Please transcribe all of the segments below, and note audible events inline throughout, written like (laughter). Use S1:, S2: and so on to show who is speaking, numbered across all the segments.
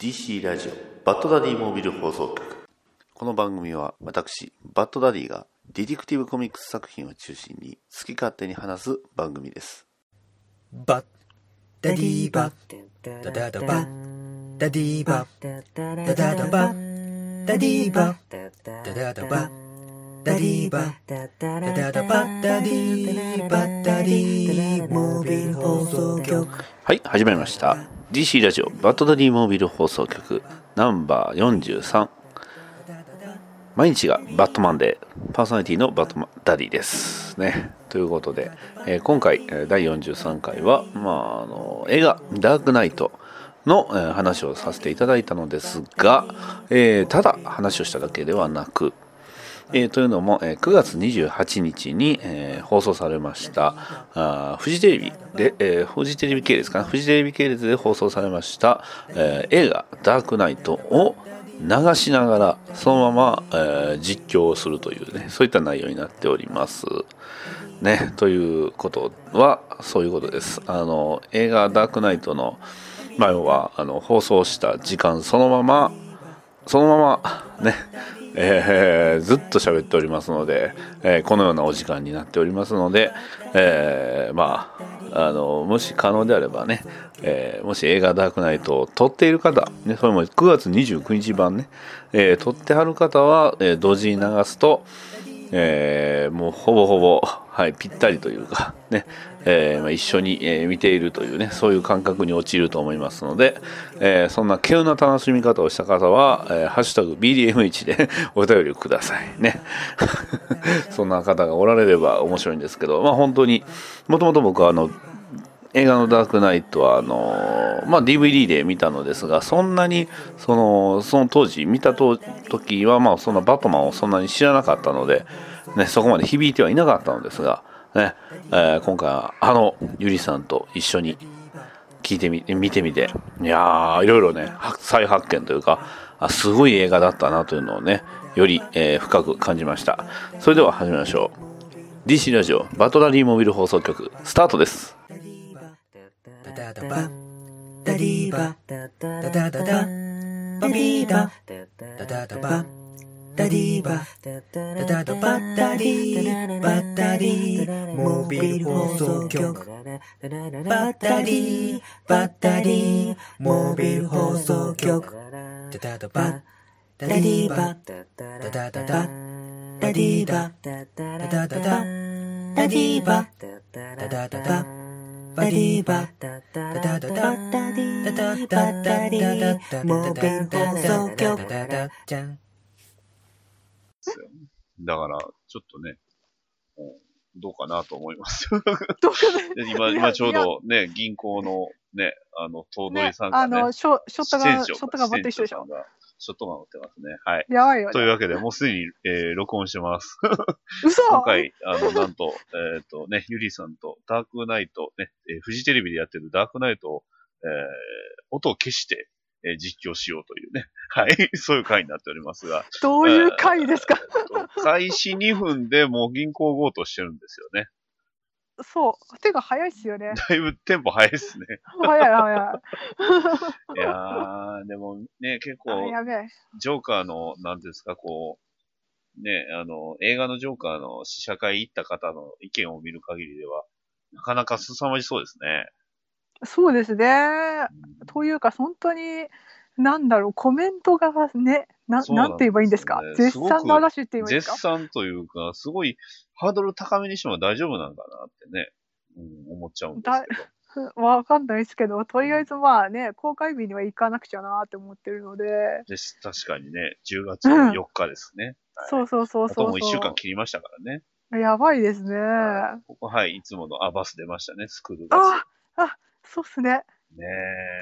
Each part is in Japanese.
S1: DC ラジオバッドダディモービル放送局この番組は私バッドダディがディティクティブコミックス作品を中心に好き勝手に話す番組です
S2: バッダ
S3: ダデ
S2: デ
S3: ィー
S2: ィ
S3: バ
S2: バ
S3: ダダダバ
S2: ダ
S3: ダ
S2: デ
S3: デ
S2: ィ
S3: ィー
S2: ーバ
S3: バ
S2: ダ
S3: ダ
S2: ダ
S3: ダ
S2: ダ
S3: ダバダ
S2: バダデ
S3: ディ
S2: ィ
S3: ー
S2: ーバ
S3: バ
S2: ダ
S3: ダダ
S2: ダダ
S3: ダ
S2: バ
S3: バダ
S2: ダ
S3: デ
S2: デ
S3: ィ
S2: ィー
S3: ーバ
S2: バダ
S3: ダダダバダ
S2: ダダバダデ
S3: ディーバダデ
S2: ィーバダディ
S3: ィ
S2: ー
S3: ー
S2: モ
S3: モー
S2: ービ
S3: ビ
S2: ル
S3: ル
S2: 放
S3: 放
S2: 送
S3: 送
S2: 局
S3: 局
S1: はい始まりました DC ラジオバッドダディモービル放送局ナンバー43毎日がバットマンでパーソナリティのバットマンダディですねということで、えー今回えー第43回は、まあ、あの映画「ダークナイト」の、えー話をさせていただいたのですが、えーただ話をしただけではなく、えーというのも、えー9月28日に、えー放送されましたあーフジテレビで、えーフジテレビ系列かなフジテレビ系列で放送されました、えー映画「ダークナイト」を流しながらそのまま、えー実況をするというねそういった内容になっております。ね、ということはそういうことです。あの映画「ダークナイトの」まあ要はあの放送した時間そのままそのままね、えーずっと喋っておりますので、えーこのようなお時間になっておりますので、えーまああのもし可能であればね、えーもし映画「ダークナイト」を撮っている方、ね、それも9月29日版ね、えー撮ってはる方は、えー同時に流すと、えーもうほぼほぼ、はい、ぴったりというか、ねえーまあ、一緒に、えー見ているというねそういう感覚に陥ると思いますので、えーそんな稀有な楽しみ方をした方は「えーハッシュタグ #BDMH」で (laughs) お便りをくださいね (laughs) そんな方がおられれば面白いんですけど、まあ、本当にもともと僕はあの映画の「ダークナイトは」あのまあ、DVD で見たのですがそんなにそのその当時見たと時は、まあ、そんなバットマンをそんなに知らなかったので、ね、そこまで響いてはいなかったのですが、ねえー今回はあのゆりさんと一緒に聞いてみ見てみていやーいろいろねは再発見というかあすごい映画だったなというのをねより、えー深く感じましたそれでは始めましょう DC ラジオバトラリーモビル放送局スタートです
S2: ダダダバダディーバダダダダバビーダダダダバダディーバダダダバダディーバダディーモービル放送局バダディーバダディーモービル放送局ダダダバダディーバダダダダダディーバダダダダダディーバダダダダバディーバダダダダダディーバダディーモービル放送局
S1: だから、ちょっとね、うんどうかなと思いますよ。
S4: (laughs) どうかね
S1: で今、今ちょうどね、銀行のね、あの、頭取
S4: ね
S1: さんが
S4: あ
S1: ね
S4: の、、ショショットガン、
S1: 支
S4: シ
S1: 店長
S4: ョットガン持ってる人でしょ。。
S1: ショットガン持ってますね。はい。
S4: やばいよ
S1: とい
S4: ね。
S1: うわけで、もうすでに、えー録音してます。
S4: 嘘
S1: 今回、あの、なんと、えっ、とね、ゆりさんとダークナイト、ね、えーフジテレビでやってるダークナイトを、えー音を消して、えー実況しようというね。はい。そういう回になっておりますが。
S4: どういう回ですか
S1: 開始2分でもう銀行強盗してるんですよね。
S4: そう。手が早いっすよね。
S1: だいぶテンポ早いですね。
S4: 早い早
S1: (laughs)
S4: い。
S1: いやー、でもね、結
S4: あ
S1: 構、
S4: やべえ。
S1: ジョーカーの、なんですか、こう、ね、あの、映画のジョーカーの試写会行った方の意見を見る限りでは、なかなか凄まじそうですね。
S4: そうですね。
S1: うん
S4: というか、本当に、なんだろう、コメントがね、な
S1: そうな
S4: なんんて言えばいいんですか
S1: ですよね
S4: 絶賛の嵐って言えばいいんです
S1: 絶
S4: か
S1: 賛というか、すごいハードル高めにしても大丈夫なんかなってね、うん、思っちゃうんですけど。
S4: わかんないですけど、とりあえずまあね、公開日には行かなくちゃなって思ってるので、
S1: です確かにね、10月の4日ですね。はい
S4: (laughs) そうそうそう
S1: あと
S4: そう
S1: もう1週
S4: そ
S1: 間切りましたからね。
S4: う。やばいですね。
S1: ここ、はい、いつものアバス出ましたね、スクールバ
S4: ああそうっすね。
S1: ス。ね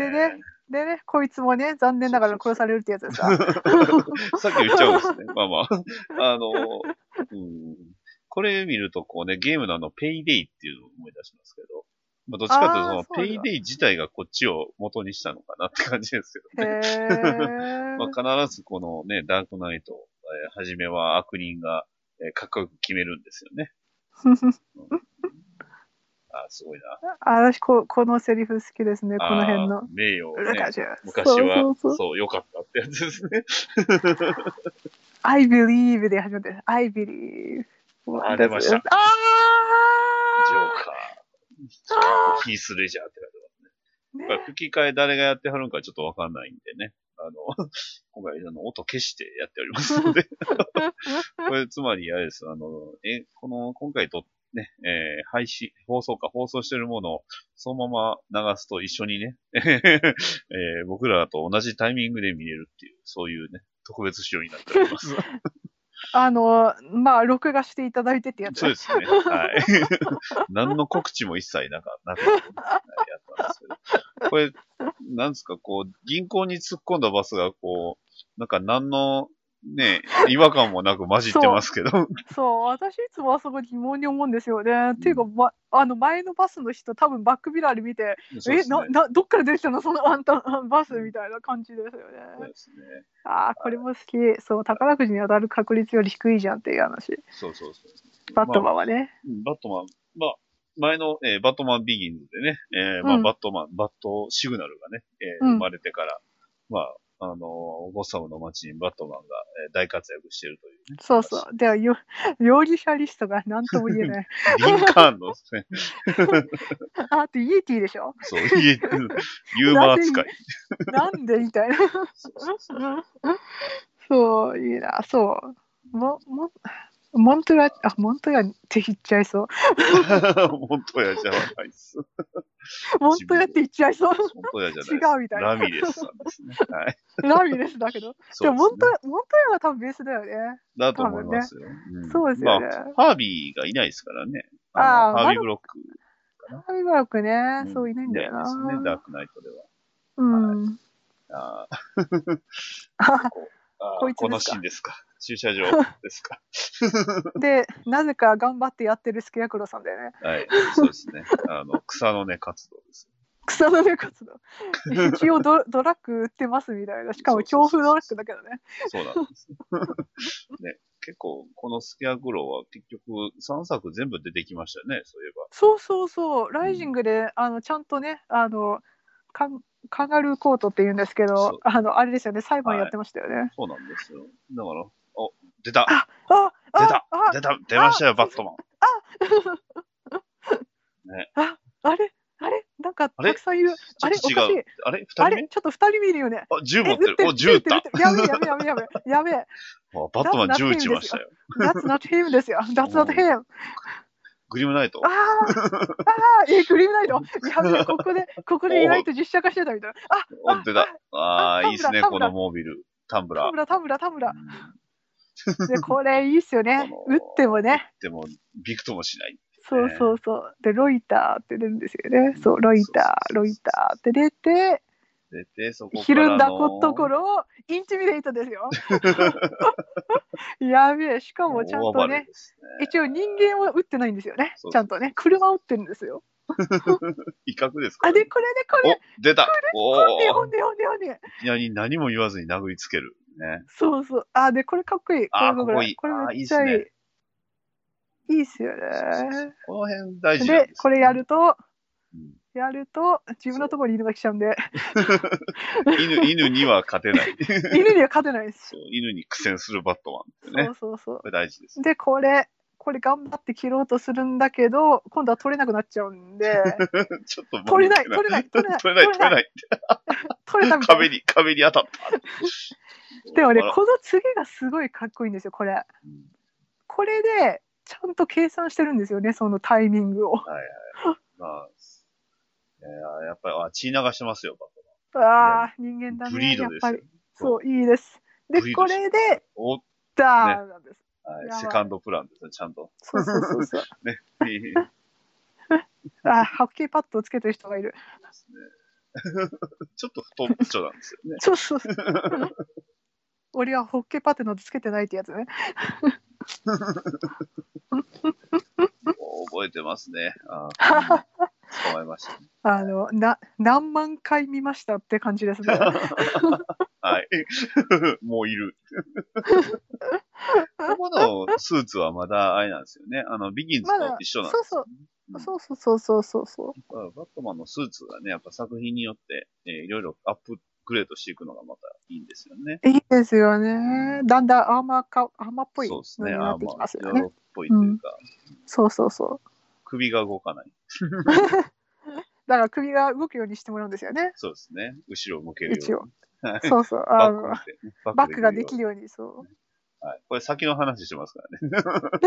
S1: え
S4: でね。でね、こいつもね、残念ながら殺されるってやつで
S1: (laughs)
S4: すか。
S1: (laughs) さっき言っちゃうんです
S4: (laughs)
S1: ね。まあまあ。あの、うん。これ見ると、こうね、ゲームのあの、ペイデイっていうのを思い出しますけど、まあ、どっちかというと、そ
S4: あー
S1: の、
S4: そうだ
S1: ペイデイ自体がこっちを元にしたのかなって感じですけ
S4: へ
S1: どね。
S4: ー
S1: まあ、必ずこのね、ダークナイト、えー、はじめは悪人が、えーかっこよく決めるんですよね。あすごいな。
S4: (laughs) あ私こ、このセリフ好きですね、この辺
S1: あー。
S4: の
S1: 名誉、ね。
S4: 昔は
S1: 昔は、
S4: そうそうそう。
S1: そう、良かったってやつですね。
S4: I believe で始まって、I believe。
S1: あ出ました
S4: あー
S1: ジョーカ
S4: あ
S1: ー、ヒースレジャーって書いて
S4: ね
S1: ます。吹き替え誰がやってはるんかちょっとわかんないんでね。あの、 (laughs) 今回、あの、音消してやっておりますので。これ、つまり、あれです。あの、え、この、今回と、ね、えー配信、放送か、放送してるものを、そのまま流すと一緒にね、 (laughs) えー僕らと同じタイミングで見れるっていう、そういうね、特別仕様になっております。
S4: あの、まあ、録画していただいてってやつ
S1: そう。ですね。
S4: (laughs)
S1: はい。何の告知も一切なかなかった、やったんですけど。これ、なんですか、こう、銀行に突っ込んだバスが、こう、なんか何の、ね、違和感もなく混じってますけど。
S4: そう、私いつもあそこ疑問に思うんですよね。っていうか、ま、あの前のバスの人、多分バックミラーで見て、
S1: そうで
S4: え、
S1: すね
S4: な、な、どっから出てきたの、そのあんた、バスみたいな感じですよ
S1: そう
S4: ね。
S1: ですね。
S4: ああ、これも好き。そう、宝くじに当たる確率より低いじゃんっていう話。
S1: そうそうそう。
S4: バット
S1: ン。
S4: マンはね。
S1: バットマン。まあ、前の、えーバットマンビギンズでね、えーまあ、
S4: うん
S1: バットマン、バットシグナルがね、えー
S4: うん
S1: 生まれてから、まあ、あのーゴサムの街にバットマンが、えー大活躍してるというね。
S4: そうそう。では、よ (laughs) 容疑者リストが何とも言え
S1: (laughs)
S4: ない。
S1: リンカーンの、ね、
S4: ああと、イエティでしょ
S1: そう、言えユーマー
S4: (laughs)
S1: 使い。
S4: なんでみたいな。そう、いいな、そう。も、も、モントラ、あ、モントラって言っちゃいそう。
S1: 本当やじゃないっす。
S4: モントラって言っちゃいそう。
S1: 本当やじゃないっす。
S4: 違うみたいな
S1: ラミレスさんですね。はい。
S4: ラミレスだけど。で
S1: そう
S4: も、モ
S1: す
S4: ン
S1: ね
S4: トラ、モントラが多分ベースだよね。
S1: だと思いますよ。ん
S4: そうですよね
S1: まあハービーがいないですからね。
S4: あー
S1: のハービーブロック。
S4: ハービーバーク
S1: う
S4: ね、
S1: ん
S4: そういないんだよ
S1: いですね、ダー
S4: な。
S1: クナイトでは。
S4: うん。
S1: あー
S4: あ
S1: あー
S4: こいつですか
S1: このシーンですか。駐車場です
S4: (laughs)
S1: か。
S4: で、なぜか頑張ってやってるスケヤクロさんだよね。
S1: はい。そうですね。あの、草の根活動です。
S4: 草の根活動。一
S1: (laughs)
S4: 応ドドラッグ売ってますみたいな。しかも強風ドラッグだけどね。
S1: そうなんです。 (laughs) ね、結構、このスケアグローは結局3作全部出てきましたね、そういえば。
S4: そうそうそう、ライジングで、あのちゃんとね、あのカンカンガルーコートって言うんですけ
S1: そう
S4: ど、あのあれですよね、裁判やってましたよね。
S1: そうなんですよ。だから、お、出た
S4: あああ
S1: 出た
S4: あ
S1: 出た出ましたよ、
S4: あ
S1: バットマン。
S4: あれあれなんかた
S1: あれ
S4: くさんいる。あれ
S1: ちょっと
S4: おかし
S1: 違。
S4: いう
S1: あれ二
S4: あ
S1: 人目
S4: れちょっと二人見るよね。
S1: あ、銃
S4: え
S1: 持ってる。
S4: 撃
S1: お、
S4: ってる撃
S1: 銃
S4: っ
S1: 撃っ
S4: て
S1: た。
S4: る
S1: あ
S4: 撃
S1: (laughs)
S4: ってるやべやべやべやべやべや
S1: バットマン
S4: だ
S1: 銃撃ちましたよ。
S4: べ。That's not him ですよ。That's not him。
S1: グリムナイト
S4: あ。ーあーえクリームナイト。やべえここでここで意外と実写化してたみたいな。あ
S1: お、出た。あ
S4: あ
S1: ー、いいですね、
S4: タンブ
S1: こ
S4: ラー
S1: のモービル。タンブ
S4: タ
S1: ラ
S4: ムラタムラタム
S1: ー
S4: ラ。。でこれいいっすよね。
S1: こ
S4: 打
S1: の
S4: ってもね。
S1: でも、びくともしない。
S4: そうそうそう。で、ロイターって出るんですよね。そう、ロイタ
S1: そうそう
S4: ー、
S1: そうそう
S4: ロイターって出て、
S1: 出て、そこ
S4: ひ
S1: からの。
S4: るんだこところをインチミデートですよ。 (laughs) やべえ、しかもちゃん
S1: 大暴
S4: と
S1: れ
S4: ね
S1: で、すね。
S4: 一応人間は撃ってないんですよね
S1: そう。
S4: ちゃんとね、車を撃ってるんですよ。
S1: 威嚇ですか
S4: あ、
S1: ら
S4: で、これでこれ、
S1: お、出たお
S4: ほんで
S1: ー
S4: ほんでほんでほんで。
S1: いきなり何も言わずに殴りつける。ね。
S4: そうそう。あ、で、これかっこいい。
S1: あー
S4: これ
S1: か
S4: これ
S1: っこいい
S4: これめっちゃいい。
S1: あーいいっす
S4: いいっすよ
S1: そうそうそ
S4: ね
S1: う。この辺大事なんです、
S4: で、これやると、
S1: うん。
S4: やると、自分のところに犬が来ちゃうんで、
S1: 犬、犬には勝てない。
S4: 犬には勝てないです。
S1: そう犬に苦戦するバットマンってね。
S4: そうそうそう
S1: こ。れ大事です。
S4: でこれこれ頑張って切ろうとするんだけど今度は取れなくなっちゃう
S1: (laughs)
S4: んで
S1: ちょっと。
S4: 取れない取れないい取れない
S1: 取れない、取れない。
S4: 取れたみたい
S1: 壁
S4: な
S1: に、壁に当たった。
S4: (laughs) でもね
S1: あら
S4: この次がすごいかっこいいんですよこれ
S1: うん
S4: これでちゃんと計算してるんですよねそのタイミングを
S1: まあ、いややっぱり、あ、血流してますよ、バット
S4: ああ人間だ
S1: ブリ
S4: ね
S1: ード
S4: やっ
S1: ですよ
S4: ぱりそういいです
S1: ブ
S4: で
S1: リー
S4: こ
S1: ドして
S4: れで
S1: マン。
S4: ダーンなんです、
S1: お、はい
S4: やばい
S1: セカンドプランですね、ちゃんと。
S4: そうそうそうそう
S1: いいで
S4: (laughs) あーハッキーパッドをつけてる人がいる
S1: すね (laughs) ちょっと太っちょなんですよね。
S4: そうそうそう俺はホッケーパッドなんてつけてないってやつね
S1: お覚えてますね。あ
S4: (laughs)
S1: ー捕まえましたね。
S4: あのな何万回見ましたって感じですね
S1: はい。 (laughs) もうい
S4: (laughs)
S1: る。ここのスーツはまだあれなんですよね。あの、ビギンズ
S4: ま
S1: と
S4: だ
S1: 一緒なんで
S4: そう
S1: す
S4: そう
S1: う
S4: そうそうそうそうそうそう。
S1: まあバットマンのスーツがね、やっぱ作品によって、えーいろいろアップグレードしていくのがまたいいんですよね。
S4: いいですよね。だんだんアーマーか、アーマーっぽい
S1: そ
S4: の
S1: う
S4: に
S1: ですね。
S4: な
S1: あ
S4: って
S1: ー
S4: き
S1: ま
S4: ま
S1: あ
S4: す、
S1: ヨー
S4: よね。
S1: ロッパっぽいというか、
S4: そうそうそう。
S1: 首が動かない。
S4: だから首が動くようにしてもらうんですよね。
S1: そうですね。後ろ向けるように。
S4: そうそう。
S1: バ
S4: あ
S1: ック
S4: の
S1: をしてね
S4: バックがで
S1: る
S4: きるよう
S1: (laughs)
S4: に、(laughs) そ
S1: ように。はい。これ先の話してますからね。
S4: う。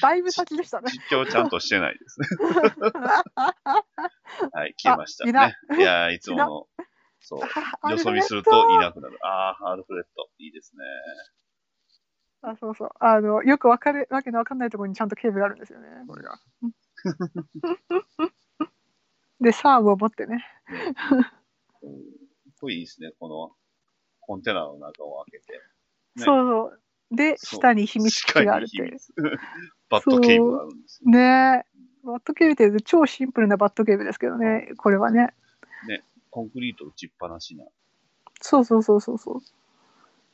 S4: だいぶ先でし
S1: (laughs)
S4: たね。 (laughs)
S1: 実況ちゃんとしてないですね。はい、消えましたね。
S4: いない
S1: やーいつもの、そう、
S4: あ
S1: よそ見する
S4: アルフレッ
S1: と
S4: ド
S1: いなくなる。あー、アルフレッド。いいですね。
S4: あそうそうあのよくわかるわけのわかんないところにちゃんとケーブルあるんですよねこれがでサーブを持ってね
S1: うん、これいいですね。この、コンテナの中を開けて。ね
S4: そうそうで
S1: そう
S4: 下に秘密基地があるって
S1: 近い
S4: い
S1: に
S4: う
S1: 秘密バットケーブがあるんですよ。
S4: ねえバットケーブルって超シンプルなバットケーブルですけどねこれはね
S1: コンクリート打ちっぱなしな。
S4: そうそうそうそうそう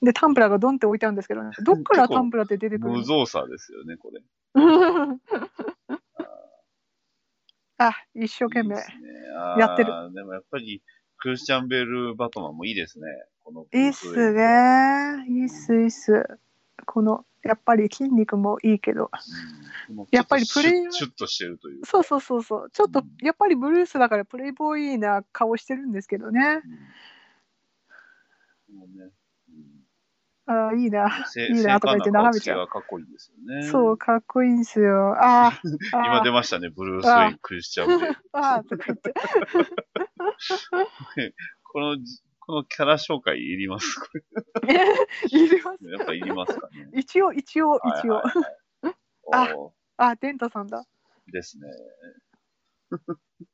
S4: でタンプラーがドンって置いてあるんですけどねどっからタンプラーって出てくる
S1: 無
S4: の
S1: 造作ですよね、これ。
S4: (laughs) あ一生懸
S1: いい
S4: 命
S1: ですねあー
S4: やって
S1: でもやっぱり、クリスチャン・ベール・バットマンもいいですね。この
S4: いいっす。ねいいっすいいっすこのやっぱり筋肉もいいけど
S1: うん
S4: やっぱりプレイは
S1: シュッシュッとしてるという。
S4: そうそうそうそうちょっ
S1: う
S4: と
S1: ん
S4: やっぱりブルースだからプレイボーイな顔してるんですけどね
S1: うんもうねうん
S4: あーいいな
S1: せ
S4: いいなとか言っ
S1: 精
S4: て
S1: 悍な顔
S4: 眺
S1: つ
S4: め
S1: き
S4: ちゃう
S1: がかっこいいですよね。
S4: そうかっこいいんすよ
S1: (laughs)
S4: あー
S1: 今
S4: あ
S1: 出
S4: ー
S1: ましたね、ブルース・ウ
S4: あ
S1: ェ
S4: あ
S1: イン・クリスチャン・ベール。
S4: あーとか言って (laughs)
S1: このじ、このキャラ紹介いりますこれ
S4: いります
S1: やっぱいりますかね。
S4: (laughs) 一応一応
S1: はい
S4: 一応
S1: はいはい、お
S4: あデントさんだ
S1: ーですね。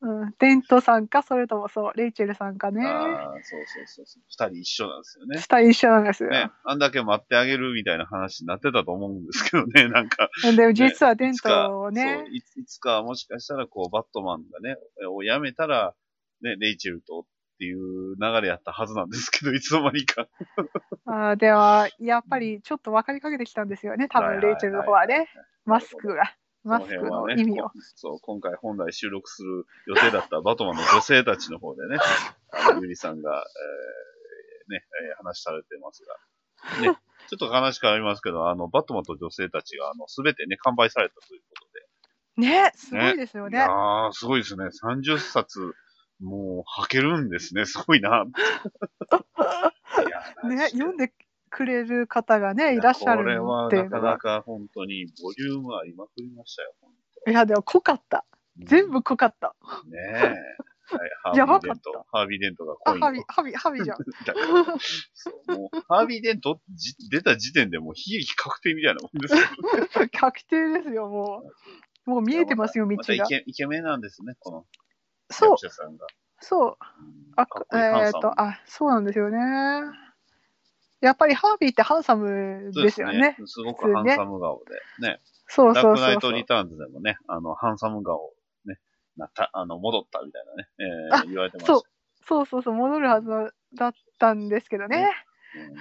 S4: うんデントさんかそれともそうレイチェルさんかね
S1: ああ、そうそうそうそう。二人一緒なんですよね。
S4: 下一緒なんですよ、
S1: ね、あんだけ待ってあげるみたいな話になってたと思うんですけどね、なんか、
S4: でも実はデ
S1: い
S4: ン
S1: つか、
S4: トを
S1: そう
S4: ね
S1: いついつかもしかしたら、こう、バットマンがね、を辞めたら、ね、レイチェルとっていう流れやったはずなんですけど、い (laughs) つの間にか。
S4: あーではやっぱりちょっと分かりかけてきたんですよね多
S1: はい
S4: 分
S1: はいはい
S4: レイチェルの方はねマスクがマスク
S1: そ
S4: の
S1: 辺はね
S4: 意味を。
S1: そう、今回本来収録する予定だったバトマンの女性たちの方で
S4: (laughs)
S1: ね、あのゆりさんが、えーね、えー話されてますが、ね、ちょっと話変わりますけど、あの、バトマンと女性たちが、あの、すべてね、完売されたということで、
S4: ねすごいですよ
S1: い
S4: ね
S1: やー、すごいですね。30冊、もう、はけるんですね。すごい
S4: (laughs)
S1: な。いや
S4: ね読んでくれる方がねいらっしゃるのっ
S1: こ
S4: て
S1: れ
S4: い
S1: はな
S4: うの
S1: か
S4: が
S1: なか本当にボリュームありまくりましたよ。本
S4: いやでも濃かった
S1: 当
S4: 全部濃かった
S1: ねえ。はい、ハービ
S4: やば
S1: ー・
S4: か
S1: デ
S4: っ
S1: ント
S4: た。
S1: ハービー・デントがコ
S4: あ
S1: インを
S4: ハビハビハビじゃん
S1: だからそうもうハービー・デントじ出た時点でもう悲劇確定みたいなもんですよ。
S4: 確定ですよもうもう見えてますよ道
S1: またイ
S4: が
S1: ケイケメンなんですね、この
S4: そう
S1: 役者さんが。
S4: そ
S1: う
S4: う
S1: ん
S4: あ
S1: かっこいいハ
S4: え
S1: ン
S4: っ
S1: サム
S4: とあそうなんですよねやっぱりハービーってハンサム
S1: そう
S4: ですよね。
S1: すごくハンサム顔で。ね。
S4: そう
S1: ダ
S4: そ
S1: ー
S4: う
S1: クナ
S4: そ
S1: イ
S4: うそ
S1: ト・
S4: う
S1: リターンズでもね、あの、ハンサム顔、ね、なった、あの、戻ったみたいなね、えー言われてました。
S4: そうそうそうそう戻るはずだったんですけどね。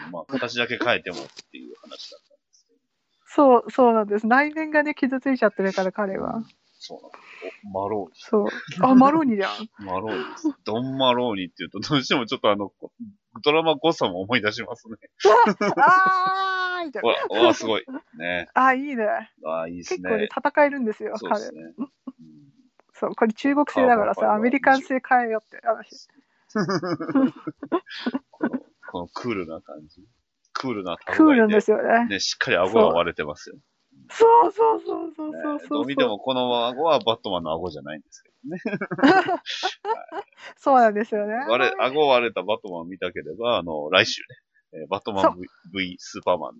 S1: うんまあ、形だけ変えてもっていう話だったんですけど。
S4: そうそうなんです。内面がね傷ついちゃってるから彼は。
S1: そうなんです。おマロー
S4: そう。あマローニじ
S1: (laughs)
S4: ゃん。
S1: ニ。マローニ
S4: (laughs)
S1: です。ドン・マローニって言うと、どうしてもちょっとあの、こドラマ誤差も思い出します
S4: (laughs)
S1: ね。
S4: あーみたい
S1: ほ
S4: な。
S1: ら、おーすごい。ね。
S4: あいいね。
S1: あーいいです
S4: 結
S1: ね。
S4: 構ね戦えるんですよ
S1: そうで
S4: 彼
S1: す。ね。うん
S4: そうこれ中国製だ
S1: あま
S4: から
S1: あま
S4: さ
S1: あ
S4: アメリカン製変えよって話。
S1: このこのクールな感じ。クールな。
S4: クールなんですすよね。
S1: ね、しっかり顎が割れてますよ。
S4: そうそうそうそう
S1: ね
S4: そうそ
S1: ど
S4: う
S1: う見て
S4: そう。
S1: もこの顎はバットマンの顎じゃないんですけどね。
S4: そうなんですよね。
S1: 割れ、顎割れたバットマンを見たければ、あの、来週ね、えーバットマン v, v スーパーマンで。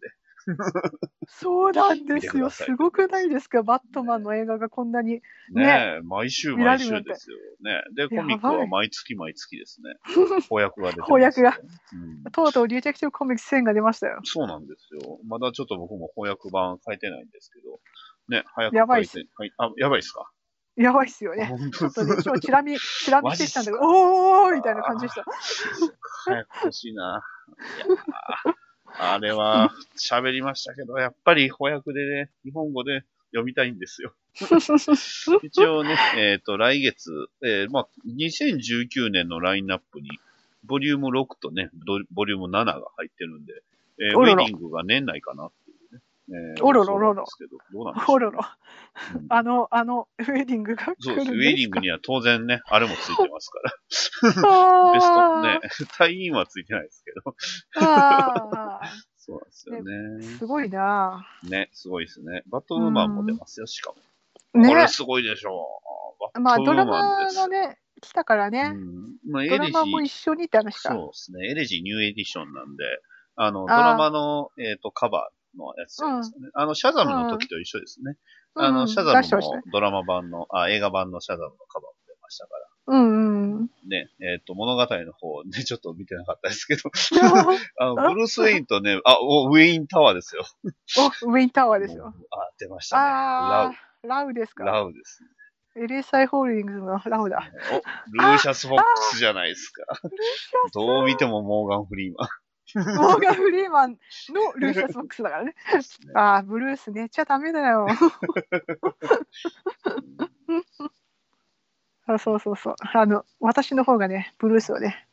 S4: そうなんで
S1: 見て
S4: す
S1: くだ
S4: よ。
S1: さい
S4: すごくないですかバットマンの映画がこんなに。
S1: ね
S4: ね
S1: 毎週
S4: 見ら
S1: 毎
S4: れ
S1: 週
S4: るなんて
S1: ですよ。ねで、
S4: や
S1: コ
S4: ばい
S1: ミックは毎月毎月ですね。
S4: (laughs)
S1: 翻訳が出てます、
S4: 翻訳が
S1: うん
S4: とうとうリューテクティブコミックス1000が出ましたよ。
S1: そうなんですよ。まだちょっと僕も翻訳版書いてないんですけど、ね、早く
S4: やば
S1: 書
S4: い
S1: い、
S4: って
S1: はい、あ、やばいっすか
S4: やばいっすよね。
S1: 本
S4: ち
S1: 当
S4: ょっとね
S1: で、す
S4: 今日チ
S1: (laughs)
S4: ラ見、チラ見してきたんだけど、おーおーみたいな感じでした。
S1: 早く欲しいな。いやーあれは、喋りましたけど、やっぱり翻訳でね、日本語で読みたいんですよ。一応ね、 (laughs) えっ、と、来月、えーまあ、2019年のラインナップに、ボリューム6とね、ボリボリューム7が入ってるんで、えー
S4: おろろ
S1: ウェディングが年内かなっていうね。えー
S4: おろろろ
S1: そう
S4: ろ
S1: なんですけど、ど (laughs) うなんでしょ
S4: ほ
S1: う
S4: ろろ
S1: うん。
S4: あの、あの、ウェディングが来
S1: そうで。
S4: るんですす
S1: ウェディングには当然ね、あれもついてますから。
S4: か
S1: ベストね、 (laughs) 隊員はついてないですけど。
S4: あ
S1: そうなんですよ
S4: ー
S1: (laughs) ね。
S4: すごいな
S1: ね、すごいですね。バットウーマンも出ますよ、しかも。
S4: ぁね
S1: これすごいでしょう。
S4: ま
S1: バ
S4: あ、
S1: ット
S4: ド
S1: ウー
S4: ラ
S1: マンで
S4: マ
S1: す。
S4: がね、来たから
S1: う
S4: ね、
S1: んまあ、エレ
S4: ドラ
S1: ジ
S4: マも一緒にって話か。
S1: そうですね。エレジーニューエディションなんで、あの、ド
S4: ー
S1: ラマの、えっ、と、カバーのやつですね。あの、シャザムの時と一緒ですね。
S4: うん
S1: あの、シャ
S4: 出
S1: ザム
S4: してました
S1: も
S4: ね
S1: ドラマ版の、あ、映画版のシャザムのカバーも出ましたから。
S4: うん
S1: (laughs)
S4: うん。
S1: ね、えっ、と、物語の方ね、 (laughs) ちょっと見てなかったです
S4: (laughs)
S1: けど。あの、ブルース・ウェインとね、あ、おウェインタワーですよ。
S4: お、ウェインタワーですよ。
S1: もうあ、出ましたね。ラ
S4: あー、ラウです
S1: ウ。
S4: か。
S1: ラウですね。
S4: LSI ホールディングスのラウだ。
S1: お、ルーシャス・フォックスじゃないですか。どう見てもモーガン・フリーマン。
S4: モーガン・フリーマンのルーシャス・ボックスだからね。ああ、ブルース寝ちゃダメだよ。あそうそうそう。あの、私の方がね、ブルースをね、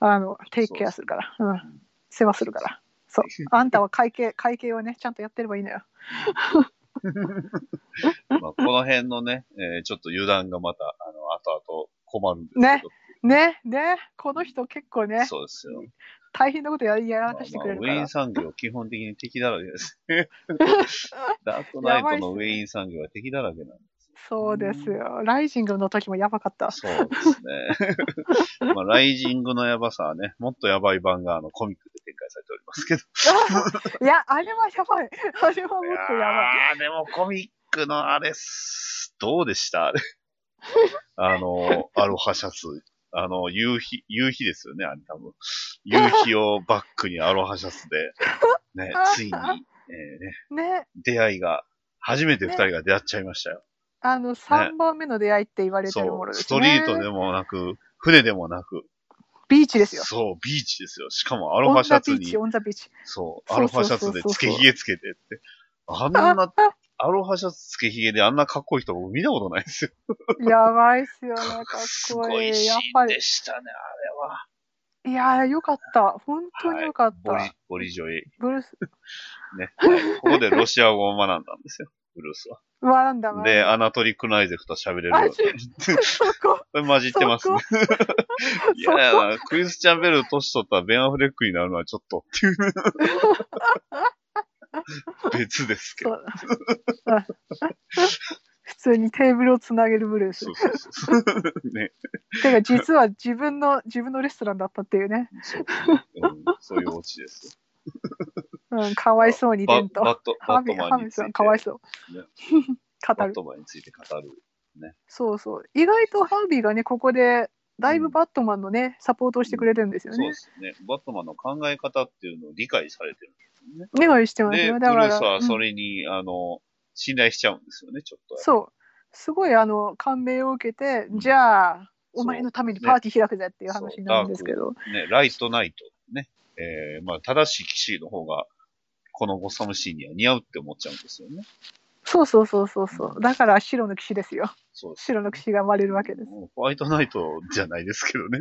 S4: あの、テイクケアするから、うん、世話するから。そう。あんたは会計、会計をね、ちゃんとやってればいいのよ。
S1: (laughs) まあ、この辺のね、えーちょっと油断がまた、あの、後々困るんですけど。
S4: ね、ね、この人結構ね、
S1: そうですよ。
S4: 大変なことやや
S1: まあま
S4: ら
S1: あ
S4: か
S1: ウ
S4: してくれるか
S1: ェイ
S4: ら
S1: ン。産業、基本的に敵だらけ
S4: (laughs)
S1: ですね。ダークナイトのウェイン産業は敵だらけなんで
S4: そうですよ。ライジングの時もやばかった。 (laughs)
S1: す。そうですね。 (laughs) まあ、ライジングのヤバさはね、もっとヤバい版があのコミックで展開されておりますけど。
S4: いや、あれはやばい。あれはもっとやばい。
S1: あーでもコミックのあれっす、どうでしたあ
S4: (laughs)
S1: れ。あの、アロハシャツ。あの、夕日、夕日ですよね、あれ多分。夕日をバックにアロハシャツで、
S4: (laughs)
S1: ね、ついに、えーね、
S4: ね、
S1: 出会いが、初めて二人が出会っちゃいましたよ。
S4: あの3番目の出会いって言われて
S1: そ
S4: るもの
S1: う、
S4: で
S1: ス
S4: す
S1: ト
S4: ね。
S1: リートでもなく、船でもなく、
S4: ビーチですよ。
S1: そう、ビーチですよ。しかもアロ
S4: オン
S1: ハシャ
S4: ザ
S1: ツ
S4: ビー
S1: に
S4: チ、、オンザビーチ。
S1: そう、ア
S4: そ
S1: ロ
S4: うそ
S1: ハ
S4: う
S1: シ
S4: そう
S1: ャ
S4: そう
S1: ツでつけひげつけてって。あん (laughs) な、アロハシャツつけひげであんなかっこいい人僕見たことないですよ。
S4: やばいっ
S1: (laughs)
S4: すよね、かっ
S1: す
S4: こ
S1: ご
S4: い
S1: い
S4: い。
S1: シ
S4: やっ
S1: ー
S4: ぱ
S1: ン
S4: り
S1: で。したね、
S4: いやー、よかった。本当によかっ
S1: あれ
S4: た。
S1: は。ボリ、ボリジョイ。
S4: ブルース、
S1: ね。はいここでロシア語を学んだんですよ、ブルースは。
S4: うわなんだわ。
S1: で、アナトリック・ナイゼフと喋れるよう
S4: あ
S1: に
S4: ちそこ、
S1: これ混じってますね。い
S4: そこ
S1: やいや、クリスチャン・ベル年取ったらベン・アフレックになるのはちょっとって (laughs) いう。別ですけ
S4: そ
S1: ど。
S4: う。あ普通にテーブルをつなげるブルース
S1: そ。うそうそうそう。 (laughs) ね。
S4: てか、実は自分の、自分のレストランだったっていうね。
S1: そう,、うん、そういうオチですよ。
S4: うん、かわいそうに、デ
S1: バ
S4: ン
S1: バ
S4: と。
S1: ット、
S4: (laughs) ハ
S1: バ
S4: ミ、
S1: ット
S4: ハ
S1: マン
S4: ミ
S1: につい
S4: さん、
S1: て。
S4: かわいそう。
S1: ね
S4: (laughs) 語
S1: バッ
S4: る。
S1: トマンについて語る。
S4: そうそう。意外とハービーがね、ここで、だいぶバットマンのね、サポートをしてくれてるんですよ
S1: そう
S4: ね
S1: で。すね。バットマンの考え方っていうのを理解されてる。
S4: お願いしてます
S1: で、ブ
S4: よ。
S1: ル
S4: だから、
S1: ースはそ
S4: うん
S1: れに、あの、信頼しちゃうんですよね、ちょっと。
S4: そう。すごい、あの、感銘を受けて、じゃあ、お前のためにパーティー開くぜっていう話になるんですけど。
S1: ね、ライトナイト。ね。えー、まあ、正しい騎士の方が、このゴッサムシーンには似合うって思っちゃうんですよね。
S4: そうそうそうそうそう。だから、白の騎士ですよ。
S1: そうです。
S4: 白の騎士が生まれるわけです。
S1: もうホワイトナイトじゃないですけ
S4: (laughs)
S1: どね。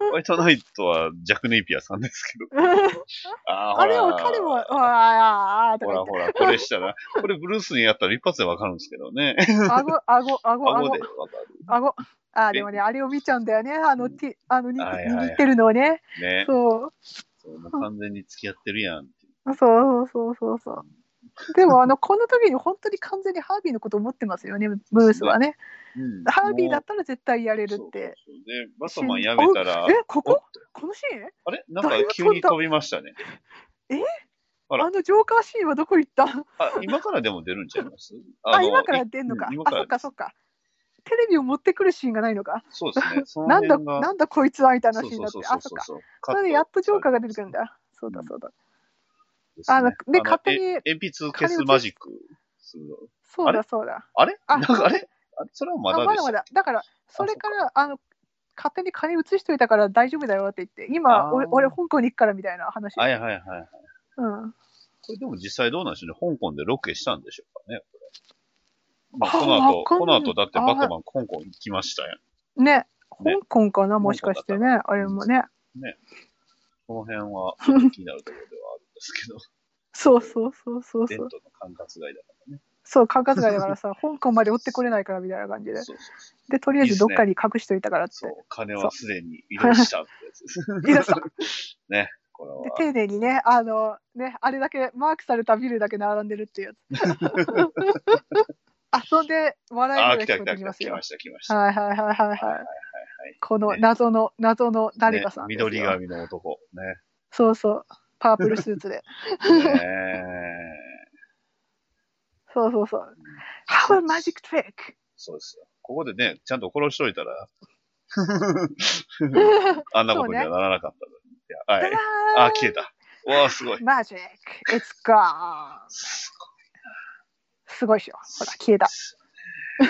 S1: ホワイトナイトはジャック・ネイピアさんですけど。あー
S4: あれは彼も、わあ、あーと
S1: ほ
S4: から言っ
S1: ほら、これしたら、これブルースにやったら一発でわかるんですけど
S4: (laughs)
S1: ね。
S4: て、顎、顎、顎、
S1: 顎
S4: 顎
S1: で、わかる。
S4: 顎。あーでもね、あれを見ちゃうんだよね。あの、手あの、に
S1: はいはいはい
S4: 握ってるのをね。
S1: ね。
S4: そう。
S1: そうもう完全に付き合ってるやんっていう。
S4: そうそうそうそうそう。でもあのこの時に本当に完全にハービーのこと思ってますよね、ブルースはね。
S1: うん
S4: ハービーだったら絶対やれるって。
S1: そうそうで、バットマンやめたら
S4: お、え、こ
S1: おっ
S4: ことこのシーン
S1: あれなんか
S4: 誰が
S1: 急に飛びましたね。あら
S4: あのジョーカーシーンはどこ行った
S1: あ、今からでも出るんちゃいます
S4: あ
S1: の
S4: 今から出んのか。
S1: うん今
S4: あ、
S1: から
S4: そっかそっか。テレビを持ってくるシーンがないのか。
S1: そうですね。その
S4: なん
S1: 辺
S4: だ、
S1: が
S4: なんだこいつはみたいなシーンだって
S1: そう。そ
S4: あ、
S1: う
S4: そ
S1: そ
S4: っか
S1: う。そう
S4: そ
S1: カット
S4: れでやっとジョーカーが出てくるんだ。そうだそうだ。
S1: ですね
S4: あので
S1: あの
S4: 勝手に
S1: え鉛筆消すマジックするの。
S4: そう
S1: あれ
S4: だそうだ。
S1: あれ
S4: あ
S1: なんかあれあそれはま
S4: あ
S1: だ
S4: ま
S1: で。
S4: だますだ。だから、それから、あの、勝手に金移しといたから大丈夫だよって言って、今、
S1: あー
S4: 俺、俺香港に行くからみたいな話。
S1: はいはいはい。
S4: うん。
S1: これでも実際どうなんでしょうね。香港でロケしたんでしょうかね、これ。まあ、
S4: あー
S1: この後、
S4: わかん
S1: この後だって
S4: あー
S1: バットマン香港行きましたやん。
S4: ね、香港かな、もしかしてね、あれもね。
S1: この辺はちょっと気になるところではあるんですけど、
S4: そうそうそうそう
S1: デン
S4: そう。
S1: トの管轄外だからね。
S4: そう、管轄外だからさ、 (laughs) 香港まで追ってこれないからみたいな感じで。
S1: そうそう
S4: で、とりあえずどっかに隠しといたからって。
S1: そう。金はすでに移動したってやつです。
S4: 移動した
S1: (laughs) ね、これ
S4: で
S1: は。
S4: 丁寧にね、あの、ね、あれだけ、マークされたビルだけ並んでるっていう
S1: (laughs)
S4: や (laughs) つ。遊んで
S1: あ
S4: 笑
S1: ー、
S4: い
S1: 来
S4: 声
S1: た来た
S4: 聞こえてき
S1: 来
S4: ま
S1: た。
S4: す
S1: 来
S4: よ
S1: ま。した来ました。
S4: はいはいはいはいはい。この
S1: ね
S4: 謎の、謎の誰かさん
S1: ね
S4: ですよ、
S1: 緑髪の男。
S4: (laughs)
S1: ね。
S4: そうそう。パープルスーツで。 (laughs)
S1: ねえ
S4: そうそうそう。How a magic trick!
S1: そうですよ。ここでね、ちゃんと殺しといた
S4: (laughs)
S1: ら、あんなことにはならなかったのに。いやはい。あ、消えた。わあ、すごい。
S4: マジック、It's gone!
S1: す
S4: すごいっしょ。ほら、消えた。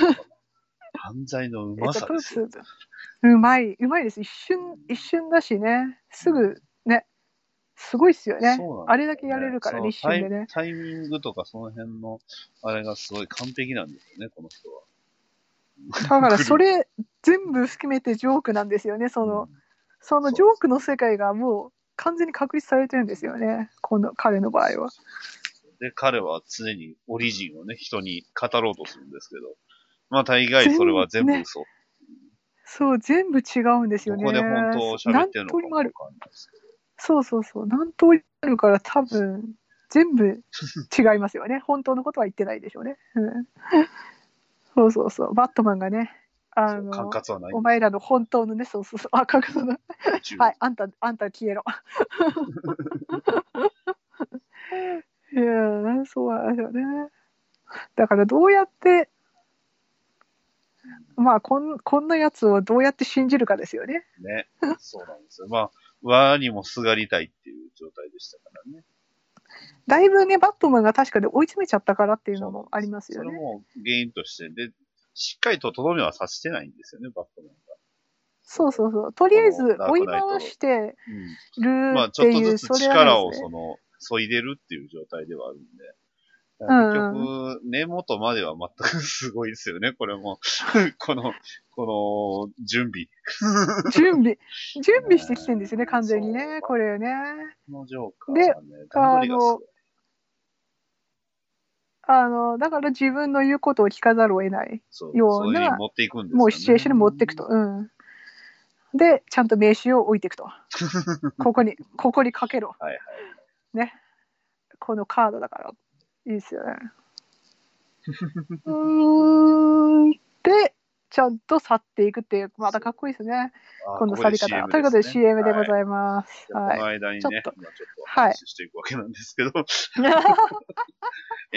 S1: ごい犯罪のう
S4: え
S1: ま
S4: っと
S1: さ
S4: プー
S1: で
S4: プ
S1: すよ。
S4: スうまい、うまいです。一瞬、一瞬だしね。すぐ、ね。すごいっすよね
S1: そうなん。だ
S4: あれだけやれるからね、
S1: ね
S4: 一瞬でね。
S1: タイタイミングとかその辺の、あれがすごい完璧なんですよね、この人は。
S4: だから、それ、全部含めてジョークなんですよね。その、そのジョークの世界がもう、完全に確立されてるんですよね。この、彼の場合は。
S1: で、彼は常にオリジンをね、人に語ろうとするんですけど、まあ大概それは全部
S4: 全
S1: 嘘。
S4: そう、全部違うんですよ
S1: ここ
S4: ね。
S1: で本当を喋ってるのか
S4: 何通り
S1: も
S4: も
S1: わ
S4: あ
S1: かん
S4: る。
S1: ないですけど。
S4: そうそうそう。何通りあるから、多分、全部違いますよね。 (laughs) 本当のことは言ってないでしょうね。うん、そうそうそう。バットマンがね、あ
S1: そう管
S4: の、
S1: 轄はない
S4: お。前らの本当のね、そうそうそう。あ、かくその、
S1: 中
S4: はい、あんた、あんた消えろ。 (laughs) いやー、そうなんですよね。だから、どうやって、まあこん、こんなやつをどうやって信じるかですよね。
S1: ね。そうなんですよ。まあ、わにもすがりたいっていう状態でしたからね。
S4: だいぶね、バットマンが確かで追い詰めちゃったからっていうのもあります
S1: そ
S4: よ
S1: れ
S4: ね。
S1: も原因として、で、しっかりととどめはさしてないんですよね、バットマン
S4: そうそうそう。とりあえず
S1: そのダーク
S4: 追い
S1: ナイト
S4: 回して
S1: が。う
S4: る
S1: ん。まあ、
S4: っ
S1: ち
S4: て
S1: ょっと
S4: いう、
S1: ずつ
S4: それは
S1: 力を
S4: です
S1: そ
S4: ね。
S1: の、削いでるっていう状態ではあるんで。
S4: うん
S1: 結局、根元までは全くすごいですよね、これ
S4: (laughs)
S1: も。この、この、準備。
S4: 準
S1: (laughs)
S4: 備、準備してきてんですよね、完全に
S1: そう
S4: ね、これね。
S1: このジョーカーはね、段取りがすごい
S4: あの、だから自分の言うことを聞かざるを得ない。
S1: そう、
S4: よう
S1: そういう
S4: な
S1: ふうに持っていくんですよね。
S4: もうシチュエーションに持っていくと。うん。で、ちゃんと名刺を置い
S1: (laughs)
S4: ていくと。ここに、ここにかけろ。
S1: はいはい
S4: ね。このカードだから。いいで
S1: (laughs)
S4: すよね。うーん。で、ちゃんと去っていくっていう、またかっこいいですね。
S1: あー
S4: この
S1: こ
S4: 去
S1: こ
S4: り
S1: で
S4: 方。
S1: CM
S4: ということ
S1: で
S4: で
S1: すね
S4: CM でございます。
S1: はいこの
S4: は
S1: 間にね、
S4: ちょっ
S1: 今ちょ
S4: と
S1: っと話していくわけなんですけど、
S4: い。(laughs)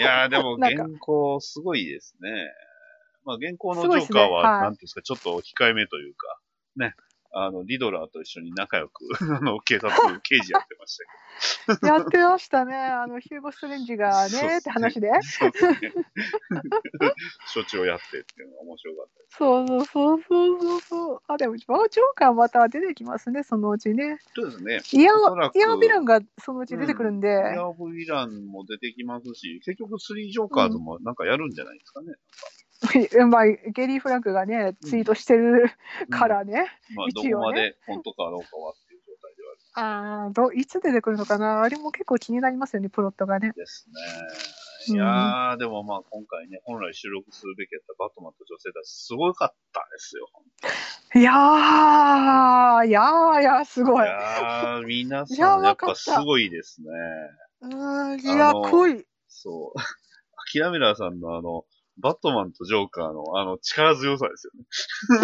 S1: い、やーでも
S4: な
S1: 原
S4: んか
S1: 稿すごいですね。まあ原稿の
S4: す
S1: ジ
S4: ごい
S1: ョー
S4: です
S1: カ
S4: ね
S1: ーは、
S4: はい
S1: なんていうんですか、ちょっと控えめというか、ね、あの、リドラーと一緒に仲良く、 (laughs) あの、警察、刑事やってました
S4: やってましたね。あの、ヒューゴ・ストレンジが
S1: そうっすね
S4: ね、って話で。
S1: けど、そうですね。 (laughs) 処置をやってっていうのが面白かったで
S4: そうそうそうそうそうそう。あ、でも、ジョーカーまた出てきますね、そのうちね。
S1: す。そうですね。
S4: イアン
S1: おそらく
S4: イアンヴィランがそのうち出てくるんで、
S1: リアオブ・ヴィランも出てきますし、結局スリージョーカーズもなんかやるんじゃないですかね。
S4: まあ、ゲリー・フランクがね、ツイートしてるからね。
S1: うん。まあ、ど
S4: 一応ね
S1: こまで本当かどうかはっていう状態ではある
S4: ああ、どいつ出てくるのかな。あれも結構気になりますよね、プロットがね。
S1: です
S4: うん
S1: ね。いやー、でもまあ今回ね、本来収録するべきだったバットマンと女性たち、すごかったですよ。
S4: いやー、いやー、いやー、すごい。
S1: いやー、皆
S4: いや
S1: さんや
S4: わ
S1: っ
S4: か
S1: ぱ
S4: った
S1: すごいですね。
S4: うーん、いや、
S1: あの
S4: 濃い。
S1: そう。アキラメラさんのあの、バットマンとジョーカーのあの力強さですよね。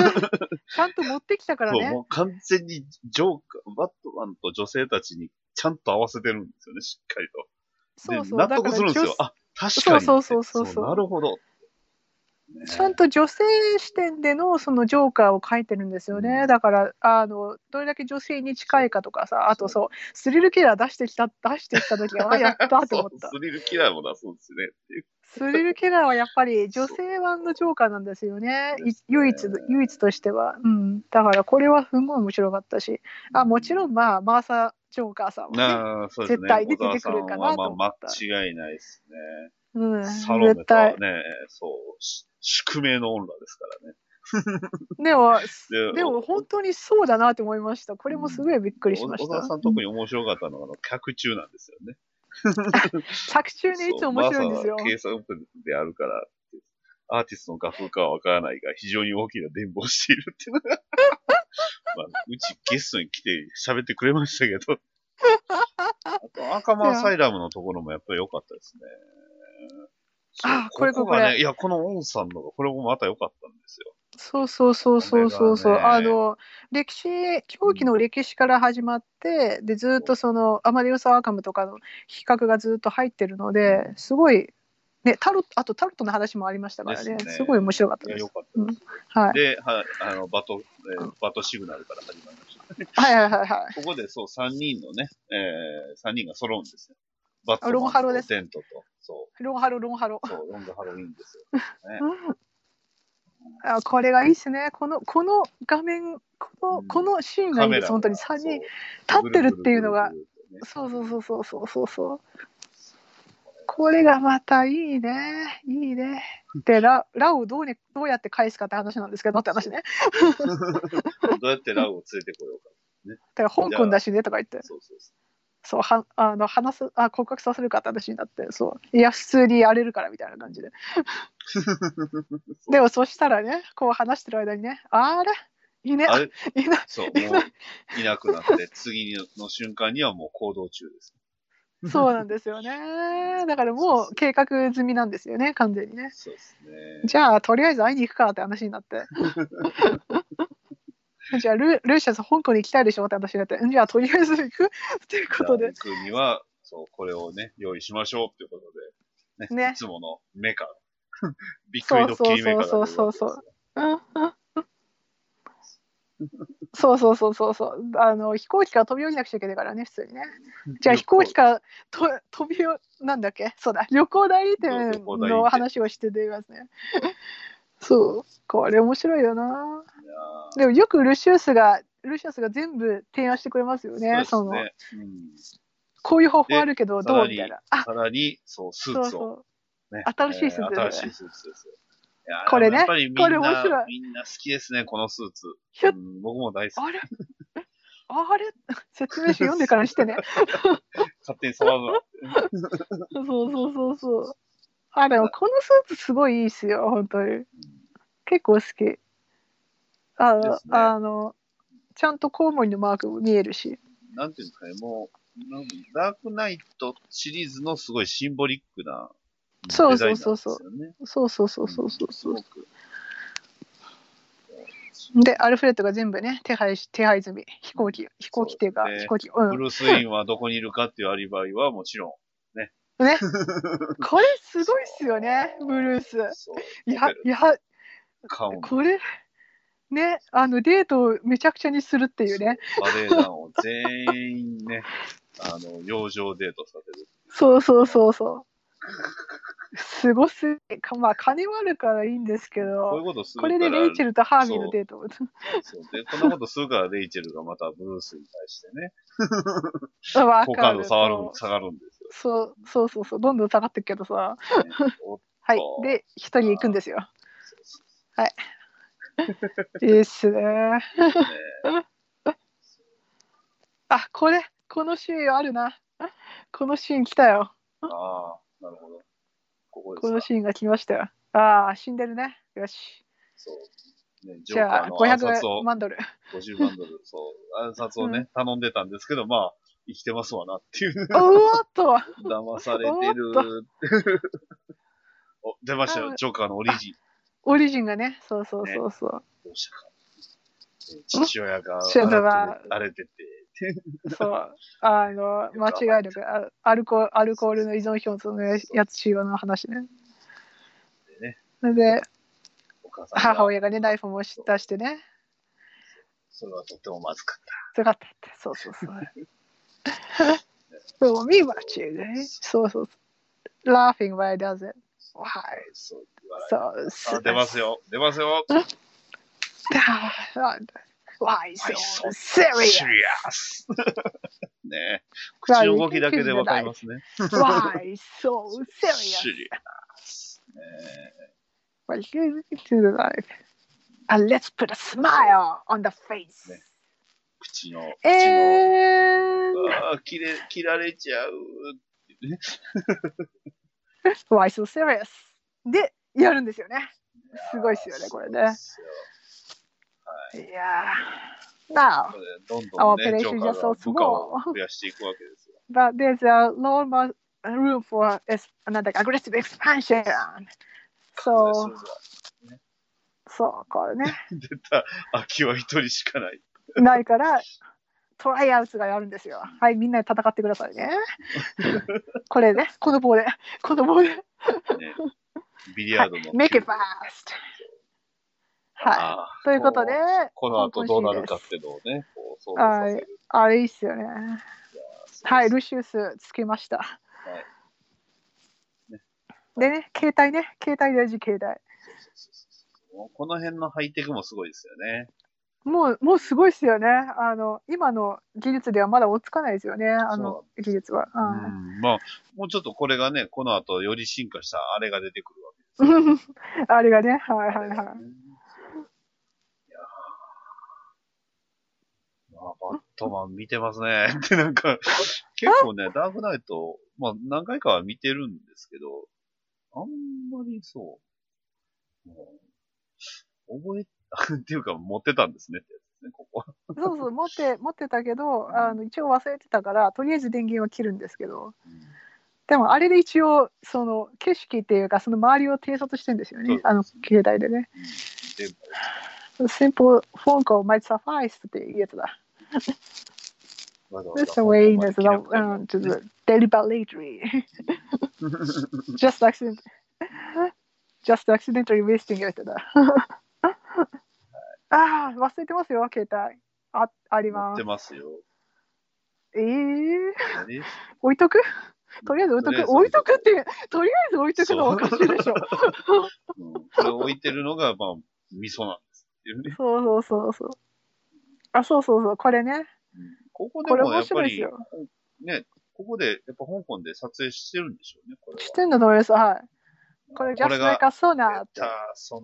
S4: ちゃんと持ってきたから
S1: そう、
S4: ね
S1: も。う完全にジョーカー、バットマンと女性たちにちゃんと合わせてるんですよね、しっかりと。
S4: そうそう。
S1: で納得するんですよ。
S4: だか
S1: あ、確かにって。
S4: そうそうそうそうそう
S1: なるほど。ね
S4: ちゃんと女性視点でのそのジョーカーを書いてるんですよね。だからあのどれだけ女性に近いかとかさ、あとそうスリルキラー出してきた出してきた時はあやったと思っ
S1: (laughs) そ
S4: た
S1: う。スリルキラーも出すんですねっていう。
S4: スリルキラーはやっぱり女性版のジョーカーなんですよね。い
S1: ですね
S4: 唯一唯一としては、うん。だからこれはすごい面白かったし、あもちろんまあマーサジョーカーさんはね、
S1: なあ、そうですね。
S4: 絶対出てくるか
S1: 小沢さ
S4: なと思った
S1: んはまあ間違いないです
S4: うん、
S1: ね。サロメ
S4: 絶
S1: とは
S4: 対
S1: ね、そう、し宿命の女ですからね。
S4: でも
S1: で
S4: でも本当にそうだなって思いました。これもすごいびっくりしまし
S1: 小沢
S4: た
S1: さ。ん特に面白かったのが、あの客中なんですよね。
S4: 作中ねいつも面白いんですよ
S1: そう。マーサは計算部であるから、アーティストの画風かはわからないが、非常に大きな伝播をしているっていうのが。 (laughs) まあ、うちゲストに来て喋ってくれましたけど。あと、赤間アサイラムのところもやっぱり良かったですね。そう
S4: あこれ
S1: こが
S4: こ
S1: ね、
S4: れ
S1: いや、このオンさんのが、これもまた良かったんですよ。
S4: そうそうそうそうそうそう、
S1: これがね
S4: あの歴史狂気の歴史から始まって、でずっとそのアマディウス・アーカムとかの比較がずっと入ってるのですごい、ね、タロあとタロットの話もありましたからね
S1: ですすね
S4: ごい面白かった
S1: いや、
S4: で
S1: 良
S4: す。
S1: かったです。
S4: はい、
S1: で、はあのバト、えーバトシグナルから始まりました。
S4: はいはいはいはい
S1: ここでそう、3人のね、えー、3人が揃うんですよ。バットマン
S4: ロンハロです
S1: テントと、そ
S4: ロンハロロンハロ
S1: う、
S4: (laughs)
S1: そう、ロングハロウィンですよ。
S4: あこれがいいっすねこのこの画面この,、
S1: うん
S4: このシーンが
S1: カ
S4: いい
S1: メ
S4: で
S1: ラ
S4: す
S1: が
S4: 本当に3人立
S1: そう
S4: ってるっていうのが
S1: ぐるぐるぐるぐる
S4: そうそうそうそうそうそうそう。これがまたいいね、いいね。で、ララをどう,、ね、どうやって返すかって話なんですけどって話ね。
S1: ねどうやってラウを連れてこようか。
S4: だから香港だしねとか言 (laughs) って、
S1: そうそうそ
S4: そうはあの話すあ告白させるかって話になって、そういや普通にやれるからみたいな感じで。
S1: う。そう
S4: でもそしたらね、こう話してる間にね、あれいいね
S1: あれ、
S4: いな
S1: そう、
S4: い
S1: もういなくなって、次の瞬間にはもう行動中です。
S4: そうなんですよね。だからもう計画済みなんですよね、完全にね。
S1: そうですね。
S4: じゃあとりあえず会いに行くかって話になって
S1: (laughs)
S4: じゃあルルーシャス香港に行きたいでしょって私が言ってじゃあとりあえず行くということで
S1: じゃあ行くには、そう、これをね、用意しましょうっていうことで、ね、
S4: ね
S1: いつものメカ、 (laughs) びっくりドッキリメカだと
S4: そ
S1: いう
S4: そうう
S1: わけです
S4: そうそう
S1: よ
S4: そううんうんうんそうそうそうそうそうあの飛行機から飛び降りなくちゃいけないからね普通にねじゃあ飛行機からと飛びをなんだっけそうだ旅行代理
S1: そう
S4: 店
S1: 旅行代理
S4: の
S1: 店
S4: 話をしてていますねそうこれ面白いよない
S1: やー
S4: でもよくルシウスがルシウスが全部提案してくれますよね。そ
S1: そう
S4: の
S1: ですね。うん
S4: こういう方法あるけど
S1: で
S4: どうみたいな。あ
S1: さらに、そう、ス
S4: そ
S1: ー
S4: う
S1: ツを、
S4: そ
S1: ね。
S4: 新しいス
S1: え
S4: ーツ
S1: ー新しいスーツですよ。いやー
S4: これね
S1: やっぱりみんな
S4: これ面白い
S1: みんな好きですね、このスーツ。
S4: う。ひょ
S1: うん僕も大好き。
S4: あれあれ説明書読んでからにしてね。
S1: 勝手に触るの。
S4: そうそうそうそう。あでもこのスーツすごいいいっすよ本当に。結構好き。あの、
S1: ですね
S4: あのちゃんとコウモリのマークも見えるし。
S1: なんていうんですかね、もう、なんダークナイトシリーズのすごいシンボリックなデザインな
S4: そうん
S1: ですよ
S4: そ
S1: ね。
S4: うそうそうそうそうそうそうそ
S1: すご。
S4: うそう
S1: く。
S4: でアルフレッドが全部ね手配し手配済み飛行機飛行機っていうか
S1: そうですね
S4: 飛行機う
S1: ブ
S4: ん
S1: ルース・ウィンはどこにいるかっていうアリバイはもちろん。
S4: ねこれすごいっすよねブルース
S1: そう。
S4: いや
S1: ホテル
S4: いや
S1: カウン
S4: これねあのデートをめちゃくちゃにするっていうね
S1: そう。バレエ団を全員ね、あの、洋上デートさせる。
S4: そうそうそうそうすごすぎかまあ金はあるからいいんですけ
S1: こういう
S4: ど
S1: ことする
S4: こ
S1: から
S4: れでレイチェルとハービーのデートを
S1: そうで、こんなことするからレイチェルがまたブルースに対してね、
S4: わ
S1: 好
S4: か
S1: 感度
S4: る
S1: 下がるん、下がるんですよ。
S4: そうそうそうそうどんどん下がってくけどさ
S1: おっ
S4: はい
S1: そう
S4: で一人行くんですよいいっすね。あこれこのシーンあるな。このシーン来たよ。
S1: ああ、なるほど。ここで
S4: こ
S1: す
S4: の
S1: か。
S4: シーンが来ましたよ。ああ死んでるね。よし。
S1: そう。ね、ジョ
S4: じ
S1: ーカ
S4: ゃ
S1: ー
S4: あ
S1: の暗殺
S4: 500
S1: を、
S4: 万
S1: (laughs)
S4: ドル。
S1: 50万ドル、そう、暗殺をね、頼んでたんですけど、まあ、生きてますわなって
S4: (laughs)
S1: いう。
S4: おおっと
S1: 騙されてる
S4: おっ。
S1: (laughs) お、出ましたよ、ジョーカーのオリジン。
S4: オリジンがね。そうそうそうそう。
S1: どうしたか。父親が
S4: 父親が
S1: 荒れてて、 (laughs)
S4: そうあの間違いなくあアルコアルコールの依存症のやつのやつの話ね。
S1: ね
S4: それで
S1: 母さんが
S4: 母親がねナイフも出してね
S1: それはとってもまずかっ
S4: 辛かったってそうそ
S1: (laughs)
S4: うそうそう見間違いそうそうそう laughing why does it
S1: た。
S4: はい。
S1: そう言われ
S4: そ
S1: たあ、
S4: う
S1: 出ますよ。出ますよ。
S4: あなんだ Why
S1: Why
S4: so
S1: so
S4: serious?
S1: シリアス。 (laughs) ねえ。口の動きだけでわかりますね。
S4: Why so
S1: シ
S4: serious?
S1: リアス。ねえ
S4: Why you do the life? And let's put a smile on the face.
S1: ね口の、口の、
S4: And
S1: ああ、切れ、切られちゃう。
S4: why so serious? で、やるんですよね。すごいですよね、これ
S1: そうで
S4: ね。
S1: すよ
S4: いやー。Now,
S1: これどんど
S4: あ
S1: んね、ジョ
S4: オペレーション
S1: ー
S4: ジ
S1: カ
S4: ャ
S1: ー
S4: スト
S1: が
S4: を
S1: 部下を増やしていくわけですよ。
S4: but there's a lot more room for ex- なんだっけ aggressive expansion.
S1: それで
S4: So,
S1: は
S4: そう、これね。
S1: 出た空きは一人しかない。
S4: ないから、トライアウトがやるんですよ。はい、みんなで戦ってくださいね。これね、この棒で、この棒で。 (laughs)
S1: ね、ビリヤードの。
S4: メイクファースト。は
S1: ああ
S4: い。ということで、
S1: この後どうなるかっていうのをね、こう想像させる。
S4: あれいいっすよね。はい、ルシウスつきました。でね、携帯ね、携帯大事、携帯。
S1: この辺のハイテクもすごいですよね。
S4: もう、もうすごいっすよね。あの、今の技術ではまだ追いつかないですよね、あの技術は。
S1: う
S4: うん
S1: ん、まあ、もうちょっとこれがね、この後より進化したあれが出てくるわけですよ。
S4: あれがね、はいはいはい。
S1: まあ、バットマン見てますね。 (laughs) ってなんか、結構ね、ダークナイト、まあ何回かは見てるんですけど、あんまりそう、うん覚え、 (laughs) っていうか持ってたんですねってやつですね、ここ。
S4: そうそう、持って、持ってたけど、あの、一応忘れてたから、とりあえず電源は切るんですけど。でも、あれで一応、その景色っていうか、その周りを偵察してんですよ
S1: そう
S4: ね
S1: で。す
S4: あの、携帯でね。
S1: で、
S4: Simple phone call might suffice っていうやつだ。
S1: わざわざ
S4: This way is the,
S1: ここま
S4: um, to the
S1: (laughs)
S4: deliberately,
S1: で来なくても
S4: just accident, just accidentally wasting やつだ。 (laughs) ああ、忘れてますよ、携帯。あ、あり
S1: 持
S4: ま
S1: っ
S4: す
S1: て。ますよ。
S4: ええー。
S1: あれ
S4: 置いと (laughs) くとりあえず置いと
S1: とりあえ
S4: く
S1: ず
S4: 置いとくって (laughs) いうとりあえず置いとくのはおかしいでしょ
S1: うんこれ置いてるのが、まあ、味噌なんですって
S4: (laughs)
S1: いうね。
S4: そうそうそうそうあそうそうそうこれね
S1: ここ
S4: こ
S1: で
S4: れ
S1: もや
S4: 面
S1: っぱ
S4: 白いです
S1: り、
S4: よ
S1: ね、ここで、やっぱ香港で撮影してるんでしょうね、これ
S4: し
S1: は。
S4: てんだと思いますはいこれ just
S1: が
S4: like a
S1: や
S4: sonar
S1: っ
S4: った
S1: ー
S4: て、
S1: そう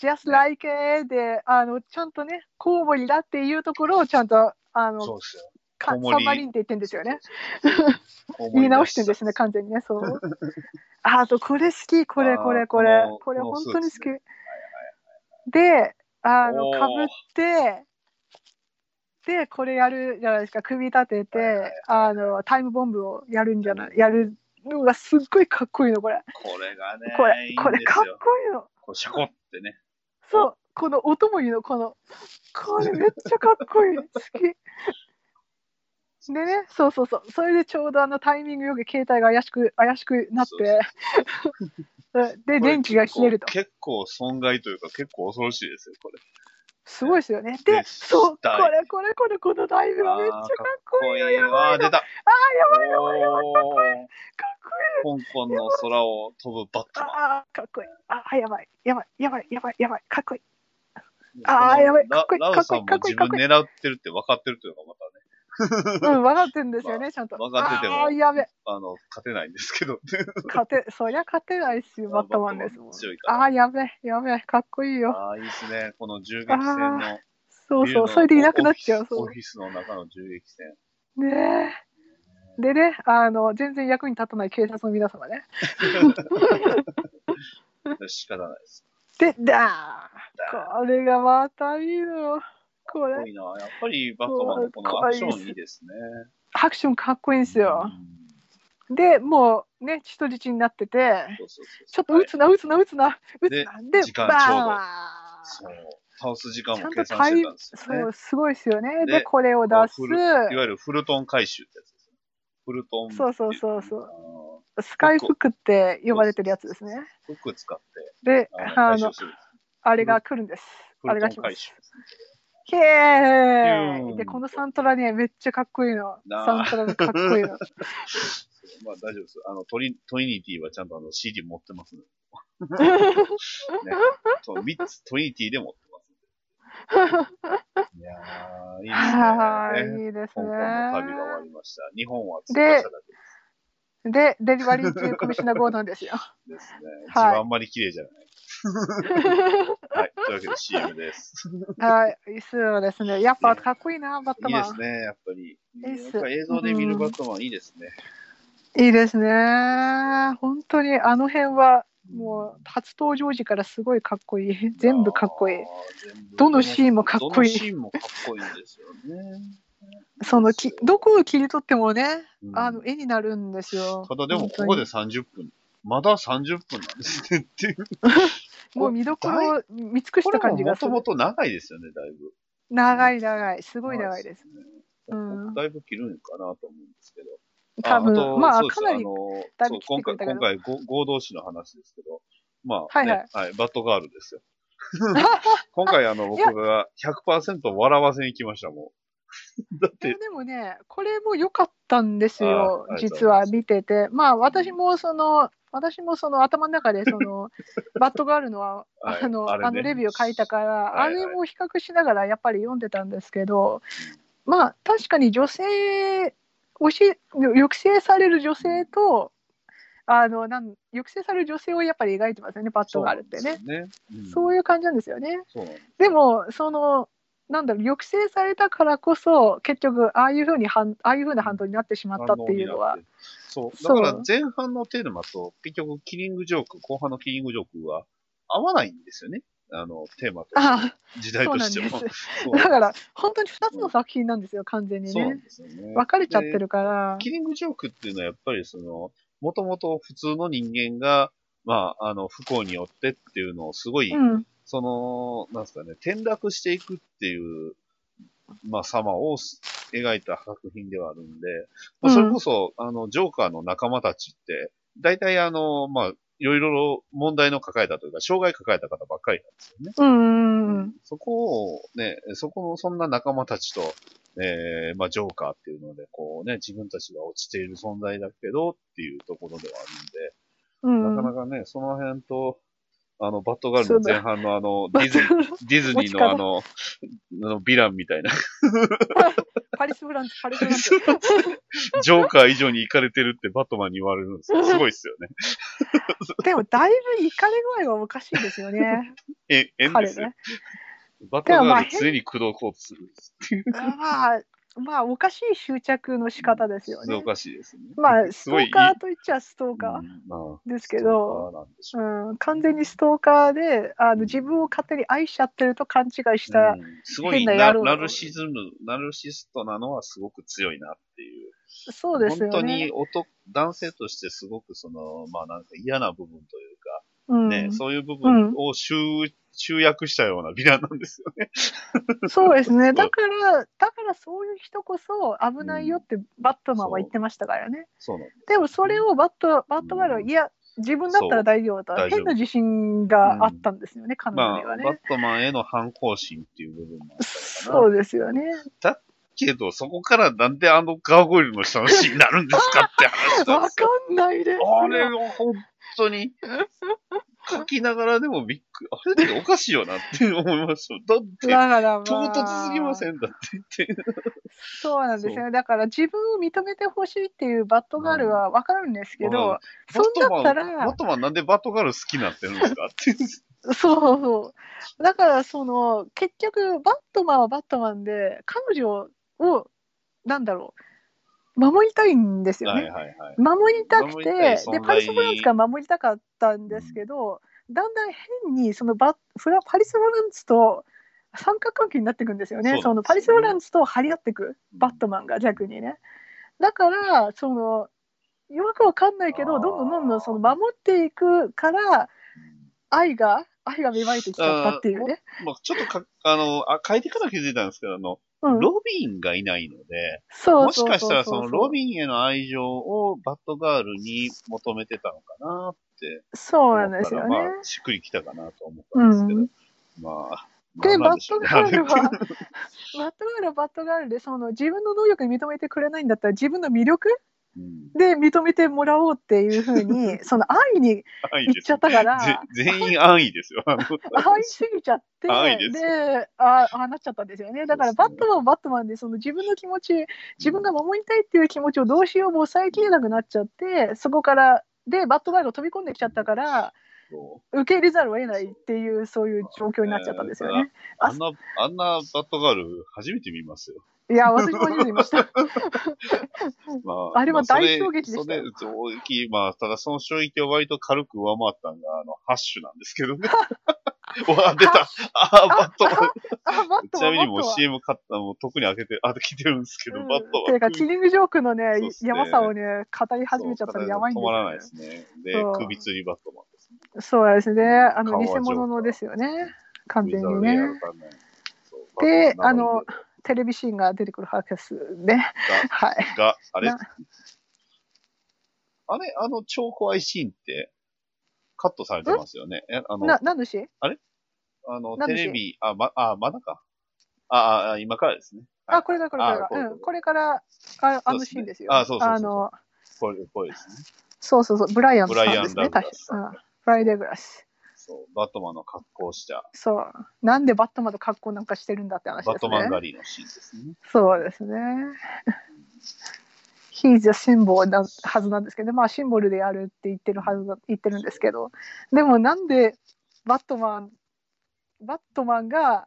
S4: just like a であのちゃんとねコウモリだっていうところをちゃんとあ
S1: な。そ
S4: の
S1: うですよ。
S4: か
S1: コウモリ
S4: サンマリンって言ってんですよね
S1: こう思
S4: 言い
S1: 出
S4: 直してんですね。完全にね
S1: (laughs)
S4: そうああとこれ好きこれこれこ
S1: あ
S4: れ
S1: ーこの
S4: これ
S1: この
S4: 本
S1: スーツ
S4: 当に好きであの
S1: おー
S4: かぶってでこれやるじゃないですか組み立てて、
S1: はいはいはい
S4: あのタイムボンブをやるんじゃないやるのがすっごいかっこいいのこれ
S1: これがね、
S4: こ
S1: い
S4: れ
S1: いん
S4: これ
S1: です
S4: かっ
S1: よ。
S4: こいいの
S1: こうシャコってね。
S4: そうこの音もいいのこのこれめっちゃかっこいい好きでねそうそうそうそれでちょうどあのタイミングよく携帯が怪しく怪しくなっ
S1: そう
S4: てで電気が消えると
S1: これ結構結構損害というか、結構恐ろしいですよ、これ。
S4: すごいですよね。
S1: ね
S4: で、そう、こ
S1: したい
S4: れこれこれこのダイブはめっちゃかっこいいよ。やば
S1: わー、
S4: いの。
S1: 出
S4: あ
S1: た。
S4: ー、やばいの。
S1: おー
S4: かっこ
S1: 香港の空を飛ぶバッ
S4: いい。
S1: トマ
S4: あー、かっこいい。あー、やばい。やばい。やばい。やばい。やばい。かっこいい。
S1: ン。
S4: あーやばい
S1: ラ
S4: かっこいい
S1: ラウさんも
S4: かっこい
S1: 自
S4: いかっ
S1: 分
S4: こいい
S1: 狙ってるって分かってるというのがまたね、
S4: うん、分かってるんですよ
S1: ま
S4: ね、ちゃんと。
S1: 分かってても
S4: あー、やべ。
S1: あの、勝てないんですけど。
S4: 勝て、そりゃ勝てないっすよ、
S1: まあ
S4: バットマンですもん
S1: バットマン強い。から
S4: あー、やべ。やべ。かっこいいよ。
S1: ああ、いいですね。この銃撃戦の。
S4: そう
S1: ビル
S4: そ
S1: の
S4: う。それでいなくなっちゃ
S1: オ
S4: う。
S1: フィス
S4: そ
S1: オフィスの中の銃撃戦。
S4: う。ねえ。でね、あの、全然役に立たない警察の皆様ね。
S1: 仕方ないです。
S4: で、だ
S1: だ
S4: ー。これがまたいいのよ。こ
S1: かっ
S4: れ
S1: こ。いいな。やっぱりバットマンのこのアクションいいですね。
S4: アクションかっこいいんですよ。
S1: うん
S4: で、もうね、人質になってて、
S1: そうそうそう
S4: ちょっと撃つな、撃つな、撃つな、撃つ
S1: で
S4: な。で、
S1: 時間
S4: バ
S1: ちょうど
S4: ーン
S1: はいそう。倒す時間
S4: ちゃ
S1: も
S4: ん
S1: 計
S4: と
S1: 算し
S4: タ
S1: て
S4: イ
S1: たんですよ
S4: そ
S1: ね
S4: う、。すごいですよね。で、
S1: で
S4: これを出す
S1: フ。ルいわゆるフルトン回収ってやつですね。フルトンってい。
S4: そうそうそうそう
S1: あ
S4: スカイフックって呼ばれてるやつですね。
S1: ー。フック使って、
S4: で、
S1: あの回
S4: (laughs) あ
S1: 収
S4: の、
S1: するんです
S4: あれが来るんです。あれが来ま
S1: 回
S4: す
S1: 収。。
S4: へえ
S1: うん
S4: で、このサントラね、めっちゃかっこいいの。
S1: な
S4: サ
S1: あ
S4: ントラがかっ
S1: (laughs)
S4: こいいの。
S1: まあ大丈夫です。あの、トリ、トリニティはちゃんとあの CD 持ってますね。
S4: (laughs)
S1: ね。そう、3つ、トリニティで持ってますんで。いやー、いいですね。
S4: はい、いいです
S1: 香港の旅が終わ
S4: ね。
S1: りました。日本は通過しただ
S4: で、デリバリー中コミッショナーゴード
S1: (laughs)
S4: ンですよ。
S1: けですね。一
S4: はい
S1: 番あんまり綺麗じゃない。
S4: (laughs)
S1: はい。というわけで CM です。
S4: はい、そうですね。やっぱかっこいいな、バット
S1: いい
S4: マ
S1: です
S4: ン。
S1: ね、やっぱり。
S4: いいっす
S1: やっぱ映像で見るバットマンいいですね。
S4: いいですね。本当にあの辺は、もう初登場時からすごいかっこいい。全部かっこいい
S1: あ。ー。全部
S4: どのシーンもかっこいい
S1: どのシーンもかっこいいんですよね。
S4: そのき、どこを切り取ってもね、
S1: うん
S4: あの絵になるんですよ。
S1: ただでも、
S4: 本当
S1: こ
S4: に
S1: こで30分。まだ30分なんですねっていう。
S4: もう見 (laughs) どころを見尽くし
S1: こ
S4: た
S1: れ
S4: 感
S1: も
S4: じ
S1: も
S4: がす
S1: と
S4: る
S1: も。と長いですよね、だいぶ。
S4: 長い長い、すごい長いです。
S1: ね。
S4: うん
S1: だいぶ切るんかなと思うんですけど。
S4: 多
S1: ああと
S4: 分まあ
S1: そうです
S4: かなり
S1: あの
S4: だい
S1: そう
S4: ぶ切っ
S1: 今
S4: てく
S1: 回、
S4: れたけど
S1: 今回ご、合同誌の話ですけど、まあ、
S4: はい
S1: ね
S4: は
S1: はいいバッドガール
S4: (laughs)
S1: ですよ。今回、あの、僕が100%笑わせに来ました、もう。 (laughs) だっ
S4: いや
S1: て、
S4: でもねこれも良かったんですよ
S1: あありがとうご
S4: 実
S1: ざいま
S4: は
S1: す
S4: 見ててまあ私もその私もその頭の中で
S1: (laughs)
S4: そのバッドがあるのは
S1: はい
S4: あの
S1: あ
S4: あ,、
S1: れね
S4: のレビューを書いたから、
S1: はいはい
S4: あれも比較しながらやっぱり読んでたんですけどまあ確かに女性推し抑制される女性とあのなん抑制される女性をやっぱり描いてますよねバッドがあるってね
S1: そうなんですよね。うん
S4: そういう感じなんですよね。
S1: そうなんです
S4: でもそのなんだろう抑制されたからこそ結局ああいうふうに反ああいうふうな反動になってしまったっていうの
S1: 反応
S4: は
S1: になって。そう。だ
S4: そう
S1: から前半のテーマと、結局キリングジョーク、後半のキリングジョークは合わないんですよね。あの、テーマと
S4: あ
S1: 時代
S4: あそう
S1: と
S4: なん
S1: して
S4: で
S1: も。
S4: す
S1: そう
S4: だから本当に2つの作品なんですよ完全に
S1: そうなん
S4: ね
S1: ですよね。
S4: 分かれちゃってるから
S1: キリングジョークっていうのはやっぱりその、もともと普通の人間が、まあ、あの、不幸によってっていうのをすごい、
S4: うん
S1: その、なんですかね、転落していくっていう、まあ、様を描いた作品ではあるんで、まあ、それこそ、あの、ジョーカーの仲間たちって、大体あの、まあ、いろいろ問題の抱えたというか、障害抱えた方ばっかりなんですよね。
S4: うんうん
S1: そこをね、そこの、そんな仲間たちと、えー、まあ、ジョーカーっていうので、こうね、自分たちが落ちている存在だけどっていうところではあ
S4: う
S1: るんで、
S4: ん
S1: な
S4: (laughs)
S1: かなかね、その辺と、あの、バットガールの前半のあの、ディズニー、ディズニーのあの、あの、ヴィランみたいな、
S4: パリス・ブランチパリス・ブランチ
S1: ジョーカー以上に行かれてるってバットマンに言われるんですよ。すごいっすよね。
S4: でもだいぶいかれ具合がおかしいですよね
S1: (laughs) え、えんで
S4: 彼
S1: すよ
S4: ね。
S1: バットガ
S4: でもまあ
S1: ール常に駆動こうとするんです。
S4: まあまあおかしい執着の仕方ですよね
S1: おかしいですね。
S4: まあス
S1: す
S4: ト
S1: ごいい
S4: ー
S1: い
S4: カーと言っちゃストーカ
S1: うんまあ
S4: ーですけ
S1: スト
S4: ど、
S1: ーカーなんでしょう
S4: うん、完全にストーカーであの自分を勝手に愛しちゃってると勘違いした
S1: う、んすごい
S4: 変
S1: な
S4: な野郎
S1: ナルシズム、ナルシストなのはすごく強いなっていう。
S4: そうですよね
S1: 本当に男男性としてすごくその、まあなんか嫌な部分という
S4: うん
S1: か、ね、そういう部分を集,、集約したような美談なんですよね。
S4: そうですねだからだからそういう人こそ危ないよってバットマンは言ってましたからね、
S1: そうなんです。
S4: でもそれをバットバットマンは、
S1: うん
S4: いや自分だったら大丈夫だ
S1: そう大丈夫
S4: 変な自信があったんですよね、彼
S1: ま
S4: 女
S1: あ、
S4: にはね、
S1: バットマンへの反抗心っていう部分もあったのか
S4: そ
S1: な。
S4: うですよね
S1: けど、そこからなんであのガーゴイルの下のシーンになるんですかって話なんで
S4: わか
S1: すよ。
S4: んないです
S1: あれは本当
S4: (laughs)
S1: に、書きながらでもびっくり、あれっておかしいよなって思いました。だって
S4: だ、から、まあ、
S1: 唐突すぎませんだって言って。
S4: そうなんですよねだから自分を認めてほしいっていうバットガールはわかるんですけ
S1: うん
S4: ど、
S1: うん
S4: そんだったら
S1: バットマンなんでバットガール好きになってるんですかっていう。
S4: そうそう。だから、その、結局、バットマンはバットマンで、彼女を、なんだろう、守りたいんですよ
S1: は
S4: ね。
S1: いはいはい。
S4: 守りたく
S1: 守
S4: て
S1: りたい存在
S4: で、パリス・ブランツから守りたかったんですけど、だんだん変に、そのバフラ、パリス・ブランツと三角関係になっていくんですよね。
S1: そう
S4: そ
S1: なんですよね
S4: のパリス・ブランツと張り合っていく、バットマンが逆にね。だから、その、よくわかんない
S1: あ
S4: けど、
S1: ー
S4: どんどんどんどんその守っていくから、愛が愛が芽生えてきちゃったっていうね。
S1: まあ、ちょっとか、あの、あ変えてから気づいたんですけど、あの、
S4: うん、
S1: ロビンがいないので、
S4: そう
S1: も
S4: そ
S1: し
S4: ううう
S1: かしたらそのロビンへの愛情をバットガールに求めてたのかなって
S4: そう
S1: 思
S4: な
S1: っ
S4: ん
S1: た
S4: ですよ
S1: ら、
S4: ね
S1: ま。あ、しっくりきたかなと思ったんですけど、
S4: うん
S1: まあ。
S4: で、
S1: まあ
S4: バ
S1: まあ
S4: ッ
S1: しょ
S4: ト
S1: うね
S4: ガー (laughs) ルは、バ
S1: あ
S4: ットガールはバットガールで、その自分の能力認めてくれないんだったら、自分の魅力
S1: うん
S4: で認めてもらおうっていうふう
S1: (laughs)
S4: に、その安易に
S1: 安易
S4: 言
S1: で
S4: っ
S1: す
S4: ちゃ
S1: よ
S4: っ。たか
S1: ぜ
S4: ら、
S1: 全員安易ですよ。あの
S4: 安易すぎちゃって、
S1: 安易です
S4: で、ああなっちゃったんですよね。だから、
S1: そう
S4: バ
S1: ですね
S4: ットマン、バットマンで、その自分の気持ち、自分が守りたいっていう気持ちをどうしようも抑えきれなくなっちゃって、そこから、で、バットガールが飛び込んできちゃったから、
S1: そう
S4: 受け入れざるを得ないっていう、そういう状況になっちゃったんですよね。
S1: あんな、あんなバットガール、初めて見ますよ。
S4: いや、私も初めて見ました。
S1: まあ、
S4: あれは
S1: まそ
S4: 大衝撃でしたよ
S1: それ大きい、まあ、ただその衝撃を割と軽く上回ったのが、あの、ハッシュなんですけ
S4: (laughs)
S1: どね。わあ、出たああ、バットマン
S4: あ、バット
S1: ちな
S4: マ
S1: み
S4: ン、
S1: にも
S4: バ
S1: う
S4: ットマン。
S1: CM 買ったのも特に開けて、あ、来てるんですけど、バット
S4: うんて
S1: マ
S4: か、
S1: ン。
S4: キリングジョークのね
S1: そうっ、すね
S4: 山さをね、語り始めちゃったらやばいん
S1: そう止
S4: です
S1: まらない
S4: よね
S1: で。すね。で
S4: そう、
S1: 首吊りバットマンですね。
S4: そうですね。あの、
S1: 顔は
S4: 偽
S1: ジョーカー
S4: 物のですよね。完全
S1: ウィザー
S4: に
S1: でや
S4: ね。
S1: るからね。そうバ
S4: で
S1: ットマン
S4: あのテレビシーンが出てくる博士ね。はい。
S1: が、があれ
S4: な
S1: あれ、あの超怖いシーンって、カットされてますよね。え、あの、
S4: な、何のシーン
S1: あの、
S4: なん
S1: テ
S4: で
S1: レビ、あ、ま、あ、まだか。あ、ああ、今からですね。
S4: あ、これだ、これ
S1: あ
S4: だ。
S1: これ
S4: うん。これから、ああのシーンですよ。
S1: あそうそうそうそう
S4: の、
S1: これ、これですね。
S4: そうそうそう。ブライアンさん
S1: ブ
S4: ですね、
S1: ライアンダグ
S4: 確
S1: ラスさん
S4: か。うん。ブライアンデグラス。
S1: そう、バットマンの格好をした、
S4: そう。なんでバットマンと格好なんかしてるんだって話ですね。
S1: バットマン狩りのシーンですね。
S4: そうですね。He's a symbol なはずなんですけど、まあシンボルでやるって言ってるはずだ言ってるんですけど、でもなんでバットマン、バットマンが